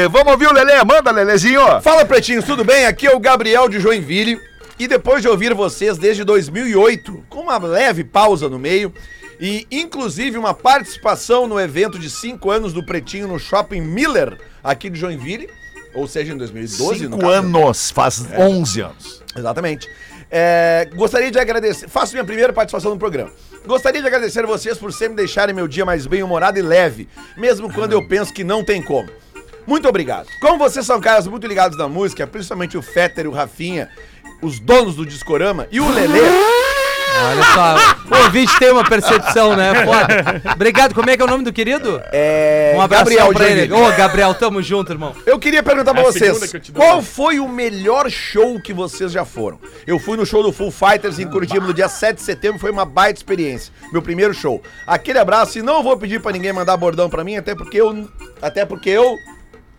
[SPEAKER 4] Vamos ouvir o Lelê, manda Lelezinho!
[SPEAKER 3] Fala, pretinhos, tudo bem? Aqui é o Gabriel de Joinville. E depois de ouvir vocês desde 2008, com uma leve pausa no meio, e inclusive uma participação no evento de 5 anos do Pretinho no Shopping Miller, aqui de Joinville, ou seja, em 2012. no
[SPEAKER 4] Cinco
[SPEAKER 3] caso. né?
[SPEAKER 4] anos, faz onze anos.
[SPEAKER 3] Exatamente. É, gostaria de agradecer. Faço minha primeira participação no programa. Gostaria de agradecer a vocês por sempre deixarem meu dia mais bem-humorado e leve, mesmo quando eu penso que não tem como. Muito obrigado. Como vocês são caras muito ligados na música, principalmente o Fetter e o Rafinha, os donos do Discorama e o Lelê.
[SPEAKER 5] Olha só, o ouvinte tem uma percepção, né? Foda. Obrigado, como é que é o nome do querido?
[SPEAKER 3] É,
[SPEAKER 5] um abraço
[SPEAKER 3] Gabriel
[SPEAKER 5] pra ele.
[SPEAKER 3] Joinville.
[SPEAKER 5] Ô, Gabriel, tamo junto, irmão.
[SPEAKER 3] Eu queria perguntar pra
[SPEAKER 1] É a segunda
[SPEAKER 3] vocês,
[SPEAKER 1] que eu te dou.
[SPEAKER 3] qual foi o melhor show que vocês já foram? Eu fui no show do Full Fighters em Curitiba no dia 7 de setembro, foi uma baita experiência. Meu primeiro show. Aquele abraço e não vou pedir pra ninguém mandar bordão pra mim, até porque eu até porque eu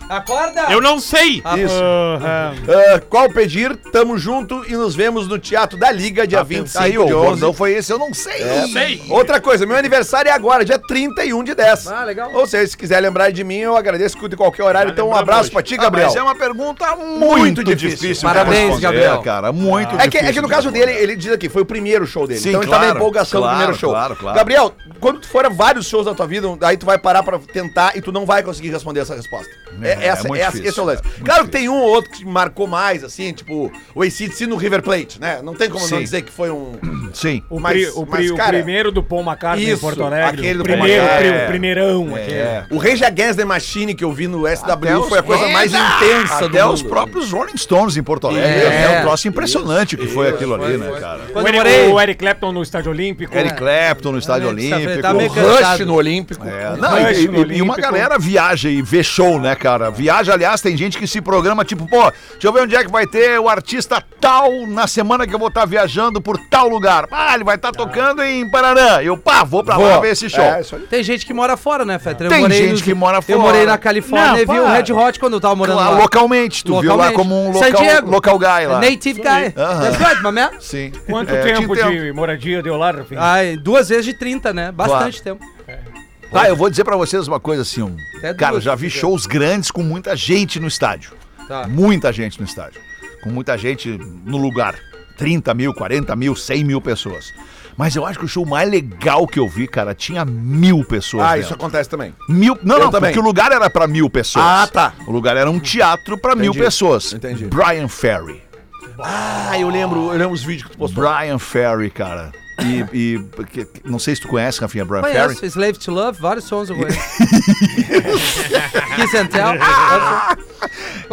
[SPEAKER 5] Acorda!
[SPEAKER 1] Eu não sei!
[SPEAKER 3] isso.
[SPEAKER 6] Porra.
[SPEAKER 3] Ah, qual pedir? Tamo junto e nos vemos no Teatro da Liga dia 25
[SPEAKER 4] Aí, o
[SPEAKER 3] de 11.
[SPEAKER 4] bordão foi esse, eu não sei.
[SPEAKER 3] É.
[SPEAKER 1] sei.
[SPEAKER 3] Outra coisa, meu aniversário é agora, dia 31 de 10.
[SPEAKER 5] Ah, legal.
[SPEAKER 3] Ou seja, se quiser lembrar de mim, eu agradeço, escuta em qualquer horário.
[SPEAKER 1] Já
[SPEAKER 3] Então, um
[SPEAKER 1] lembramos
[SPEAKER 3] abraço
[SPEAKER 1] hoje.
[SPEAKER 3] pra ti,
[SPEAKER 4] Ah,
[SPEAKER 3] Gabriel.
[SPEAKER 4] mas é uma pergunta muito,
[SPEAKER 3] Muito
[SPEAKER 4] difícil.
[SPEAKER 3] difícil.
[SPEAKER 4] pra
[SPEAKER 5] Parabéns,
[SPEAKER 4] responder,
[SPEAKER 5] Gabriel.
[SPEAKER 4] cara, muito
[SPEAKER 3] É que, é que
[SPEAKER 4] difícil
[SPEAKER 3] no
[SPEAKER 4] de
[SPEAKER 3] caso
[SPEAKER 4] responder.
[SPEAKER 3] dele, ele diz aqui, foi o primeiro show dele.
[SPEAKER 4] Sim,
[SPEAKER 3] então ele tá
[SPEAKER 4] claro,
[SPEAKER 3] na empolgação
[SPEAKER 4] claro,
[SPEAKER 3] do primeiro show.
[SPEAKER 4] claro, claro.
[SPEAKER 3] Gabriel, quando tu for a vários shows da tua vida, aí tu vai parar pra tentar e tu não vai conseguir responder essa resposta. É,
[SPEAKER 4] É,
[SPEAKER 3] essa,
[SPEAKER 4] é muito
[SPEAKER 3] essa-
[SPEAKER 4] difícil,
[SPEAKER 3] esse é o lance.
[SPEAKER 4] cara, muito
[SPEAKER 3] claro que
[SPEAKER 4] difícil.
[SPEAKER 3] tem um ou outro que marcou mais, assim, tipo o ACDC no River Plate, né? Não tem como
[SPEAKER 4] Sim.
[SPEAKER 3] não dizer que foi um...
[SPEAKER 4] Sim.
[SPEAKER 6] O,
[SPEAKER 3] Mas-
[SPEAKER 6] pri- o, pri-
[SPEAKER 3] mas,
[SPEAKER 6] o
[SPEAKER 3] cara,
[SPEAKER 6] primeiro do Paul McCartney
[SPEAKER 3] isso,
[SPEAKER 6] em Porto Alegre.
[SPEAKER 3] aquele do
[SPEAKER 6] o
[SPEAKER 3] Paul
[SPEAKER 6] primeiro,
[SPEAKER 3] McCartney.
[SPEAKER 6] pri- o primeirão.
[SPEAKER 4] É.
[SPEAKER 6] aquele.
[SPEAKER 3] Rage Against the Machine que eu vi no SW
[SPEAKER 4] Até os-
[SPEAKER 3] foi a coisa mais
[SPEAKER 4] Eita!
[SPEAKER 3] intensa do
[SPEAKER 4] é Até
[SPEAKER 3] mundo.
[SPEAKER 4] os próprios Rolling Stones em Porto Alegre.
[SPEAKER 5] É.
[SPEAKER 4] É, um troço impressionante que foi aquilo ali, né, cara?
[SPEAKER 5] Quando
[SPEAKER 6] O,
[SPEAKER 5] eu
[SPEAKER 6] Eric,
[SPEAKER 5] morei.
[SPEAKER 6] é o Eric Clapton no Estádio Olímpico.
[SPEAKER 8] É.
[SPEAKER 4] Eric Clapton no Estádio
[SPEAKER 5] Tá meio-
[SPEAKER 4] Olímpico.
[SPEAKER 5] tá meio
[SPEAKER 4] o
[SPEAKER 5] cansado.
[SPEAKER 3] Rush no Olímpico.
[SPEAKER 4] É, não, e-
[SPEAKER 6] Rush
[SPEAKER 4] e,
[SPEAKER 6] no
[SPEAKER 4] e uma
[SPEAKER 6] Olímpico.
[SPEAKER 4] galera viaja e vê show, né, cara? Viaja, aliás, tem gente que se programa, tipo, pô, deixa eu ver onde é que vai ter o artista tal na semana que eu vou estar viajando por tal lugar. Ah, ele vai estar tocando em Paraná. Eu, pá, vou pra lá
[SPEAKER 3] Vou.
[SPEAKER 4] ver esse show.
[SPEAKER 3] É, isso aí.
[SPEAKER 5] Tem gente que mora fora, né, Fetra? Eu
[SPEAKER 4] Tem
[SPEAKER 5] morei
[SPEAKER 4] gente que mora
[SPEAKER 5] Eu morei
[SPEAKER 4] fora.
[SPEAKER 5] na Califórnia
[SPEAKER 6] Não,
[SPEAKER 5] e vi o
[SPEAKER 6] para.
[SPEAKER 5] Red Hot quando eu tava morando
[SPEAKER 4] Lá,
[SPEAKER 5] lá.
[SPEAKER 4] localmente, tu viu lá
[SPEAKER 5] Localmente.
[SPEAKER 4] como um
[SPEAKER 5] San
[SPEAKER 4] local,
[SPEAKER 5] Diego.
[SPEAKER 4] local guy lá.
[SPEAKER 5] Native guy.
[SPEAKER 4] Aham.
[SPEAKER 5] That's right, my man.
[SPEAKER 4] Sim.
[SPEAKER 6] Quanto
[SPEAKER 4] É, te
[SPEAKER 6] tempo
[SPEAKER 4] entendo.
[SPEAKER 6] de moradia deu lá, Rafinha?
[SPEAKER 5] Ai, duas vezes de 30, né? Bastante tempo.
[SPEAKER 4] Tá, eu vou dizer pra vocês uma coisa assim. um-
[SPEAKER 5] Até
[SPEAKER 4] Cara,
[SPEAKER 5] duas,
[SPEAKER 4] já vi
[SPEAKER 5] se quiser.
[SPEAKER 4] shows grandes com muita gente no estádio.
[SPEAKER 5] Tá.
[SPEAKER 4] Muita gente no estádio. Com muita gente no lugar. 30 mil, 40 mil, 100 mil pessoas. Mas eu acho que o show mais legal que eu vi, cara, tinha mil pessoas.
[SPEAKER 3] Ah,
[SPEAKER 4] dentro.
[SPEAKER 3] isso acontece também.
[SPEAKER 4] Mil. Não,
[SPEAKER 3] Eu
[SPEAKER 4] não,
[SPEAKER 3] também.
[SPEAKER 4] porque o lugar era pra mil pessoas.
[SPEAKER 3] Ah, tá.
[SPEAKER 4] O lugar era um teatro pra mil
[SPEAKER 3] Entendi.
[SPEAKER 4] pessoas.
[SPEAKER 3] Entendi.
[SPEAKER 4] Brian Ferry.
[SPEAKER 3] Ah, eu lembro, eu lembro os vídeos que tu postou.
[SPEAKER 4] Brian Ferry, cara. E, e- porque- não sei se tu conhece, Rafinha, Brian Ferry.
[SPEAKER 5] Conheço, Slave to Love, vários sons eu conheço. Kiss and Tell.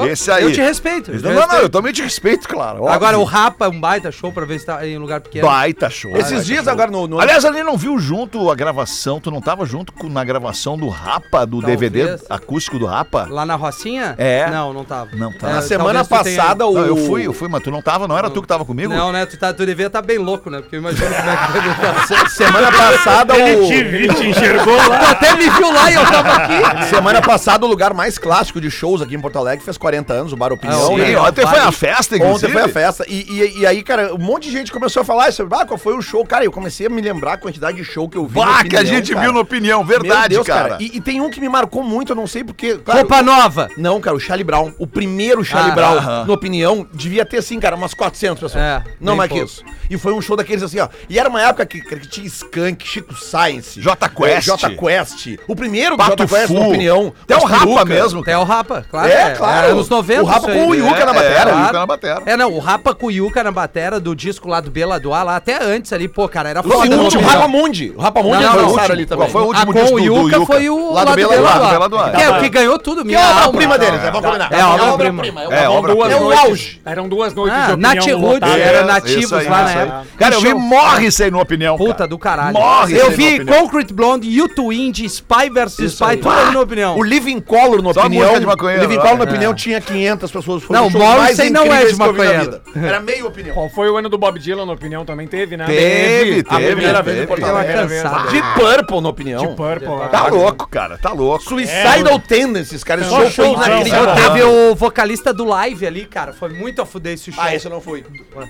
[SPEAKER 4] Esse aí.
[SPEAKER 5] Eu te respeito. eu te
[SPEAKER 4] Não, não, não,
[SPEAKER 5] respeito.
[SPEAKER 4] eu também te respeito, claro. óbvio.
[SPEAKER 5] Agora, o Rapa é um baita show pra ver se tá em um lugar pequeno.
[SPEAKER 4] Baita show.
[SPEAKER 3] Esses dias agora no... no-
[SPEAKER 4] Aliás, ali não viu junto a gravação, tu não tava junto com- na gravação do Rapa, do
[SPEAKER 5] Talvez.
[SPEAKER 4] DVD acústico do Rapa?
[SPEAKER 5] Lá na Rocinha?
[SPEAKER 4] É.
[SPEAKER 5] Não, não tava.
[SPEAKER 4] Não tava.
[SPEAKER 3] na
[SPEAKER 5] É,
[SPEAKER 3] semana
[SPEAKER 5] talvez tu tenha-
[SPEAKER 3] passada o...
[SPEAKER 4] Não, eu fui, eu fui, mas tu não tava, não era tu que tava comigo?
[SPEAKER 5] Não, né? Tu, tá, tu devia estar bem louco, né? Porque eu imagino como é que vai voltar.
[SPEAKER 3] Semana passada o...
[SPEAKER 6] Então, Ele te enxergou lá.
[SPEAKER 5] Tu até me viu lá e eu tava aqui.
[SPEAKER 3] Semana passada, o lugar mais clássico de shows aqui em Porto Alegre fez 40 anos, o Bar Opinião.
[SPEAKER 5] sim,
[SPEAKER 4] Ontem,
[SPEAKER 3] né?
[SPEAKER 5] ó,
[SPEAKER 4] Ah, ontem foi
[SPEAKER 5] vale.
[SPEAKER 4] a festa,
[SPEAKER 3] Ontem
[SPEAKER 4] inclusive.
[SPEAKER 3] foi a festa. E, e- e aí, cara, um monte de gente começou a falar isso. Ah, qual foi o show? Cara, eu comecei a me lembrar a quantidade de show que eu vi. no
[SPEAKER 4] Bah, que a
[SPEAKER 3] Opinião,
[SPEAKER 4] gente
[SPEAKER 3] cara.
[SPEAKER 4] viu na opinião,
[SPEAKER 3] Meu
[SPEAKER 4] verdade,
[SPEAKER 3] Deus,
[SPEAKER 4] cara.
[SPEAKER 3] E, e tem um que me marcou muito, eu não sei porque. claro,
[SPEAKER 5] Roupa nova.
[SPEAKER 3] Não, cara, o Charlie Brown. O primeiro Charlie
[SPEAKER 5] Ah,
[SPEAKER 3] Brown,
[SPEAKER 4] aham.
[SPEAKER 3] na opinião, devia ter, assim, cara, umas 400 pessoas.
[SPEAKER 5] É,
[SPEAKER 3] não
[SPEAKER 5] bem
[SPEAKER 3] mais que
[SPEAKER 5] pouco.
[SPEAKER 3] isso. E foi um show daqueles assim, ó. E era uma época que, cara, que tinha Skank, Chico Science,
[SPEAKER 4] Jota Quest.
[SPEAKER 3] eh, Jota Quest. O primeiro do
[SPEAKER 4] Pato
[SPEAKER 3] Jota Quest, na
[SPEAKER 4] Fu.
[SPEAKER 3] opinião.
[SPEAKER 4] Até o
[SPEAKER 3] com as
[SPEAKER 4] Rapa
[SPEAKER 3] perucas.
[SPEAKER 4] mesmo.
[SPEAKER 5] Até o Rapa, claro.
[SPEAKER 3] É, claro.
[SPEAKER 5] Era anos 90.
[SPEAKER 3] O Rapa
[SPEAKER 5] isso aí,
[SPEAKER 3] com o
[SPEAKER 5] né?
[SPEAKER 3] Yuka na batera,
[SPEAKER 5] claro.
[SPEAKER 4] o Yuka na batera.
[SPEAKER 5] É, não, o Rapa com o Yuka na batera do disco lá do Bela do A, lá até antes ali, pô, cara, era
[SPEAKER 3] O
[SPEAKER 5] foda.
[SPEAKER 3] segundo,
[SPEAKER 5] no
[SPEAKER 3] o
[SPEAKER 5] opinião.
[SPEAKER 3] Rapa Mundi. O Rapa Mundi
[SPEAKER 5] Não, não,
[SPEAKER 3] é
[SPEAKER 5] não,
[SPEAKER 3] lançaram
[SPEAKER 5] não.
[SPEAKER 3] ali
[SPEAKER 4] Qual
[SPEAKER 3] também.
[SPEAKER 4] foi o
[SPEAKER 5] A
[SPEAKER 4] último
[SPEAKER 5] com
[SPEAKER 4] disco
[SPEAKER 5] o
[SPEAKER 4] do- do
[SPEAKER 5] Yuka
[SPEAKER 4] Yuka?
[SPEAKER 5] foi o
[SPEAKER 4] Lá do Bela do Ar, Bela do Ar.
[SPEAKER 5] Que é o que ganhou tudo,
[SPEAKER 3] Que
[SPEAKER 5] minha
[SPEAKER 3] é a
[SPEAKER 5] alma.
[SPEAKER 3] obra-prima deles, né?
[SPEAKER 4] É,
[SPEAKER 3] Vamos combinar.
[SPEAKER 5] é a obra-prima.
[SPEAKER 4] É, obra
[SPEAKER 3] É o auge.
[SPEAKER 6] Eram duas noites
[SPEAKER 5] Ah,
[SPEAKER 6] de
[SPEAKER 5] Nath
[SPEAKER 6] opinião
[SPEAKER 5] Roots.
[SPEAKER 6] lotada.
[SPEAKER 5] Era nativos
[SPEAKER 4] É, isso aí,
[SPEAKER 5] lá
[SPEAKER 4] isso
[SPEAKER 5] na
[SPEAKER 4] aí.
[SPEAKER 5] época.
[SPEAKER 4] Cara, eu vi
[SPEAKER 5] Show.
[SPEAKER 4] morre sem no opinião.
[SPEAKER 5] Puta
[SPEAKER 4] cara.
[SPEAKER 5] do caralho.
[SPEAKER 4] Morre
[SPEAKER 5] Eu
[SPEAKER 4] sem no
[SPEAKER 5] vi
[SPEAKER 4] opinião. Ah,
[SPEAKER 5] Concrete Blonde, You to Indie, Spy vs Spy, tudo ali na opinião.
[SPEAKER 3] O Living Color, na
[SPEAKER 4] Só a
[SPEAKER 3] opinião.
[SPEAKER 4] música de maconheiro,
[SPEAKER 3] Living
[SPEAKER 4] né?
[SPEAKER 3] Color, na
[SPEAKER 5] É.
[SPEAKER 3] opinião, tinha 500 pessoas. Foi
[SPEAKER 5] Não,
[SPEAKER 3] o show
[SPEAKER 5] Morrissey não é
[SPEAKER 3] incríveis
[SPEAKER 5] de
[SPEAKER 3] que eu vi na
[SPEAKER 5] maconheiro.
[SPEAKER 3] vida. Era meio opinião.
[SPEAKER 8] Qual foi o ano do Bob Dylan, na opinião, também teve, né?
[SPEAKER 4] Teve,
[SPEAKER 3] A
[SPEAKER 4] teve.
[SPEAKER 3] primeira vez em
[SPEAKER 4] teve.
[SPEAKER 3] Porto
[SPEAKER 5] Tava
[SPEAKER 3] Alegre.
[SPEAKER 5] cansado.
[SPEAKER 3] Ah. De Purple, na opinião.
[SPEAKER 8] De Purple. né? lá.
[SPEAKER 4] Tá louco, cara, tá louco.
[SPEAKER 3] Suicidal Tendencies, cara. Esse show foi
[SPEAKER 5] Show naquele
[SPEAKER 3] inacreditável.
[SPEAKER 4] é
[SPEAKER 5] show teve o vocalista do live ali, cara. Foi muito a fuder esse show.
[SPEAKER 3] Ah, esse eu não fui.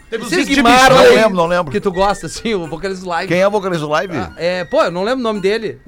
[SPEAKER 3] Teve o
[SPEAKER 5] Esses
[SPEAKER 3] Zig
[SPEAKER 5] de
[SPEAKER 4] Não
[SPEAKER 5] bicho,
[SPEAKER 3] Marley.
[SPEAKER 4] lembro, não lembro.
[SPEAKER 5] Que tu gosta, assim, o vocalista do live.
[SPEAKER 4] Quem Ah, é o vocalista do live?
[SPEAKER 5] É, pô, eu não lembro o nome dele.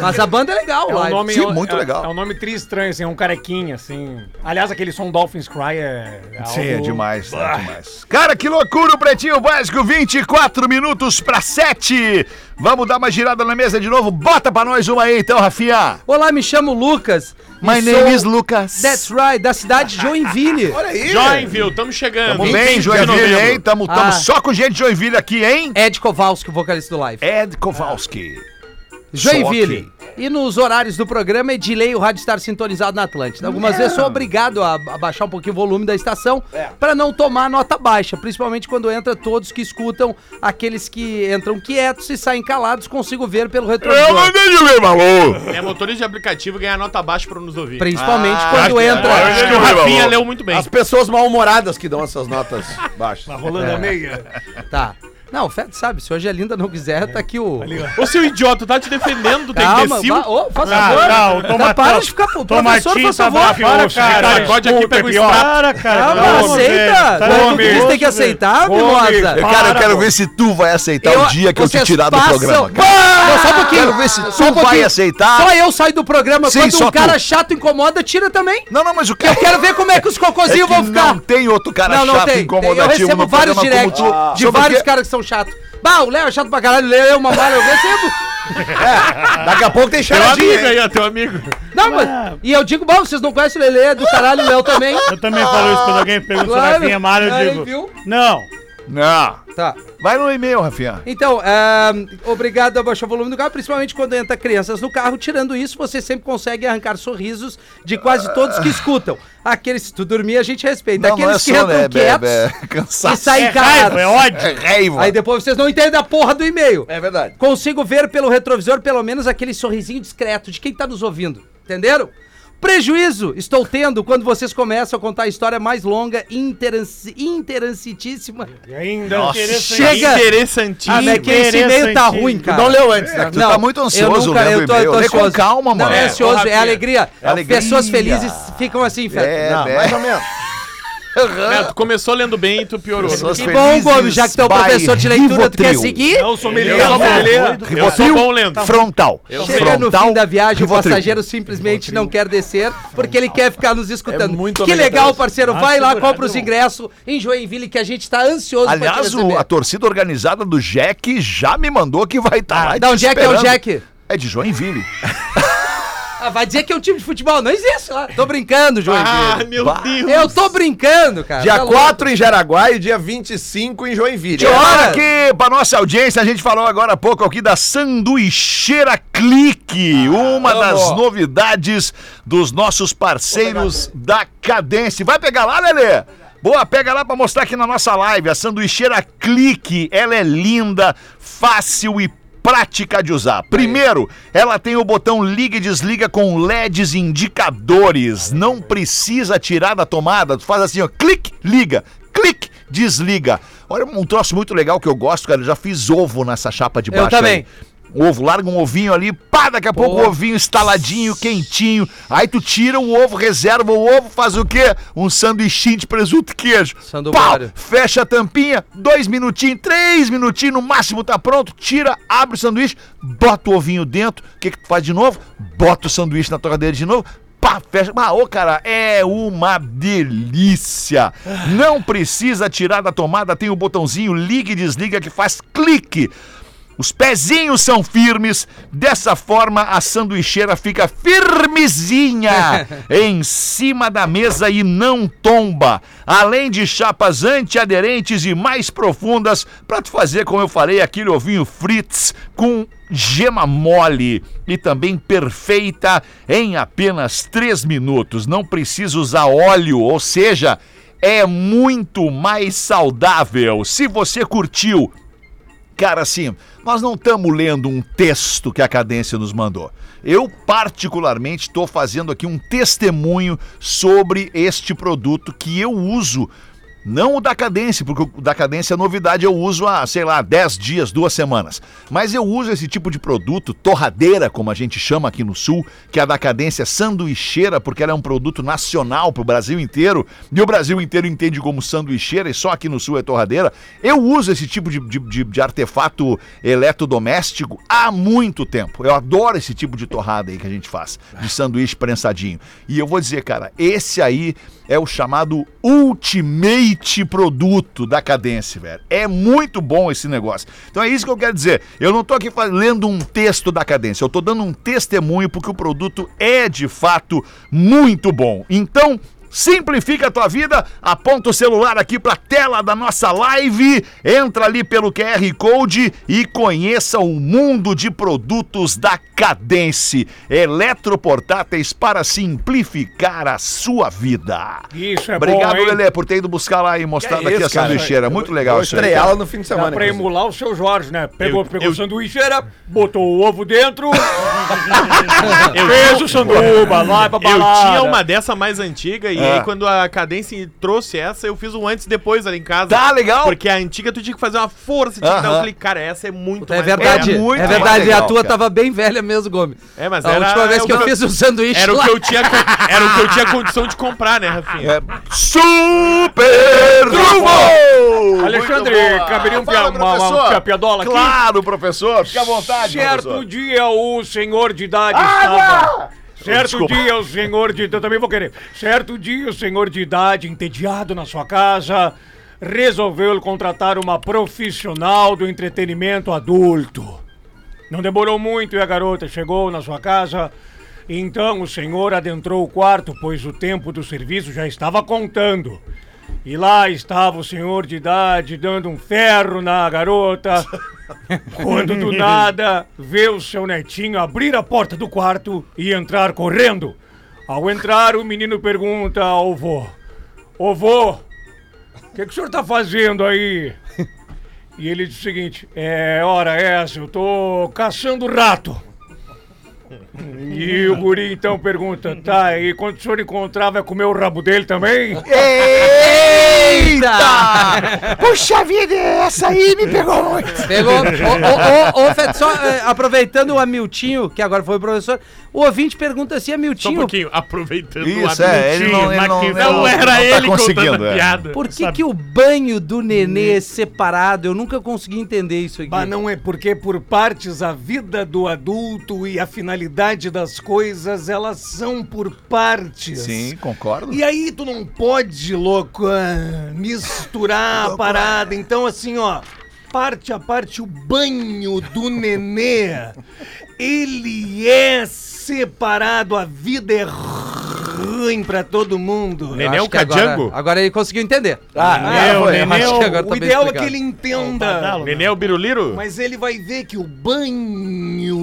[SPEAKER 5] mas a banda é legal,
[SPEAKER 8] É um
[SPEAKER 5] live.
[SPEAKER 8] nome,
[SPEAKER 4] Sim,
[SPEAKER 8] é-
[SPEAKER 4] muito
[SPEAKER 8] é-
[SPEAKER 4] legal.
[SPEAKER 8] É um nome tri estranho, assim, é um carequinha, assim. Aliás, aquele som Dolphins Cry é. é
[SPEAKER 4] Sim, é
[SPEAKER 8] algo-
[SPEAKER 4] demais, né? demais. Cara, que loucura o Pretinho Básico, 24 minutos pra 7. Vamos dar uma girada na mesa de novo. Bota pra nós uma aí então, Rafinha.
[SPEAKER 5] Olá, me chamo Lucas.
[SPEAKER 4] My
[SPEAKER 5] e
[SPEAKER 4] name
[SPEAKER 5] sou-
[SPEAKER 4] is Lucas.
[SPEAKER 5] That's right, da cidade de Joinville.
[SPEAKER 3] Olha aí.
[SPEAKER 1] Joinville, tamo chegando.
[SPEAKER 4] Tamo bem,
[SPEAKER 1] 25 de
[SPEAKER 4] Joinville,
[SPEAKER 1] novembro.
[SPEAKER 4] hein? Tamo, tamo
[SPEAKER 5] Ah.
[SPEAKER 4] só com gente de Joinville aqui, hein?
[SPEAKER 5] Ed Kowalski, o vocalista do live.
[SPEAKER 4] Ed Kowalski.
[SPEAKER 5] Joinville. E nos horários do programa, Edilei, o rádio estar sintonizado na Atlântida. Algumas
[SPEAKER 6] É.
[SPEAKER 5] vezes sou obrigado a, a baixar um pouquinho o volume da estação pra para não tomar nota baixa, principalmente quando entra todos que escutam, aqueles que entram quietos e saem calados, consigo ver pelo retrovisor.
[SPEAKER 4] de ler, maluco.
[SPEAKER 1] É motorista de aplicativo ganhar nota baixa pra nos ouvir.
[SPEAKER 5] Principalmente
[SPEAKER 6] Ah,
[SPEAKER 5] quando entra.
[SPEAKER 1] Acho que o Rafinha leu muito bem.
[SPEAKER 3] As pessoas mal-humoradas que dão essas notas baixas.
[SPEAKER 6] É.
[SPEAKER 8] Rolando a meia.
[SPEAKER 5] Tá. Não, o Fed sabe, se hoje a Linda não quiser, tá aqui o.
[SPEAKER 1] Ô, seu idiota, tá te defendendo, tem
[SPEAKER 5] Calma,
[SPEAKER 1] imbecil.
[SPEAKER 5] vá- ô, faz
[SPEAKER 6] Ah,
[SPEAKER 5] favor.
[SPEAKER 6] tá, o toma-
[SPEAKER 5] para de ficar. O professor,
[SPEAKER 6] Tomatinho
[SPEAKER 5] faz
[SPEAKER 6] tá
[SPEAKER 5] favor.
[SPEAKER 6] bravo,
[SPEAKER 5] Para,
[SPEAKER 6] ô, cara.
[SPEAKER 1] Pode aqui, pega o extrato.
[SPEAKER 6] Para, cara.
[SPEAKER 5] Calma, aceita.
[SPEAKER 6] Tá
[SPEAKER 5] Não,
[SPEAKER 6] bom,
[SPEAKER 5] tu diz, tem que aceitar, Mimosa.
[SPEAKER 4] Eu, cara, eu quero ver se tu vai aceitar o dia que eu te
[SPEAKER 5] vocês
[SPEAKER 4] tirar do
[SPEAKER 5] passam-
[SPEAKER 4] programa. cara.
[SPEAKER 5] Pá! Não, só um pouquinho.
[SPEAKER 4] Quero ver se
[SPEAKER 5] Só
[SPEAKER 4] tu vai
[SPEAKER 5] pouquinho.
[SPEAKER 4] aceitar.
[SPEAKER 5] Só eu saio do programa.
[SPEAKER 4] Sim,
[SPEAKER 5] Quando
[SPEAKER 4] só
[SPEAKER 5] um cara
[SPEAKER 4] tu.
[SPEAKER 5] chato incomoda, tira também.
[SPEAKER 4] Não, não, mas o que
[SPEAKER 5] Eu quero ver como é que os
[SPEAKER 4] É que
[SPEAKER 5] cocôzinhos vão ficar.
[SPEAKER 4] Não tem outro cara
[SPEAKER 5] não, não
[SPEAKER 4] chato
[SPEAKER 5] tem. Tem. Eu
[SPEAKER 4] incomodativo
[SPEAKER 5] recebo
[SPEAKER 4] no
[SPEAKER 5] vários
[SPEAKER 4] programa como
[SPEAKER 5] directs
[SPEAKER 4] tu.
[SPEAKER 5] de
[SPEAKER 4] Sobre o
[SPEAKER 5] vários
[SPEAKER 4] que-
[SPEAKER 5] caras que são chatos. Bah, o Léo é chato pra caralho, o Léo é uma mala, eu recebo.
[SPEAKER 4] É,
[SPEAKER 3] Daqui a pouco tem
[SPEAKER 1] Teu
[SPEAKER 3] charadinha.
[SPEAKER 1] amigo aí, ó, teu amigo.
[SPEAKER 5] Não, mas, e eu digo, bom, vocês não conhecem o Lelê, é do caralho, o Léo também.
[SPEAKER 6] Eu também falo isso quando alguém pergunta
[SPEAKER 5] Claro.
[SPEAKER 6] se Rafinha é malha,
[SPEAKER 5] Aí,
[SPEAKER 6] eu digo.
[SPEAKER 5] viu?
[SPEAKER 6] Não.
[SPEAKER 4] Não.
[SPEAKER 5] Tá.
[SPEAKER 4] Vai no e-mail, Rafinha.
[SPEAKER 5] Então, ahn, obrigado a baixar o volume do carro, principalmente quando entra crianças no carro. Tirando isso, você sempre consegue arrancar sorrisos de quase todos que escutam. Aqueles, se tu dormir, a gente respeita. Aqueles
[SPEAKER 3] é
[SPEAKER 5] que entram
[SPEAKER 4] é
[SPEAKER 5] quietos
[SPEAKER 4] Cansado.
[SPEAKER 5] e saem
[SPEAKER 6] É
[SPEAKER 5] calados.
[SPEAKER 6] raiva, é ódio.
[SPEAKER 4] É raiva.
[SPEAKER 5] Aí depois vocês não entendem a porra do e-mail.
[SPEAKER 3] É verdade.
[SPEAKER 5] Consigo ver pelo retrovisor pelo menos aquele sorrisinho discreto de quem tá nos ouvindo. Entenderam? Prejuízo estou tendo quando vocês começam a contar a história mais longa e interanci- interessantíssima.
[SPEAKER 6] E
[SPEAKER 1] é
[SPEAKER 6] ainda
[SPEAKER 1] um
[SPEAKER 4] Nossa,
[SPEAKER 5] Chega!
[SPEAKER 1] Interessantíssimo.
[SPEAKER 5] Ah, mas é que esse e-mail tá ruim, cara.
[SPEAKER 3] Não leu antes, né?
[SPEAKER 4] Tu tá muito ansioso
[SPEAKER 5] eu nunca-
[SPEAKER 4] lendo
[SPEAKER 5] eu tô,
[SPEAKER 4] o e-mail.
[SPEAKER 5] eu tô
[SPEAKER 4] Lê com
[SPEAKER 5] ansioso.
[SPEAKER 4] calma,
[SPEAKER 5] Não,
[SPEAKER 4] mano.
[SPEAKER 5] é ansioso, é,
[SPEAKER 1] Rafinha.
[SPEAKER 5] alegria.
[SPEAKER 4] Alegria.
[SPEAKER 5] Pessoas felizes ficam assim, Fred.
[SPEAKER 4] É,
[SPEAKER 3] Não,
[SPEAKER 4] né?
[SPEAKER 3] mais ou menos.
[SPEAKER 5] Ah, né?
[SPEAKER 1] É, tu começou lendo bem e tu piorou.
[SPEAKER 4] Pessoas
[SPEAKER 5] Que bom, Gomes, já que tu é o
[SPEAKER 4] by
[SPEAKER 5] professor de leitura, tu quer
[SPEAKER 4] Rivotril.
[SPEAKER 5] seguir?
[SPEAKER 6] Eu sou
[SPEAKER 1] Eu,
[SPEAKER 6] melhor.
[SPEAKER 1] sou bom, eu sou bom lendo.
[SPEAKER 4] Frontal.
[SPEAKER 5] Chega no
[SPEAKER 4] Frontal,
[SPEAKER 5] fim da viagem, o
[SPEAKER 4] Rivotril.
[SPEAKER 5] passageiro simplesmente não quer descer porque ele quer ficar nos escutando.
[SPEAKER 3] É muito
[SPEAKER 5] que
[SPEAKER 3] amigo
[SPEAKER 5] legal,
[SPEAKER 3] deles.
[SPEAKER 5] parceiro.
[SPEAKER 1] Ah,
[SPEAKER 5] Vai lá, compra os ingressos em Joinville que a gente tá ansioso pra
[SPEAKER 4] Aliás,
[SPEAKER 5] te
[SPEAKER 4] o-
[SPEAKER 5] receber.
[SPEAKER 4] a torcida organizada do Jack já me mandou que vai estar lá.
[SPEAKER 5] Da
[SPEAKER 4] te
[SPEAKER 5] onde é que é o
[SPEAKER 4] esperando.
[SPEAKER 5] Jack?
[SPEAKER 4] É de Joinville.
[SPEAKER 5] Ah, vai dizer que é um time de futebol. Não existe lá. Tô brincando,
[SPEAKER 1] Ah,
[SPEAKER 5] Joinville.
[SPEAKER 1] meu
[SPEAKER 4] Bah.
[SPEAKER 1] Deus.
[SPEAKER 5] eu tô brincando, cara.
[SPEAKER 3] Dia
[SPEAKER 5] Tá louco.
[SPEAKER 3] 4 em Jaraguá e dia 25 em Joinville. Ah,
[SPEAKER 4] Que hora
[SPEAKER 5] horas?
[SPEAKER 4] que, pra nossa audiência, a gente falou agora há pouco aqui da sanduicheira Clique, uma das novidades dos nossos parceiros da Cadence. Vai pegar lá, Lelê? Boa, pega lá pra mostrar aqui na nossa live. A sanduicheira Clique, ela é linda, fácil e prática de usar. Primeiro, ela tem o botão liga e desliga com LEDs indicadores. Não precisa tirar da tomada. Tu faz assim, ó, clique, liga, clique, desliga. Olha um troço muito legal que eu gosto, cara. Eu já fiz ovo nessa chapa de
[SPEAKER 5] Eu
[SPEAKER 4] baixo.
[SPEAKER 5] também.
[SPEAKER 4] aí. Ovo, larga um ovinho ali, pá, daqui a pouco o ovinho estaladinho, quentinho. Aí tu tira o ovo, reserva o ovo, faz o quê? Um sanduichinho de presunto e queijo. Pau,
[SPEAKER 5] Sanduário.
[SPEAKER 4] fecha a tampinha, dois minutinhos, três minutinhos, no máximo tá pronto, tira, abre o sanduíche, bota o ovinho dentro, o que que tu faz de novo? Bota o sanduíche na torradeira de novo, pá, fecha. Ah, ô cara, é uma delícia. Não precisa tirar da tomada, tem o botãozinho liga e desliga que faz clique. Os pezinhos são firmes, dessa forma a sanduicheira fica firmezinha em cima da mesa e não tomba. Além de chapas antiaderentes e mais profundas para tu fazer, como eu falei, aquele ovinho fritz com gema mole e também perfeita em apenas 3 minutos. Não precisa usar óleo, ou seja, é muito mais saudável. Se você curtiu Cara, assim, nós não estamos lendo um texto que a cadência nos mandou. Eu, particularmente, estou fazendo aqui um testemunho sobre este produto que eu uso. Não o da cadência, porque o da cadência é novidade, eu uso há, sei lá, 10 dias, duas semanas. Mas eu uso esse tipo de produto, torradeira, como a gente chama aqui no Sul, que é a da cadência sanduicheira, porque ela é um produto nacional para o Brasil inteiro, e o Brasil inteiro entende como sanduicheira, e só aqui no Sul é torradeira. Eu uso esse tipo de, de, de, de artefato eletrodoméstico há muito tempo. Eu adoro esse tipo de torrada aí que a gente faz, de sanduíche prensadinho. E eu vou dizer, cara, esse aí é o chamado ultimate produto da Cadence, velho. É muito bom esse negócio. Então é isso que eu quero dizer. Eu não tô aqui fa- lendo um texto da Cadence, eu tô dando um testemunho porque o produto é de fato muito bom. Então, simplifica a tua vida, aponta o celular aqui pra tela da nossa live, entra ali pelo QR Code e conheça o mundo de produtos da Cadence. Eletroportáteis para simplificar a sua vida.
[SPEAKER 8] Isso é
[SPEAKER 4] Obrigado,
[SPEAKER 8] bom, hein?
[SPEAKER 4] Lelê, por ter ido buscar lá e mostrado
[SPEAKER 3] Tá Que é
[SPEAKER 4] aqui
[SPEAKER 3] isso,
[SPEAKER 4] a
[SPEAKER 3] cara?
[SPEAKER 4] sanduicheira. Muito legal
[SPEAKER 3] Vou
[SPEAKER 4] isso aí,
[SPEAKER 3] estrear
[SPEAKER 4] cara.
[SPEAKER 3] ela no fim de
[SPEAKER 1] é
[SPEAKER 3] semana.
[SPEAKER 8] Dá pra
[SPEAKER 3] inclusive.
[SPEAKER 8] emular o seu Jorge, né? Pegou,
[SPEAKER 1] Eu-
[SPEAKER 8] pegou
[SPEAKER 1] eu-
[SPEAKER 8] sanduícheira, botou o ovo dentro, fez
[SPEAKER 1] Eu,
[SPEAKER 8] o sanduba, lá pra
[SPEAKER 1] eu
[SPEAKER 8] balada.
[SPEAKER 1] tinha uma dessa mais antiga, e
[SPEAKER 5] É.
[SPEAKER 1] aí quando a Cadence trouxe essa, eu fiz um antes e depois ali em casa.
[SPEAKER 4] Tá legal?
[SPEAKER 1] Porque a antiga tu tinha que fazer uma força, tinha que dar um
[SPEAKER 4] Aham.
[SPEAKER 1] clique. Cara, essa é muito
[SPEAKER 5] É
[SPEAKER 1] mais-
[SPEAKER 5] verdade,
[SPEAKER 4] É
[SPEAKER 5] é,
[SPEAKER 4] muito
[SPEAKER 5] verdade.
[SPEAKER 4] legal,
[SPEAKER 5] a tua
[SPEAKER 4] cara.
[SPEAKER 5] tava bem velha mesmo, Gomes.
[SPEAKER 1] É, mas
[SPEAKER 5] a
[SPEAKER 1] era-
[SPEAKER 5] última vez que eu
[SPEAKER 1] era o
[SPEAKER 5] fiz um sanduíche
[SPEAKER 1] Era o
[SPEAKER 5] lá-
[SPEAKER 1] que eu tinha, co- era o que eu tinha condição de comprar, né, Rafinha?
[SPEAKER 4] É super trunfo!
[SPEAKER 8] Alexandre,
[SPEAKER 4] Muito boa.
[SPEAKER 8] caberia um pia-
[SPEAKER 4] Fala,
[SPEAKER 8] uma- uma-
[SPEAKER 4] professor.
[SPEAKER 8] uma piadola aqui?
[SPEAKER 4] Claro, professor. Fica à vontade,
[SPEAKER 8] Certo
[SPEAKER 4] professor.
[SPEAKER 8] dia o senhor de idade estava. Certo dia o senhor de eu também vou querer. Certo dia o senhor de idade entediado na sua casa resolveu contratar uma profissional do entretenimento adulto. Não demorou muito e a garota chegou na sua casa. Então o senhor adentrou o quarto, pois o tempo do serviço já estava contando. E lá estava o senhor de idade dando um ferro na garota. Quando do nada vê o seu netinho abrir a porta do quarto e entrar correndo. Ao entrar, o menino pergunta ao vô: Ô vô, o que, que o senhor tá fazendo aí? E ele diz o seguinte: É, hora essa, eu tô caçando rato. E o guri então pergunta: Tá, e quando o senhor encontrar, vai comer o rabo dele também?
[SPEAKER 4] Eita! Puxa vida, é essa aí me pegou muito.
[SPEAKER 5] Pegou. Ô, ô, ô, ô, Fed, só eh, aproveitando o Amiltinho, que agora foi o professor, o ouvinte pergunta assim,
[SPEAKER 6] Só um
[SPEAKER 5] Amiltinho,
[SPEAKER 6] pouquinho, aproveitando
[SPEAKER 4] Isso,
[SPEAKER 6] o
[SPEAKER 4] é, ele
[SPEAKER 6] Amiltinho,
[SPEAKER 4] não- ele
[SPEAKER 6] mas
[SPEAKER 4] não-
[SPEAKER 6] que
[SPEAKER 4] ele
[SPEAKER 6] não,
[SPEAKER 4] não-
[SPEAKER 6] era
[SPEAKER 4] não tá
[SPEAKER 6] ele
[SPEAKER 4] conseguindo,
[SPEAKER 6] contando a
[SPEAKER 4] é.
[SPEAKER 6] piada.
[SPEAKER 5] por que,
[SPEAKER 6] sabe?
[SPEAKER 5] que o banho do nenê é separado? Eu nunca consegui entender isso aqui.
[SPEAKER 7] Mas não é porque por partes a vida do adulto e a finalidade das coisas, elas são por partes.
[SPEAKER 4] Sim, concordo.
[SPEAKER 7] E aí tu não pode, louco, ah, misturar a parada. Então assim, ó, parte a parte o banho do nenê, ele é separado, a vida é ruim pra todo mundo.
[SPEAKER 1] Nenê é
[SPEAKER 5] Acho
[SPEAKER 1] o
[SPEAKER 5] que agora-
[SPEAKER 1] Cadiango?
[SPEAKER 5] Agora ele conseguiu entender.
[SPEAKER 8] é
[SPEAKER 7] Ah,
[SPEAKER 6] Nenê,
[SPEAKER 5] foi,
[SPEAKER 6] Nenê,
[SPEAKER 5] acho que agora tá
[SPEAKER 7] o
[SPEAKER 5] bem
[SPEAKER 7] ideal é que
[SPEAKER 5] explicado.
[SPEAKER 7] ele entenda.
[SPEAKER 6] Badalo,
[SPEAKER 1] Nenê é o Biruliro?
[SPEAKER 7] Mas ele vai ver que o banho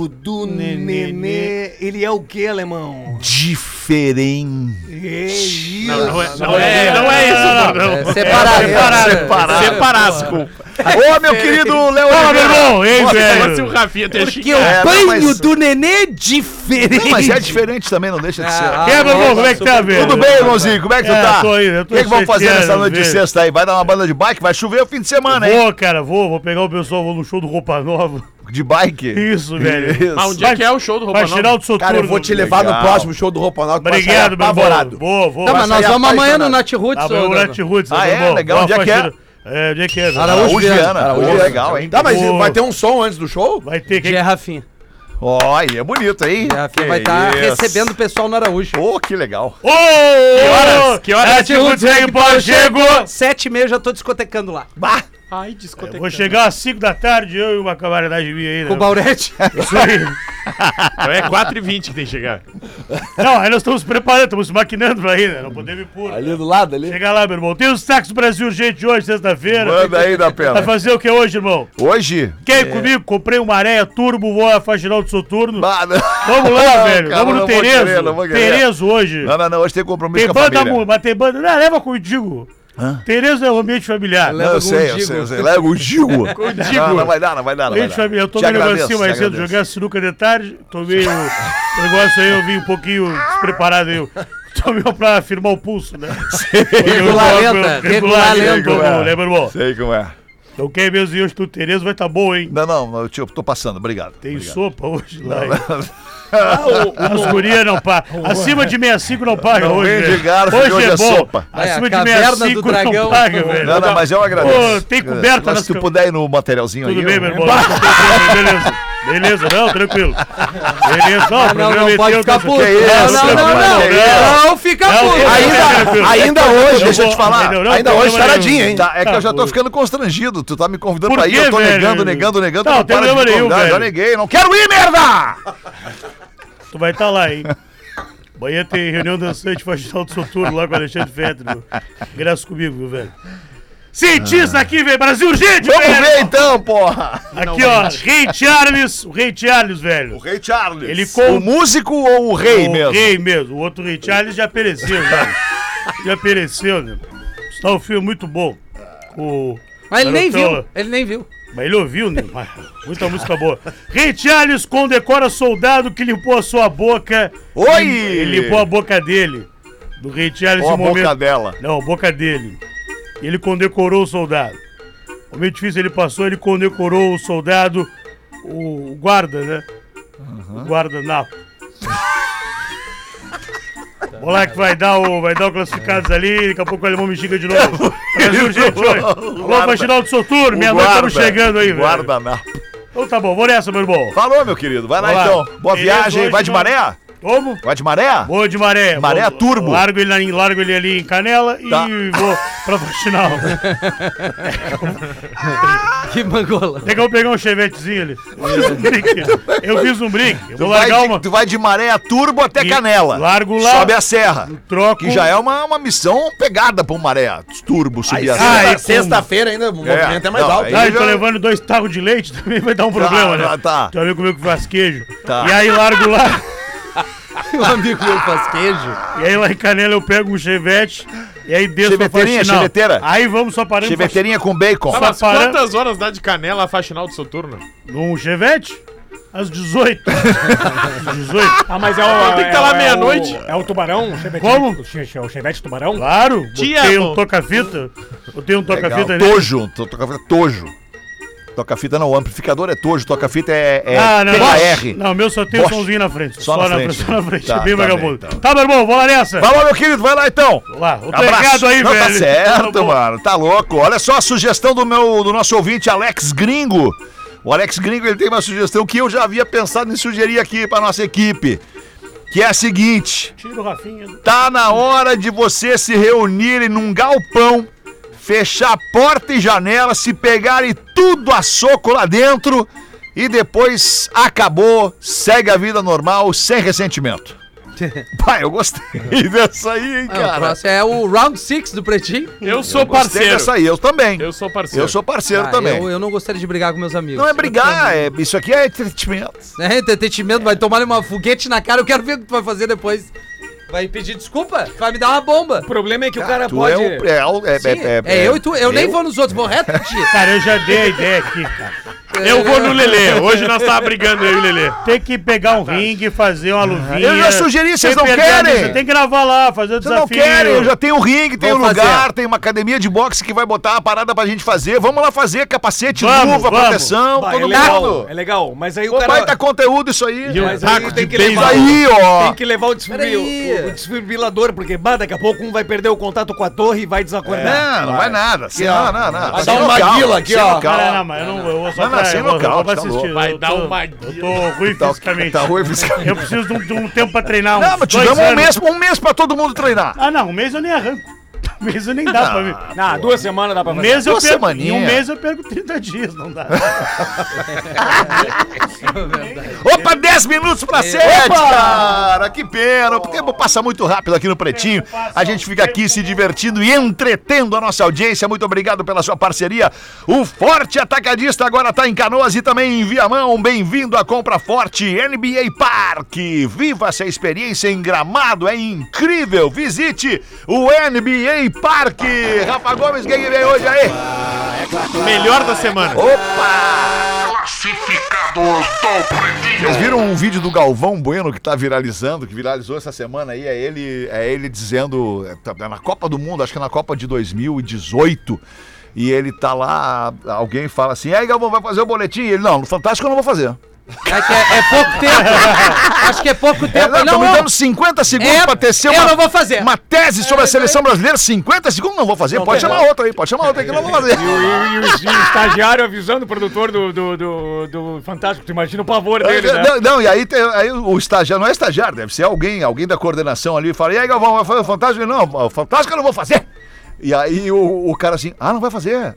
[SPEAKER 7] do nenê, ele é o que, alemão?
[SPEAKER 4] Diferente.
[SPEAKER 7] É isso.
[SPEAKER 6] Não, não é, não é, não é isso, não.
[SPEAKER 5] É separado.
[SPEAKER 4] separado.
[SPEAKER 5] Separado.
[SPEAKER 1] Separasco.
[SPEAKER 4] Ô, meu querido Léo
[SPEAKER 6] Fala, meu
[SPEAKER 4] Oliveira.
[SPEAKER 6] irmão! Ei,
[SPEAKER 1] Se
[SPEAKER 6] velho!
[SPEAKER 1] fosse o Rafinha ter
[SPEAKER 5] Porque
[SPEAKER 1] xingado.
[SPEAKER 5] o
[SPEAKER 4] É, não,
[SPEAKER 5] banho
[SPEAKER 4] mas-
[SPEAKER 5] do nenê é diferente.
[SPEAKER 4] Não, mas é diferente também, não deixa de ser.
[SPEAKER 5] Ah,
[SPEAKER 6] E aí, meu irmão, como é que tá, velho?
[SPEAKER 4] Tudo bem, irmãozinho? Como é que tu
[SPEAKER 6] É,
[SPEAKER 4] tá?
[SPEAKER 6] tô aí,
[SPEAKER 4] O
[SPEAKER 6] eu tô
[SPEAKER 4] que, que vamos fazer
[SPEAKER 6] chateado,
[SPEAKER 4] nessa noite de
[SPEAKER 6] velho.
[SPEAKER 4] sexta aí? Vai dar uma banda de bike? Vai chover o fim de semana, hein?
[SPEAKER 6] Vou, cara, vou, vou pegar o pessoal, vou no show do Roupa Nova.
[SPEAKER 4] De bike?
[SPEAKER 6] Isso, velho.
[SPEAKER 4] Isso.
[SPEAKER 1] Mas onde é que é o show do Roupa
[SPEAKER 6] Vai tirar
[SPEAKER 1] Nova?
[SPEAKER 6] o seu
[SPEAKER 3] Cara, eu vou te levar
[SPEAKER 4] Legal.
[SPEAKER 3] no próximo show do Roupa Nova. que tu vai sair
[SPEAKER 6] Obrigado, meu irmão.
[SPEAKER 3] apavorado.
[SPEAKER 6] Vou, vou.
[SPEAKER 5] Não, mas nós
[SPEAKER 3] sair
[SPEAKER 5] vamos amanhã no
[SPEAKER 3] apaixonado.
[SPEAKER 5] Nat Roots.
[SPEAKER 6] Ah,
[SPEAKER 5] ô,
[SPEAKER 6] vai o
[SPEAKER 5] Douglas.
[SPEAKER 6] Nat Roots.
[SPEAKER 4] Ah,
[SPEAKER 6] né,
[SPEAKER 4] é?
[SPEAKER 6] meu irmão?
[SPEAKER 4] Legal.
[SPEAKER 6] Boa
[SPEAKER 4] Onde é que é?
[SPEAKER 6] faxina. É, onde é que é? velho?
[SPEAKER 5] Araújo
[SPEAKER 4] Araújo
[SPEAKER 5] Viana.
[SPEAKER 4] Viana. Ô,
[SPEAKER 3] Hoje-
[SPEAKER 4] legal, hein?
[SPEAKER 3] Tá, mas
[SPEAKER 6] Boa.
[SPEAKER 3] vai ter um som antes do show?
[SPEAKER 6] Vai ter que...
[SPEAKER 5] Dia Rafinha.
[SPEAKER 4] Olha, é bonito, hein?
[SPEAKER 5] Dia Rafinha
[SPEAKER 4] Que
[SPEAKER 5] vai estar
[SPEAKER 4] isso.
[SPEAKER 5] recebendo o pessoal no Araújo.
[SPEAKER 4] Pô, que legal.
[SPEAKER 6] Ô! Que
[SPEAKER 1] horas? Que horas?
[SPEAKER 6] Nat Roots Reggae Bar chegou!
[SPEAKER 5] Sete e meia eu já tô discotecando lá.
[SPEAKER 4] Bah,
[SPEAKER 1] Ai, discoteca.
[SPEAKER 6] Vou chegar às 5 da tarde, eu e uma camaradagem minha aí. né?
[SPEAKER 5] Com o Baurete.
[SPEAKER 6] Isso aí.
[SPEAKER 1] Então é 4h20 que tem que chegar.
[SPEAKER 6] Não, aí nós estamos preparando, estamos maquinando pra ir, né? Não podemos ir por.
[SPEAKER 3] Ali do lado, ali.
[SPEAKER 6] Chega lá, meu irmão. Tem os saques do Brasil, gente, hoje, sexta-feira.
[SPEAKER 4] manda aí da
[SPEAKER 6] Vai
[SPEAKER 4] pena.
[SPEAKER 6] fazer o que hoje, irmão?
[SPEAKER 4] Hoje?
[SPEAKER 6] Quem comigo? Comprei uma areia turbo, vou a faxinal do soturno.
[SPEAKER 4] É. Bah, não.
[SPEAKER 6] Vamos lá,
[SPEAKER 4] Não,
[SPEAKER 6] velho.
[SPEAKER 4] cara,
[SPEAKER 6] Vamos no
[SPEAKER 4] não vou querer,
[SPEAKER 6] Terezo.
[SPEAKER 4] não vou querer.
[SPEAKER 6] Terezo hoje.
[SPEAKER 4] Não, não, não, hoje tem compromisso
[SPEAKER 6] Tem
[SPEAKER 4] com a
[SPEAKER 6] banda,
[SPEAKER 4] família.
[SPEAKER 6] mu- mas tem banda. Não, leva contigo. Tereza é o ambiente familiar.
[SPEAKER 4] Não, eu sei, eu sei, eu sei. Leva o Digo. Não, não vai dar, não vai dar. Não vai
[SPEAKER 6] Leite
[SPEAKER 4] dar.
[SPEAKER 6] família, eu
[SPEAKER 4] Te
[SPEAKER 6] tomei um negocinho
[SPEAKER 4] agradeço,
[SPEAKER 6] mais
[SPEAKER 4] te
[SPEAKER 6] cedo,
[SPEAKER 4] agradeço.
[SPEAKER 6] joguei a sinuca de tarde, tomei o o negócio aí, eu vim um pouquinho despreparado aí. eu Tomei um pra firmar o pulso, né?
[SPEAKER 5] Regular
[SPEAKER 6] Eu- eu-
[SPEAKER 5] lenta,
[SPEAKER 6] eu-
[SPEAKER 5] regular
[SPEAKER 6] né,
[SPEAKER 5] lenta.
[SPEAKER 6] irmão, né, meu irmão?
[SPEAKER 4] Sei como é.
[SPEAKER 6] Então quem mesmo e hoje do Tereza vai tá bom, hein?
[SPEAKER 4] Não, não, não, tio, tô passando, obrigado.
[SPEAKER 6] Tem
[SPEAKER 4] obrigado.
[SPEAKER 6] sopa hoje lá. hein? As gurias não pagam. Acima de 65 não paga
[SPEAKER 4] Não
[SPEAKER 6] hoje.
[SPEAKER 4] vem de
[SPEAKER 6] velho.
[SPEAKER 4] garfo, que hoje é sopa.
[SPEAKER 5] Vai, a
[SPEAKER 6] Acima de
[SPEAKER 5] caverna do
[SPEAKER 6] 65 não
[SPEAKER 5] dragão.
[SPEAKER 6] paga, velho.
[SPEAKER 4] Não, não, mas eu agradeço.
[SPEAKER 6] Ô, né? tem coberta
[SPEAKER 4] Mas
[SPEAKER 6] nas
[SPEAKER 4] se tu
[SPEAKER 6] cam-
[SPEAKER 4] puder ir no materialzinho
[SPEAKER 6] Tudo
[SPEAKER 4] aí. né?
[SPEAKER 6] bem,
[SPEAKER 4] eu-
[SPEAKER 6] meu irmão. Beleza. Beleza, não, tranquilo. Beleza, não, o
[SPEAKER 5] Não,
[SPEAKER 6] programa
[SPEAKER 5] não
[SPEAKER 6] é
[SPEAKER 5] pode
[SPEAKER 6] teu,
[SPEAKER 5] ficar
[SPEAKER 6] tá-
[SPEAKER 5] puto.
[SPEAKER 4] Que isso,
[SPEAKER 5] não, não, não,
[SPEAKER 4] rapaz,
[SPEAKER 5] não,
[SPEAKER 4] que
[SPEAKER 5] não.
[SPEAKER 4] isso.
[SPEAKER 5] fica
[SPEAKER 6] Não,
[SPEAKER 5] puto.
[SPEAKER 6] eu-
[SPEAKER 5] Ainda-
[SPEAKER 6] eu-
[SPEAKER 5] ainda
[SPEAKER 4] hoje,
[SPEAKER 6] eu
[SPEAKER 4] deixa eu
[SPEAKER 6] vou-
[SPEAKER 4] te falar.
[SPEAKER 6] Melhorou,
[SPEAKER 4] ainda
[SPEAKER 6] tá
[SPEAKER 4] hoje,
[SPEAKER 6] melhorando.
[SPEAKER 4] charadinha, hein? Tá, é que eu já tô
[SPEAKER 6] Por-
[SPEAKER 4] ficando constrangido. Tu tá me convidando
[SPEAKER 6] Por
[SPEAKER 4] pra ir, eu tô
[SPEAKER 6] quê,
[SPEAKER 4] negando,
[SPEAKER 6] velho?
[SPEAKER 4] negando, negando.
[SPEAKER 6] Não,
[SPEAKER 4] tu
[SPEAKER 6] tem
[SPEAKER 4] para de
[SPEAKER 6] problema
[SPEAKER 4] me
[SPEAKER 6] nenhum,
[SPEAKER 4] convidar, eu Já
[SPEAKER 6] velho.
[SPEAKER 4] neguei, não quero ir, merda!
[SPEAKER 6] Tu vai estar lá, hein? Amanhã tem reunião dançante faginal do Soturno lá com o Alexandre Fetter, meu. Graças comigo, meu velho. Cientista aqui, velho. Brasil urgente,
[SPEAKER 4] Ah. Vamos ver
[SPEAKER 6] velho.
[SPEAKER 4] então, porra!
[SPEAKER 6] Aqui, ó. Rei Charles. O Rei Charles, velho.
[SPEAKER 4] Rei Charles.
[SPEAKER 6] Ele com-
[SPEAKER 4] O músico ou o rei
[SPEAKER 6] o
[SPEAKER 4] mesmo?
[SPEAKER 6] rei mesmo. O outro Rei Charles já pereceu, velho. Já pereceu, né? Está um filme muito bom. O...
[SPEAKER 5] Mas ele nem
[SPEAKER 6] garotão-
[SPEAKER 5] viu, ele nem viu.
[SPEAKER 6] Mas ele ouviu, né? Mas Muita música boa. Rei Charles condecora soldado que limpou a sua boca.
[SPEAKER 4] Oi!
[SPEAKER 6] E limpou a boca dele. Do Rei Charles
[SPEAKER 4] Ou a
[SPEAKER 6] em momento-
[SPEAKER 4] boca dela.
[SPEAKER 6] Não, a boca dele. Ele condecorou o soldado. O momento difícil ele passou, ele condecorou o soldado, o guarda, né? O guarda napo. Vamos lá que vai dar o, vai dar o
[SPEAKER 4] É.
[SPEAKER 6] classificados ali, daqui a pouco o alemão me xinga de novo. Mas urgente, olha. Alô,
[SPEAKER 4] guarda.
[SPEAKER 6] Faxinaldo Soturno, minha noite estamos chegando aí, velho.
[SPEAKER 4] Guarda na.
[SPEAKER 6] Então tá bom, vou nessa, meu irmão.
[SPEAKER 4] Falou, meu querido. Vai lá
[SPEAKER 6] Vai lá.
[SPEAKER 4] então. Boa
[SPEAKER 6] Beleza,
[SPEAKER 4] viagem.
[SPEAKER 6] hoje
[SPEAKER 4] Vai de
[SPEAKER 6] não-
[SPEAKER 4] maré?
[SPEAKER 6] Como?
[SPEAKER 4] Vai de maré?
[SPEAKER 6] Vou de maré.
[SPEAKER 4] Maré
[SPEAKER 6] Vou-
[SPEAKER 4] turbo.
[SPEAKER 6] Largo ele, ali- largo ele ali em Canela e
[SPEAKER 4] Tá.
[SPEAKER 6] vou pra Faxinal.
[SPEAKER 5] Que mangola.
[SPEAKER 6] Tem que eu pegar um chevetezinho ali. Eu fiz um brinque. Eu fiz um brinque. Eu
[SPEAKER 4] Tu
[SPEAKER 6] vou
[SPEAKER 4] vai,
[SPEAKER 6] largar
[SPEAKER 4] de,
[SPEAKER 6] uma.
[SPEAKER 4] tu vai de maré a turbo até
[SPEAKER 6] E
[SPEAKER 4] canela.
[SPEAKER 6] largo lá.
[SPEAKER 4] Sobe a serra.
[SPEAKER 6] Troco. um.
[SPEAKER 4] Que já é uma, uma missão pegada pra um maré. Turbo subir a serra.
[SPEAKER 6] Ah,
[SPEAKER 3] Ah,
[SPEAKER 6] e
[SPEAKER 3] e sexta-feira ainda o movimento é, mais
[SPEAKER 4] não,
[SPEAKER 3] alto.
[SPEAKER 4] aí-
[SPEAKER 6] Ah, eu tô
[SPEAKER 4] já-
[SPEAKER 6] levando dois tarros de leite, também vai dar um
[SPEAKER 4] Tá,
[SPEAKER 6] problema, né?
[SPEAKER 4] tá.
[SPEAKER 6] Tem um amigo meu que faz queijo.
[SPEAKER 4] Tá.
[SPEAKER 6] E aí largo lá,
[SPEAKER 5] O amigo meu faz queijo.
[SPEAKER 6] e aí lá em Canela eu pego um chevette, e aí desço pra
[SPEAKER 4] Cheveteirinha,
[SPEAKER 6] faxinal.
[SPEAKER 4] cheveteira.
[SPEAKER 6] Aí vamos só parando em
[SPEAKER 4] um Cheveteirinha com bacon.
[SPEAKER 6] Só
[SPEAKER 1] Mas
[SPEAKER 6] parando-
[SPEAKER 1] quantas horas dá de canela a faxinal do Soturno?
[SPEAKER 6] Num chevette? Às 18. Às 18.
[SPEAKER 8] Ah, mas é o.
[SPEAKER 1] Tem que tá
[SPEAKER 8] é-
[SPEAKER 1] lá
[SPEAKER 8] é o-
[SPEAKER 1] meia-noite.
[SPEAKER 8] É o tubarão? o chevette-
[SPEAKER 6] Como?
[SPEAKER 8] O, che- che- o chevette tubarão?
[SPEAKER 6] Claro,
[SPEAKER 1] Dia,
[SPEAKER 6] botei um
[SPEAKER 1] amor.
[SPEAKER 6] toca-fita. Botei um
[SPEAKER 4] Legal.
[SPEAKER 6] toca-fita ali.
[SPEAKER 4] Tojo. to- Toca-fita é tojo. Toca-fita não. O amplificador é tojo. Toca-fita é, é
[SPEAKER 6] Ah, não,
[SPEAKER 4] THR.
[SPEAKER 6] não, meu só tem o
[SPEAKER 4] Bosch.
[SPEAKER 6] somzinho na frente.
[SPEAKER 4] Só na frente.
[SPEAKER 6] Só na frente,
[SPEAKER 4] Tá,
[SPEAKER 6] bem
[SPEAKER 4] tá
[SPEAKER 6] vagabundo.
[SPEAKER 4] bem, tá.
[SPEAKER 6] Tá, meu irmão, vamos lá nessa.
[SPEAKER 4] Falou, meu querido. Vai lá então.
[SPEAKER 6] Vamos lá, outro
[SPEAKER 4] Abraço.
[SPEAKER 6] recado aí,
[SPEAKER 4] não,
[SPEAKER 6] velho.
[SPEAKER 4] tá certo,
[SPEAKER 6] bom.
[SPEAKER 4] mano. Tá louco. Olha só a sugestão do, meu, do nosso ouvinte, Alex Gringo. O Alex Gringo ele tem uma sugestão que eu já havia pensado em sugerir aqui pra nossa equipe. Que é a seguinte:
[SPEAKER 6] Tira o Rafinha.
[SPEAKER 4] tá na hora de vocês se reunirem num galpão, fechar porta e janela, se pegarem tudo a soco lá dentro e depois acabou, segue a vida normal, sem ressentimento. Pai, eu gostei dessa aí, hein,
[SPEAKER 5] Ah, o
[SPEAKER 4] cara.
[SPEAKER 5] próximo é o round 6 do pretinho.
[SPEAKER 1] Eu sou
[SPEAKER 4] Gostei
[SPEAKER 1] parceiro.
[SPEAKER 4] dessa aí, eu também.
[SPEAKER 1] Eu sou parceiro.
[SPEAKER 4] Eu sou parceiro
[SPEAKER 5] Ah,
[SPEAKER 4] também.
[SPEAKER 5] Eu, eu não gostaria de brigar com meus amigos.
[SPEAKER 4] Não é brigar, é, isso aqui é entretenimento.
[SPEAKER 5] É, entretenimento, vai tomar uma foguete na cara, eu quero ver o que tu vai fazer depois. Vai pedir desculpa? Tu vai me dar uma bomba.
[SPEAKER 8] O problema é que o cara
[SPEAKER 4] Tu
[SPEAKER 8] pode.
[SPEAKER 4] é, um- é, al- é,
[SPEAKER 5] Sim, é, eu e tu, eu, nem vou nos outros, vou reto de ti.
[SPEAKER 6] Cara, eu já dei a ideia aqui, cara.
[SPEAKER 1] Eu vou no Lelê. Hoje nós tava brigando eu e o Lelê.
[SPEAKER 6] Tem que pegar um
[SPEAKER 8] Tá.
[SPEAKER 6] ringue, fazer
[SPEAKER 8] Uhum.
[SPEAKER 6] uma luvinha.
[SPEAKER 4] Eu já sugeri, vocês
[SPEAKER 6] Tem
[SPEAKER 4] não
[SPEAKER 6] perder a
[SPEAKER 4] querem?
[SPEAKER 6] mesa, Tem que gravar lá, fazer o
[SPEAKER 4] Vocês não
[SPEAKER 6] desafio.
[SPEAKER 4] querem, eu já tenho um ringue, tenho um
[SPEAKER 5] Vamos
[SPEAKER 4] lugar,
[SPEAKER 5] fazer.
[SPEAKER 4] tem uma academia de boxe que vai botar a parada pra gente fazer. Vamos lá fazer capacete,
[SPEAKER 6] Vamos,
[SPEAKER 4] luva,
[SPEAKER 6] vamos.
[SPEAKER 4] proteção,
[SPEAKER 8] Bah, é
[SPEAKER 4] todo
[SPEAKER 8] legal,
[SPEAKER 4] mundo.
[SPEAKER 8] é legal. Mas aí o
[SPEAKER 4] Pô,
[SPEAKER 8] cara.
[SPEAKER 4] baita conteúdo isso aí.
[SPEAKER 8] Mas
[SPEAKER 1] Taco
[SPEAKER 8] aí
[SPEAKER 1] de
[SPEAKER 8] tem que
[SPEAKER 1] beisebol.
[SPEAKER 8] levar.
[SPEAKER 4] Aí, ó.
[SPEAKER 8] Tem que levar o, desfibril,
[SPEAKER 5] Peraí.
[SPEAKER 8] o desfibrilador, porque bah, daqui a pouco um vai perder o contato com a torre e vai desacordar.
[SPEAKER 4] Não, não vai nada. Sem, não, não, não.
[SPEAKER 3] Vai
[SPEAKER 4] Sem
[SPEAKER 3] dar uma
[SPEAKER 4] local,
[SPEAKER 3] guila aqui,
[SPEAKER 4] sem
[SPEAKER 3] ó.
[SPEAKER 4] local.
[SPEAKER 6] Cara, não, mas eu não eu vou só
[SPEAKER 4] Não, não, sem
[SPEAKER 6] eu vou- eu vou
[SPEAKER 4] nocaute, tá
[SPEAKER 6] assistir,
[SPEAKER 4] louco.
[SPEAKER 6] eu
[SPEAKER 1] Vai
[SPEAKER 6] tô-
[SPEAKER 1] dar uma
[SPEAKER 6] Eu tô ruim
[SPEAKER 4] Tá-
[SPEAKER 6] fisicamente.
[SPEAKER 4] tá ruim fisicamente.
[SPEAKER 6] Eu preciso de um, de um tempo pra treinar.
[SPEAKER 4] Não,
[SPEAKER 6] uns
[SPEAKER 4] mas te
[SPEAKER 6] dois
[SPEAKER 4] damos um
[SPEAKER 6] anos.
[SPEAKER 4] mês, um mês pra todo mundo treinar.
[SPEAKER 6] Ah, não, um mês eu nem arranco. Um mês eu nem dá pra mim.
[SPEAKER 8] Ah, duas semanas dá pra
[SPEAKER 6] Um mês eu
[SPEAKER 4] Duas
[SPEAKER 6] perco,
[SPEAKER 4] semaninhas.
[SPEAKER 6] em um mês eu perco 30 dias, não dá.
[SPEAKER 4] Opa, 10 minutos pra 7, cara. Que pena. O tempo passa muito rápido aqui no Pretinho. A gente fica aqui se divertindo e entretendo a nossa audiência. Muito obrigado pela sua parceria. O Forte Atacadista agora tá em Canoas e também em Viamão. Bem-vindo à Compra Forte NBA Parque. Viva essa experiência em Gramado. É incrível. Visite o NBA Allen Park. Rafa Gomes, quem que vem hoje aí?
[SPEAKER 1] Melhor da semana.
[SPEAKER 4] Vocês viram um vídeo do Galvão Bueno que tá viralizando, que viralizou essa semana aí, é ele, é ele dizendo, é, tá- é na Copa do Mundo, acho que é na Copa de 2018, e ele tá lá, alguém fala assim, aí Galvão, vai fazer o boletim? E ele, não, no Fantástico eu não vou fazer.
[SPEAKER 5] É, que é- é pouco tempo. Acho que é pouco
[SPEAKER 4] É,
[SPEAKER 5] tempo.
[SPEAKER 4] não,
[SPEAKER 5] não,
[SPEAKER 4] estão me
[SPEAKER 5] não.
[SPEAKER 4] dando 50 segundos
[SPEAKER 5] É,
[SPEAKER 4] pra tecer
[SPEAKER 5] eu
[SPEAKER 4] uma,
[SPEAKER 5] não vou fazer. É,
[SPEAKER 4] uma tese sobre a seleção brasileira, 50 segundos não vou fazer, pode chamar outra aí, pode chamar outra aí que eu não vou fazer.
[SPEAKER 8] E o, e o- e o estagiário avisando o produtor do, do, do, do Fantástico. Tu imagina o pavor dele, né?
[SPEAKER 4] Não, não, e aí, tem- aí o estagiário, não é estagiário, deve ser alguém, alguém da coordenação ali, fala, e aí Galvão, vai fazer o Fantástico? Ele, não, o Fantástico eu não vou fazer. E aí o, o cara assim, ah, não vai fazer.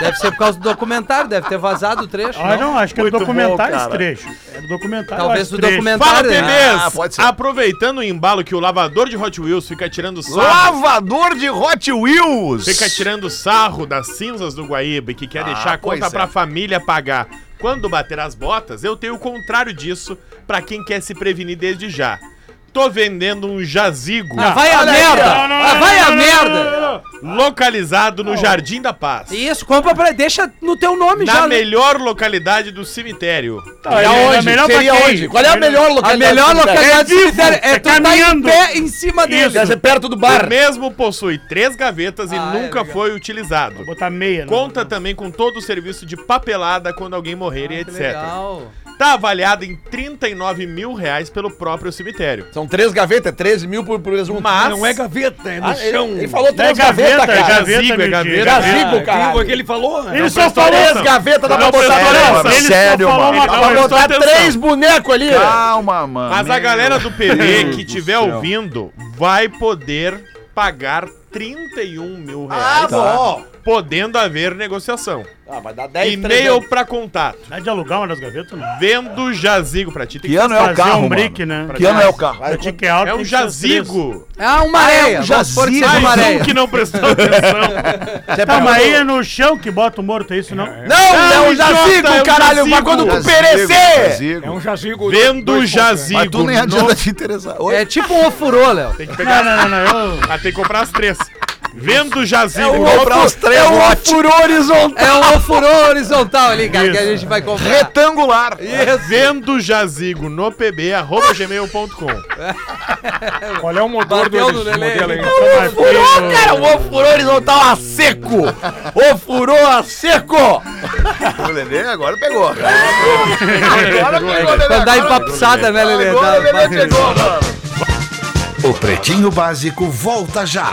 [SPEAKER 5] Deve ser por causa do documentário, deve ter vazado o trecho.
[SPEAKER 6] Ah, não, acho que é do
[SPEAKER 4] Muito
[SPEAKER 6] documentário
[SPEAKER 4] bom,
[SPEAKER 6] esse
[SPEAKER 4] cara.
[SPEAKER 6] trecho. É do documentário.
[SPEAKER 5] Talvez
[SPEAKER 6] esse
[SPEAKER 5] do
[SPEAKER 6] trecho.
[SPEAKER 1] Fala,
[SPEAKER 5] documentário. né?
[SPEAKER 1] TVs!
[SPEAKER 4] Ah, pode ser.
[SPEAKER 1] Aproveitando o embalo que o lavador de Hot Wheels fica tirando sarro.
[SPEAKER 4] Lavador de Hot Wheels.
[SPEAKER 1] Fica tirando sarro das cinzas do Guaíba e que quer deixar a
[SPEAKER 4] pois
[SPEAKER 1] conta
[SPEAKER 4] é.
[SPEAKER 1] pra família pagar. Quando bater as botas, eu tenho o contrário disso pra quem quer se prevenir desde já. Tô vendendo um jazigo
[SPEAKER 5] Ah, vai a merda!
[SPEAKER 6] Não, não,
[SPEAKER 5] Ah,
[SPEAKER 6] não,
[SPEAKER 5] vai
[SPEAKER 6] não,
[SPEAKER 5] a
[SPEAKER 6] não,
[SPEAKER 5] merda!
[SPEAKER 1] localizado no Jardim da Paz.
[SPEAKER 5] Isso, compra pra. Deixa no teu nome já.
[SPEAKER 1] Na
[SPEAKER 5] né?
[SPEAKER 1] melhor localidade do cemitério.
[SPEAKER 6] Tá, ele era melhor pra
[SPEAKER 3] Seria
[SPEAKER 6] quem?
[SPEAKER 3] onde? Qual é a melhor
[SPEAKER 5] A
[SPEAKER 3] localidade?
[SPEAKER 5] melhor localidade
[SPEAKER 6] É
[SPEAKER 5] do
[SPEAKER 6] vivo,
[SPEAKER 5] cemitério é
[SPEAKER 6] é
[SPEAKER 5] tu tá em
[SPEAKER 6] caminhando.
[SPEAKER 5] pé em cima dele.
[SPEAKER 6] Isso.
[SPEAKER 3] Deve ser perto do
[SPEAKER 1] O
[SPEAKER 3] bar.
[SPEAKER 1] mesmo possui três gavetas
[SPEAKER 5] Ah,
[SPEAKER 1] e
[SPEAKER 5] é
[SPEAKER 1] nunca
[SPEAKER 5] legal.
[SPEAKER 1] foi utilizado.
[SPEAKER 6] Botar meia. né?
[SPEAKER 1] Conta também com todo o serviço de papelada quando alguém morrer e
[SPEAKER 5] Que
[SPEAKER 1] etc.
[SPEAKER 5] Legal.
[SPEAKER 1] Tá avaliado em 39 mil reais pelo próprio cemitério.
[SPEAKER 3] São três gavetas, é 13 mil por, por presunto.
[SPEAKER 1] Mas
[SPEAKER 8] Não é gaveta, é no
[SPEAKER 3] Ah, ele,
[SPEAKER 8] chão.
[SPEAKER 3] ele falou
[SPEAKER 6] Não é
[SPEAKER 3] três
[SPEAKER 6] gaveta, tá
[SPEAKER 3] gavetas,
[SPEAKER 6] é
[SPEAKER 3] cara.
[SPEAKER 6] gaveta,
[SPEAKER 1] Jazigo, é
[SPEAKER 6] meu
[SPEAKER 1] gaveta.
[SPEAKER 6] tio.
[SPEAKER 3] Jazigo,
[SPEAKER 8] Viu o
[SPEAKER 3] cara.
[SPEAKER 8] que ele falou? né?
[SPEAKER 6] Ele só falou.
[SPEAKER 3] Três gavetas dá pra botar.
[SPEAKER 4] atenção.
[SPEAKER 6] Ele
[SPEAKER 4] Sério,
[SPEAKER 6] só falou
[SPEAKER 4] mano.
[SPEAKER 6] uma
[SPEAKER 4] Ele
[SPEAKER 3] Dá pra
[SPEAKER 1] não prestou
[SPEAKER 3] botar
[SPEAKER 1] atenção.
[SPEAKER 3] três bonecos ali.
[SPEAKER 4] Calma, mano.
[SPEAKER 1] Mas a galera do PB
[SPEAKER 4] Deus
[SPEAKER 1] que
[SPEAKER 4] do
[SPEAKER 1] estiver
[SPEAKER 4] céu.
[SPEAKER 1] ouvindo vai poder pagar 31 mil
[SPEAKER 3] Ah,
[SPEAKER 1] reais,
[SPEAKER 3] bom.
[SPEAKER 1] podendo haver negociação.
[SPEAKER 3] Ah, vai dar 10
[SPEAKER 1] E-mail pra contato.
[SPEAKER 6] Dá é de alugar uma das gavetas,
[SPEAKER 1] é
[SPEAKER 6] não.
[SPEAKER 1] Vendo jazigo pra ti. Tem
[SPEAKER 4] Que ano é o
[SPEAKER 6] Fazer
[SPEAKER 4] carro,
[SPEAKER 6] um brick,
[SPEAKER 4] mano?
[SPEAKER 6] né?
[SPEAKER 4] Que ano é o carro?
[SPEAKER 6] Eu tinha que alto,
[SPEAKER 1] É um
[SPEAKER 6] tem que ser os três.
[SPEAKER 1] jazigo.
[SPEAKER 5] É uma
[SPEAKER 6] Ah,
[SPEAKER 5] areia. vamos supor que
[SPEAKER 4] jazigo.
[SPEAKER 5] seja uma
[SPEAKER 1] Mais
[SPEAKER 5] areia.
[SPEAKER 1] um que não prestou atenção.
[SPEAKER 6] Tá, mas aí é no chão que bota o morto, é isso, não?
[SPEAKER 3] Não,
[SPEAKER 1] Não,
[SPEAKER 3] é um
[SPEAKER 1] idiota,
[SPEAKER 3] jazigo,
[SPEAKER 1] é um
[SPEAKER 3] caralho. Mas
[SPEAKER 1] jazigo.
[SPEAKER 3] quando tu
[SPEAKER 1] Jazigo,
[SPEAKER 3] perecer.
[SPEAKER 8] É um jazigo.
[SPEAKER 1] Vendo jazigo.
[SPEAKER 4] Mas tu nem
[SPEAKER 1] no-
[SPEAKER 4] adianta te interessar. Oi?
[SPEAKER 5] É tipo um ofurô, Léo.
[SPEAKER 1] Tem que
[SPEAKER 6] Não,
[SPEAKER 1] pegar.
[SPEAKER 6] não, não, não. eu-
[SPEAKER 1] Ah, tem que comprar as três. Vendo jazigo.
[SPEAKER 4] Comprar os três
[SPEAKER 3] É um
[SPEAKER 4] lotes.
[SPEAKER 3] furo horizontal.
[SPEAKER 5] É um ofurô horizontal ali, cara, que a gente vai comprar.
[SPEAKER 4] Retangular.
[SPEAKER 1] Vendo jazigo no pb, arroba gmail.com.
[SPEAKER 8] Qual é o motor
[SPEAKER 5] Bateu
[SPEAKER 8] do,
[SPEAKER 5] no
[SPEAKER 8] desse
[SPEAKER 3] né,
[SPEAKER 5] Lelê.
[SPEAKER 8] modelo aí?
[SPEAKER 3] O furou, É um cara. O furou horizontal a seco. O furou a seco.
[SPEAKER 4] O Lelê agora pegou.
[SPEAKER 1] Agora
[SPEAKER 4] pegou, Lelê.
[SPEAKER 5] Pra dar empapuçada, né, Lelê?
[SPEAKER 4] Agora o
[SPEAKER 5] Dá-
[SPEAKER 4] Lelê pegou, mano.
[SPEAKER 2] O Pretinho Básico volta já.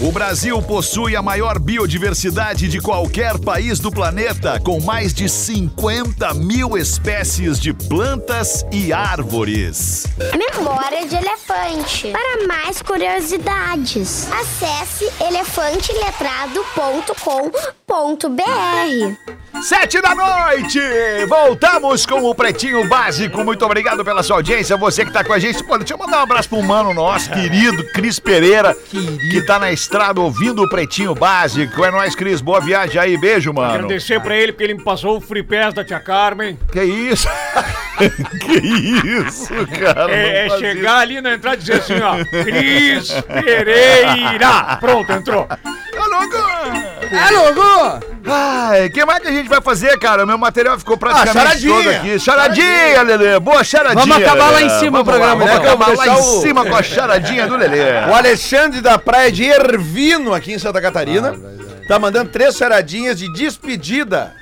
[SPEAKER 4] O Brasil possui a maior biodiversidade de qualquer país do planeta, com mais de 50 mil espécies de plantas e árvores.
[SPEAKER 10] Memória de elefante. Para mais curiosidades, acesse elefanteletrado.com.br.
[SPEAKER 4] Sete da noite! Voltamos com o Pretinho Básico. Muito obrigado pela sua audiência. Você que tá com a gente, pô, deixa eu mandar um abraço pro mano
[SPEAKER 8] É.
[SPEAKER 4] nosso, querido Cris Pereira, que tá na estrada ouvindo o Pretinho Básico. É nóis, Cris. Boa viagem aí. Beijo, mano.
[SPEAKER 8] Agradecer pra ele, porque ele me passou o free pass da tia Carmen.
[SPEAKER 4] Que isso? que isso, cara?
[SPEAKER 8] É, é
[SPEAKER 4] Não faz isso.
[SPEAKER 8] chegar ali na entrada e dizer assim, ó. Cris Pereira. Pronto, entrou.
[SPEAKER 4] Tá louco?
[SPEAKER 5] É, Logo!
[SPEAKER 4] Ai, o que mais que a gente vai fazer, cara? Meu material ficou
[SPEAKER 3] Ah,
[SPEAKER 4] praticamente
[SPEAKER 3] charadinha.
[SPEAKER 4] todo aqui. Charadinha, Lelê. Boa charadinha.
[SPEAKER 5] Vamos acabar lá
[SPEAKER 4] Lelê.
[SPEAKER 5] em cima o
[SPEAKER 4] Vamos Lá,
[SPEAKER 5] programa, né?
[SPEAKER 4] vamos acabar
[SPEAKER 3] Vamos
[SPEAKER 4] lá em
[SPEAKER 3] deixar o-
[SPEAKER 4] cima com a charadinha do Lelê.
[SPEAKER 3] O Alexandre da Praia de Ervino, aqui em Santa
[SPEAKER 5] Ah,
[SPEAKER 3] Catarina, tá mandando três charadinhas de despedida.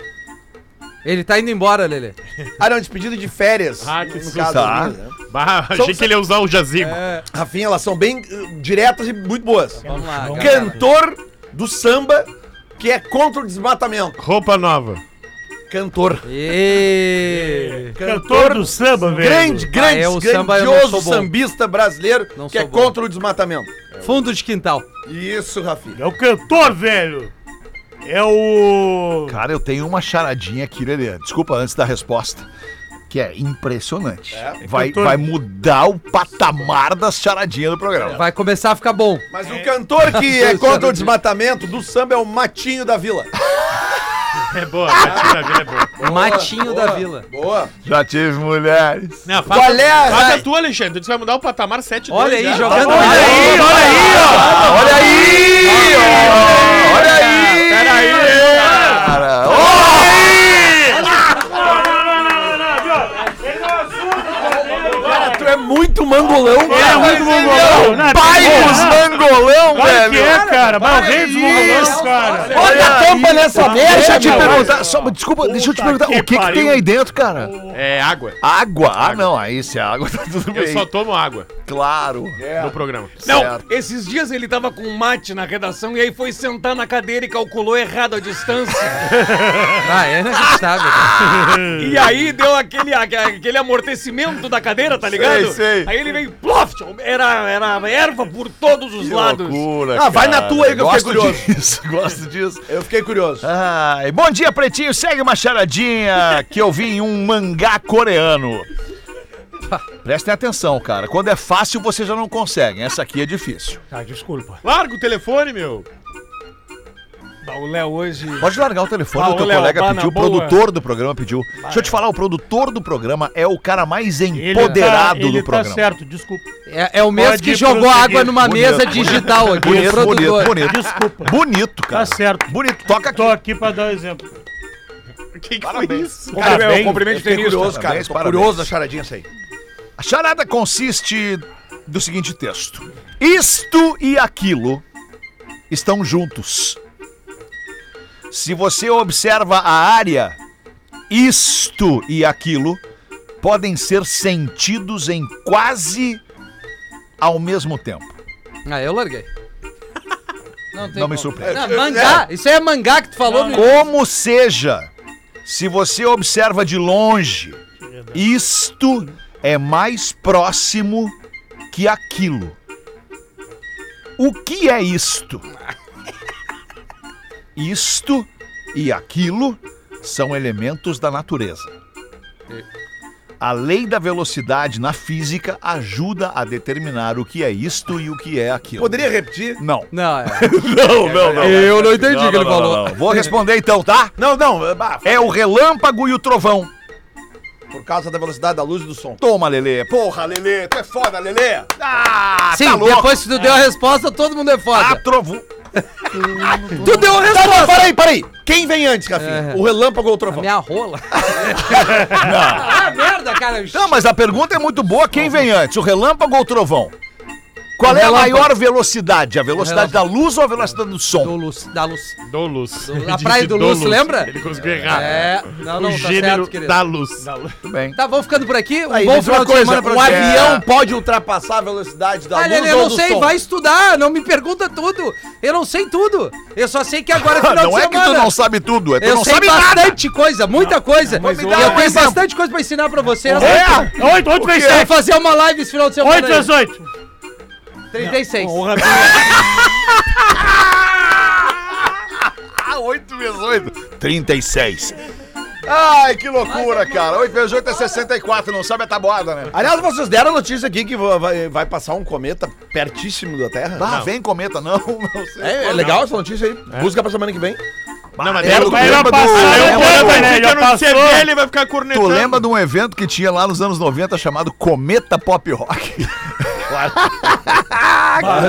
[SPEAKER 5] Ele tá indo embora, Lelê.
[SPEAKER 3] Ah, não, despedida de férias.
[SPEAKER 1] Ah, que susto.
[SPEAKER 4] Tá.
[SPEAKER 3] né?
[SPEAKER 1] Bah, achei que ele ia usar o jazigo.
[SPEAKER 4] É.
[SPEAKER 3] Rafinha, elas são bem eh, diretas e muito boas.
[SPEAKER 5] Vamos lá, cara.
[SPEAKER 3] Cantor do samba que é contra o desmatamento.
[SPEAKER 1] Roupa nova.
[SPEAKER 3] Cantor.
[SPEAKER 5] E...
[SPEAKER 6] Cantor do samba, velho.
[SPEAKER 3] Grande, grande,
[SPEAKER 5] Ah, é, o samba eu não
[SPEAKER 3] grandioso
[SPEAKER 5] sou bom.
[SPEAKER 3] sambista brasileiro
[SPEAKER 5] Não
[SPEAKER 3] que é
[SPEAKER 5] sou bom.
[SPEAKER 3] contra o desmatamento.
[SPEAKER 5] Fundo de quintal.
[SPEAKER 3] Isso, Rafinha.
[SPEAKER 6] É o cantor, velho. É o...
[SPEAKER 4] Cara, eu tenho uma charadinha aqui, Lelê. Desculpa antes da resposta. que é impressionante.
[SPEAKER 3] É.
[SPEAKER 4] Vai,
[SPEAKER 6] Cantor-
[SPEAKER 4] vai mudar o patamar das charadinhas do programa.
[SPEAKER 5] Vai começar a ficar bom.
[SPEAKER 3] Mas o cantor que é contra o desmatamento do samba é o Matinho da Vila.
[SPEAKER 6] É boa, Matinho da Vila é boa.
[SPEAKER 5] Matinho da Vila.
[SPEAKER 3] Boa.
[SPEAKER 4] Já tive mulheres.
[SPEAKER 1] Não, faz,
[SPEAKER 3] Qual é a-
[SPEAKER 1] faz a tua, Alexandre. Tu vai mudar o patamar 7-2.
[SPEAKER 5] Olha aí,
[SPEAKER 1] já.
[SPEAKER 5] jogando.
[SPEAKER 4] Olha aí, olha aí, ó. Olha aí, ó. Olha aí. Cara,
[SPEAKER 3] Cara, tu é muito mangolão.
[SPEAKER 6] É muito mongolão.
[SPEAKER 4] ó. Pai dos mangolão,
[SPEAKER 6] Olha que é,
[SPEAKER 4] velho.
[SPEAKER 6] cara. Mas o rei dos mongolão, cara.
[SPEAKER 4] Olha a tampa
[SPEAKER 3] nessa
[SPEAKER 4] Deixa eu te
[SPEAKER 6] meu,
[SPEAKER 4] perguntar, só, desculpa, deixa eu te
[SPEAKER 6] Puta
[SPEAKER 4] perguntar,
[SPEAKER 6] que
[SPEAKER 4] o que, que
[SPEAKER 6] pariu.
[SPEAKER 4] tem aí dentro, cara?
[SPEAKER 1] É água.
[SPEAKER 4] Água? Ah, não, aí se é água tá tudo
[SPEAKER 1] Eu
[SPEAKER 4] bem.
[SPEAKER 1] só É. tomo água
[SPEAKER 4] Claro.
[SPEAKER 1] no programa.
[SPEAKER 4] Não,
[SPEAKER 8] Esses dias ele tava com um mate na redação e aí foi sentar na cadeira e calculou errado a distância.
[SPEAKER 5] Ah, é inacreditável.
[SPEAKER 8] e aí deu aquele, aque- aquele amortecimento da cadeira, tá ligado?
[SPEAKER 4] sei.
[SPEAKER 8] Aí ele veio, plof! Era, era erva por todos os lados.
[SPEAKER 4] Loucura,
[SPEAKER 3] Ah, vai na tua aí que eu fiquei
[SPEAKER 4] gosto
[SPEAKER 3] curioso.
[SPEAKER 4] disso, gosto disso.
[SPEAKER 3] Eu fiquei curioso.
[SPEAKER 4] Ai, bom dia, Pretinho. Segue uma charadinha que eu vi em um mangá coreano. Prestem atenção, cara. Quando é fácil, vocês já não conseguem. Essa aqui é difícil.
[SPEAKER 8] Ah, desculpa.
[SPEAKER 1] Larga o telefone, meu.
[SPEAKER 8] Bah, O Léo hoje.
[SPEAKER 4] Pode largar o telefone,
[SPEAKER 8] Ah,
[SPEAKER 4] o teu
[SPEAKER 8] olha,
[SPEAKER 4] colega
[SPEAKER 8] bah,
[SPEAKER 4] pediu,
[SPEAKER 8] na
[SPEAKER 4] o
[SPEAKER 8] boa.
[SPEAKER 4] produtor do programa pediu. Deixa eu te falar, o produtor do programa é o cara mais
[SPEAKER 6] Ele tá-
[SPEAKER 4] empoderado
[SPEAKER 6] ele
[SPEAKER 4] do programa.
[SPEAKER 6] Tá certo, desculpa.
[SPEAKER 5] É, é o mesmo
[SPEAKER 6] Pode
[SPEAKER 5] que jogou
[SPEAKER 6] prosseguir.
[SPEAKER 5] água numa
[SPEAKER 4] Bonito,
[SPEAKER 5] mesa
[SPEAKER 4] bonito.
[SPEAKER 5] digital aqui, o
[SPEAKER 4] Bonito, bonito,
[SPEAKER 5] é produtor.
[SPEAKER 4] bonito.
[SPEAKER 6] Desculpa.
[SPEAKER 4] Bonito, cara.
[SPEAKER 6] Tá certo.
[SPEAKER 4] Bonito, toca aqui.
[SPEAKER 6] Tô aqui pra dar um exemplo.
[SPEAKER 1] O que, que foi isso?
[SPEAKER 8] Cara,
[SPEAKER 6] Tá
[SPEAKER 8] é
[SPEAKER 6] bem.
[SPEAKER 8] o cumprimento
[SPEAKER 3] Fiquei
[SPEAKER 8] tem isso.
[SPEAKER 3] curioso, cara.
[SPEAKER 4] Parabéns,
[SPEAKER 3] Tô
[SPEAKER 4] parabéns.
[SPEAKER 3] curioso da charadinha essa aí.
[SPEAKER 4] A charada consiste do seguinte texto: Isto e aquilo estão juntos. Se você observa a área, isto e aquilo podem ser sentidos em quase ao mesmo tempo.
[SPEAKER 5] Ah, eu larguei. Não, tem
[SPEAKER 4] Não me
[SPEAKER 5] como.
[SPEAKER 4] surpreende.
[SPEAKER 5] Não, mangá. Isso aí é mangá que tu falou no
[SPEAKER 4] Como seja, se você observa de longe, isto é mais próximo que aquilo. O que é isto? Isto e aquilo são elementos da natureza. A lei da velocidade na física ajuda a determinar o que é isto e o que é aquilo.
[SPEAKER 3] Poderia repetir?
[SPEAKER 4] Não.
[SPEAKER 5] Não, é.
[SPEAKER 4] Não, não, não.
[SPEAKER 5] Eu não entendi o que ele
[SPEAKER 4] não, não,
[SPEAKER 5] falou.
[SPEAKER 4] não. Vou responder então, tá?
[SPEAKER 3] Não, não. é, bah,
[SPEAKER 4] É o relâmpago e o trovão.
[SPEAKER 3] Por causa da velocidade da luz e do som.
[SPEAKER 4] Toma, Lelê. Pô,
[SPEAKER 3] Porra, Lelê, tu é foda, Lelê.
[SPEAKER 4] ah,
[SPEAKER 5] Sim,
[SPEAKER 4] tá louco.
[SPEAKER 5] depois que tu deu a resposta, todo mundo é
[SPEAKER 4] Ah,
[SPEAKER 5] foda.
[SPEAKER 4] trovo...
[SPEAKER 5] tu deu a
[SPEAKER 4] Tá,
[SPEAKER 5] resposta!
[SPEAKER 3] Peraí, peraí. Quem vem antes,
[SPEAKER 5] É.
[SPEAKER 3] Rafinha? O relâmpago ou o trovão?
[SPEAKER 5] Minha rola. ah, merda, cara.
[SPEAKER 4] Não, mas a pergunta é muito boa. Quem vem antes, o relâmpago ou o trovão? Qual
[SPEAKER 5] O
[SPEAKER 4] é a
[SPEAKER 5] relâmpago.
[SPEAKER 4] maior velocidade? A velocidade da luz ou a velocidade do
[SPEAKER 5] Do
[SPEAKER 4] som?
[SPEAKER 5] Luz, da Luz.
[SPEAKER 1] Dou luz.
[SPEAKER 5] Do-
[SPEAKER 1] Ele
[SPEAKER 5] a
[SPEAKER 1] disse
[SPEAKER 5] praia do Luz, lembra?
[SPEAKER 1] Ele conseguiu errar.
[SPEAKER 5] É, não, não,
[SPEAKER 1] o
[SPEAKER 5] tá
[SPEAKER 1] gênero
[SPEAKER 5] certo, querido.
[SPEAKER 1] da luz.
[SPEAKER 4] Tudo bem.
[SPEAKER 5] Tá, vamos ficando por aqui. Um
[SPEAKER 3] Aí,
[SPEAKER 5] bom
[SPEAKER 3] mas
[SPEAKER 5] final
[SPEAKER 3] uma
[SPEAKER 5] de
[SPEAKER 3] coisa,
[SPEAKER 5] semana pra É.
[SPEAKER 3] um
[SPEAKER 5] você.
[SPEAKER 3] avião pode ultrapassar a velocidade da
[SPEAKER 4] Tá
[SPEAKER 5] Ah,
[SPEAKER 3] luz
[SPEAKER 5] Lelê, eu
[SPEAKER 3] ou
[SPEAKER 5] não
[SPEAKER 3] do
[SPEAKER 5] sei,
[SPEAKER 3] som?
[SPEAKER 5] vai estudar, não me pergunta tudo. Eu não sei tudo. Eu só sei que agora é final
[SPEAKER 4] não
[SPEAKER 5] de
[SPEAKER 4] é que
[SPEAKER 5] semana.
[SPEAKER 4] tu não sabe tudo, é tu
[SPEAKER 5] eu
[SPEAKER 4] não
[SPEAKER 5] sei
[SPEAKER 4] sabe nada.
[SPEAKER 5] bastante coisa, muita coisa.
[SPEAKER 4] mas
[SPEAKER 5] E
[SPEAKER 4] dá um
[SPEAKER 5] eu tenho
[SPEAKER 4] exemplo.
[SPEAKER 5] bastante coisa pra ensinar pra vocês.
[SPEAKER 4] É?
[SPEAKER 6] Oito, oito vezes
[SPEAKER 5] Vou
[SPEAKER 6] sete.
[SPEAKER 5] fazer uma live esse final de semana.
[SPEAKER 6] Oito vezes
[SPEAKER 5] aí.
[SPEAKER 6] oito.
[SPEAKER 5] 36.
[SPEAKER 4] Ah, 8 vezes 8. 36. Ai, que loucura, cara. 8 vezes 8 é 64, não sabe a tabuada, né?
[SPEAKER 3] Aliás, vocês deram a notícia aqui que va- vai, vai passar um cometa pertíssimo da Terra?
[SPEAKER 4] Ah, vem cometa, não, não sei.
[SPEAKER 3] É, é legal essa notícia aí. Busca pra semana que vem.
[SPEAKER 1] Não, mas
[SPEAKER 4] É,
[SPEAKER 1] tu
[SPEAKER 4] tu
[SPEAKER 6] Mas já
[SPEAKER 4] lembra do-
[SPEAKER 6] passou,
[SPEAKER 4] é,
[SPEAKER 6] já
[SPEAKER 4] eu
[SPEAKER 6] foi,
[SPEAKER 4] lembro-
[SPEAKER 6] né? Já passou.
[SPEAKER 1] velho, ele é vai ficar cornetando.
[SPEAKER 4] Tu lembra de um evento que tinha lá nos anos 90 chamado Cometa Pop Rock? que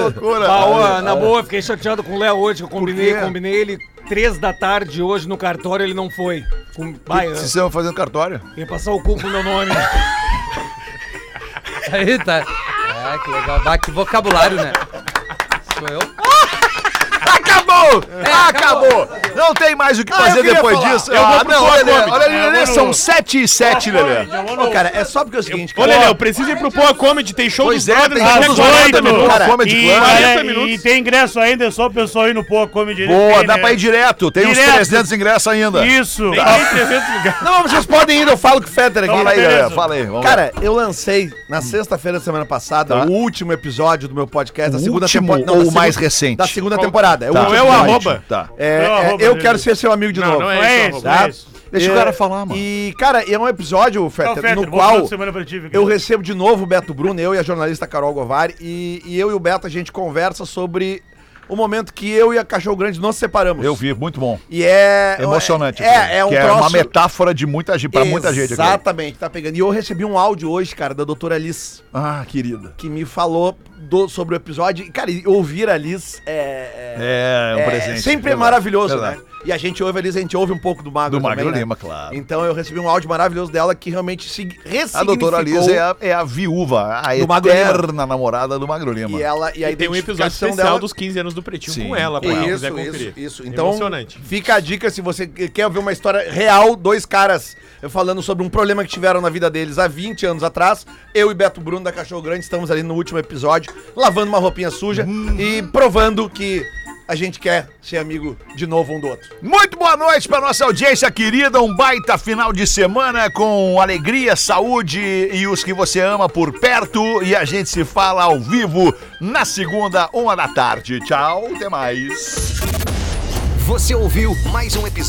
[SPEAKER 4] loucura!
[SPEAKER 8] Bah, ô, na boa, eu fiquei chateado com o Léo hoje, que eu combinei,
[SPEAKER 4] quê?
[SPEAKER 8] combinei ele três da tarde hoje no cartório, ele não foi. Com... Bah, eu-
[SPEAKER 4] Vocês estão fazendo um cartório?
[SPEAKER 8] ia passar o cu pro meu nome.
[SPEAKER 5] Aí tá. Ah, que legal. Ah, que vocabulário, né? Sou eu.
[SPEAKER 4] Acabou! acabou.
[SPEAKER 5] acabou.
[SPEAKER 4] Não tem mais o que
[SPEAKER 3] eu
[SPEAKER 4] fazer
[SPEAKER 3] queria
[SPEAKER 4] depois
[SPEAKER 3] falar.
[SPEAKER 4] disso.
[SPEAKER 1] Eu vou
[SPEAKER 4] Ah,
[SPEAKER 1] pro
[SPEAKER 4] não,
[SPEAKER 1] Poa
[SPEAKER 4] Lelê,
[SPEAKER 1] Comedy.
[SPEAKER 4] olha, Lelê,
[SPEAKER 1] Eu vou
[SPEAKER 4] são
[SPEAKER 1] no-
[SPEAKER 4] 7 e 7, Lelê.
[SPEAKER 3] Ô, cara, é só porque é o seguinte,
[SPEAKER 1] Ô, Lelê, eu preciso ir pro Poa Comedy, tem show
[SPEAKER 4] Pois
[SPEAKER 1] dos
[SPEAKER 4] é,
[SPEAKER 1] brothers
[SPEAKER 4] tem
[SPEAKER 1] até
[SPEAKER 4] show dos
[SPEAKER 1] agora.
[SPEAKER 4] brothers. 40 minutos,
[SPEAKER 6] Cara,
[SPEAKER 4] Comedy
[SPEAKER 6] e,
[SPEAKER 4] Club.
[SPEAKER 1] 40
[SPEAKER 6] é,
[SPEAKER 1] minutos.
[SPEAKER 6] e tem ingresso ainda, é só o pessoal ir no Pô Comedy.
[SPEAKER 4] Boa,
[SPEAKER 6] Tem,
[SPEAKER 4] dá
[SPEAKER 6] né?
[SPEAKER 4] pra ir direto. Tem uns
[SPEAKER 6] Direto.
[SPEAKER 4] 300 ingressos ainda.
[SPEAKER 6] Isso. Tem 300 lugares.
[SPEAKER 3] Não, vocês podem ir, eu falo com o Fetter aqui.
[SPEAKER 4] Fala aí,
[SPEAKER 6] beleza.
[SPEAKER 4] Lelê, fala aí. vamos lá.
[SPEAKER 3] Cara, eu lancei na sexta-feira da semana passada
[SPEAKER 4] Tá.
[SPEAKER 3] o último episódio do meu podcast da
[SPEAKER 4] O
[SPEAKER 3] segunda
[SPEAKER 4] último
[SPEAKER 3] temporada.
[SPEAKER 4] ou
[SPEAKER 3] da
[SPEAKER 4] o
[SPEAKER 3] segunda-
[SPEAKER 4] mais recente?
[SPEAKER 3] Da segunda temporada.
[SPEAKER 4] Tá.
[SPEAKER 3] último
[SPEAKER 1] Não é o
[SPEAKER 3] episódio.
[SPEAKER 1] arroba?
[SPEAKER 4] tá.
[SPEAKER 3] É,
[SPEAKER 6] Não é o
[SPEAKER 3] é,
[SPEAKER 6] arroba,
[SPEAKER 3] eu
[SPEAKER 6] né,
[SPEAKER 3] quero
[SPEAKER 6] Lelê?
[SPEAKER 3] ser seu amigo de
[SPEAKER 1] Não,
[SPEAKER 3] novo.
[SPEAKER 1] não é
[SPEAKER 6] Não é
[SPEAKER 1] isso,
[SPEAKER 6] isso,
[SPEAKER 1] arroba.
[SPEAKER 6] não
[SPEAKER 3] tá?
[SPEAKER 6] é isso.
[SPEAKER 4] Deixa o
[SPEAKER 3] É,
[SPEAKER 4] cara falar, mano.
[SPEAKER 3] E, cara, é um episódio,
[SPEAKER 6] Tá,
[SPEAKER 3] Feta,
[SPEAKER 6] Fetter,
[SPEAKER 3] no
[SPEAKER 6] bom final
[SPEAKER 3] qual
[SPEAKER 6] de semana pra ti, Vicky.
[SPEAKER 3] eu recebo de novo o Beto Bruno, eu e a jornalista Carol Govari, e, e eu e o Beto, a gente conversa sobre o momento que eu e a Cachorro Grande nos separamos.
[SPEAKER 4] Eu vi, muito bom.
[SPEAKER 3] E é...
[SPEAKER 4] Emocionante. aquilo,
[SPEAKER 3] É, é um
[SPEAKER 4] que
[SPEAKER 3] troço...
[SPEAKER 4] é uma metáfora de muita gente, pra muita gente. aquilo.
[SPEAKER 3] Exatamente, tá pegando. E eu recebi um áudio hoje, cara, da doutora Liz,
[SPEAKER 4] Ah, querida.
[SPEAKER 3] que me falou do- sobre o episódio. E, cara, e ouvir a Liz é...
[SPEAKER 4] É, um
[SPEAKER 3] é,
[SPEAKER 4] presente.
[SPEAKER 3] Sempre é
[SPEAKER 4] verdade,
[SPEAKER 3] maravilhoso,
[SPEAKER 4] verdade.
[SPEAKER 3] né? E a gente ouve a Liz, a gente ouve um pouco do Magro
[SPEAKER 4] Do Magro
[SPEAKER 3] também, né?
[SPEAKER 4] Lima, claro.
[SPEAKER 3] Então eu recebi um áudio maravilhoso dela que realmente se ressignificou.
[SPEAKER 4] A doutora Liz é a, é a viúva, a
[SPEAKER 3] Do Magro Lima.
[SPEAKER 4] eterna namorada do Magro Lima.
[SPEAKER 3] E ela e a
[SPEAKER 1] E tem um episódio
[SPEAKER 3] identificação
[SPEAKER 1] especial
[SPEAKER 3] dela...
[SPEAKER 1] dos 15 anos do Pretinho
[SPEAKER 4] Sim.
[SPEAKER 1] com ela, pra ela
[SPEAKER 3] Isso,
[SPEAKER 1] quiser conferir.
[SPEAKER 3] isso,
[SPEAKER 1] É
[SPEAKER 3] isso. Então,
[SPEAKER 1] Emocionante.
[SPEAKER 3] fica a dica se você quer ver uma história real, dois caras falando sobre um problema que tiveram na vida deles há 20 anos atrás. Eu e Beto Bruno da Cachorro Grande estamos ali no último episódio, lavando uma roupinha suja
[SPEAKER 1] Hum.
[SPEAKER 3] e provando que a gente quer ser amigo de novo um do outro.
[SPEAKER 4] Muito boa noite para nossa audiência querida. Um baita final de semana com alegria, saúde e os que você ama por perto. E a gente se fala ao vivo na segunda, uma da tarde. Tchau, até mais.
[SPEAKER 2] Você ouviu mais um episódio.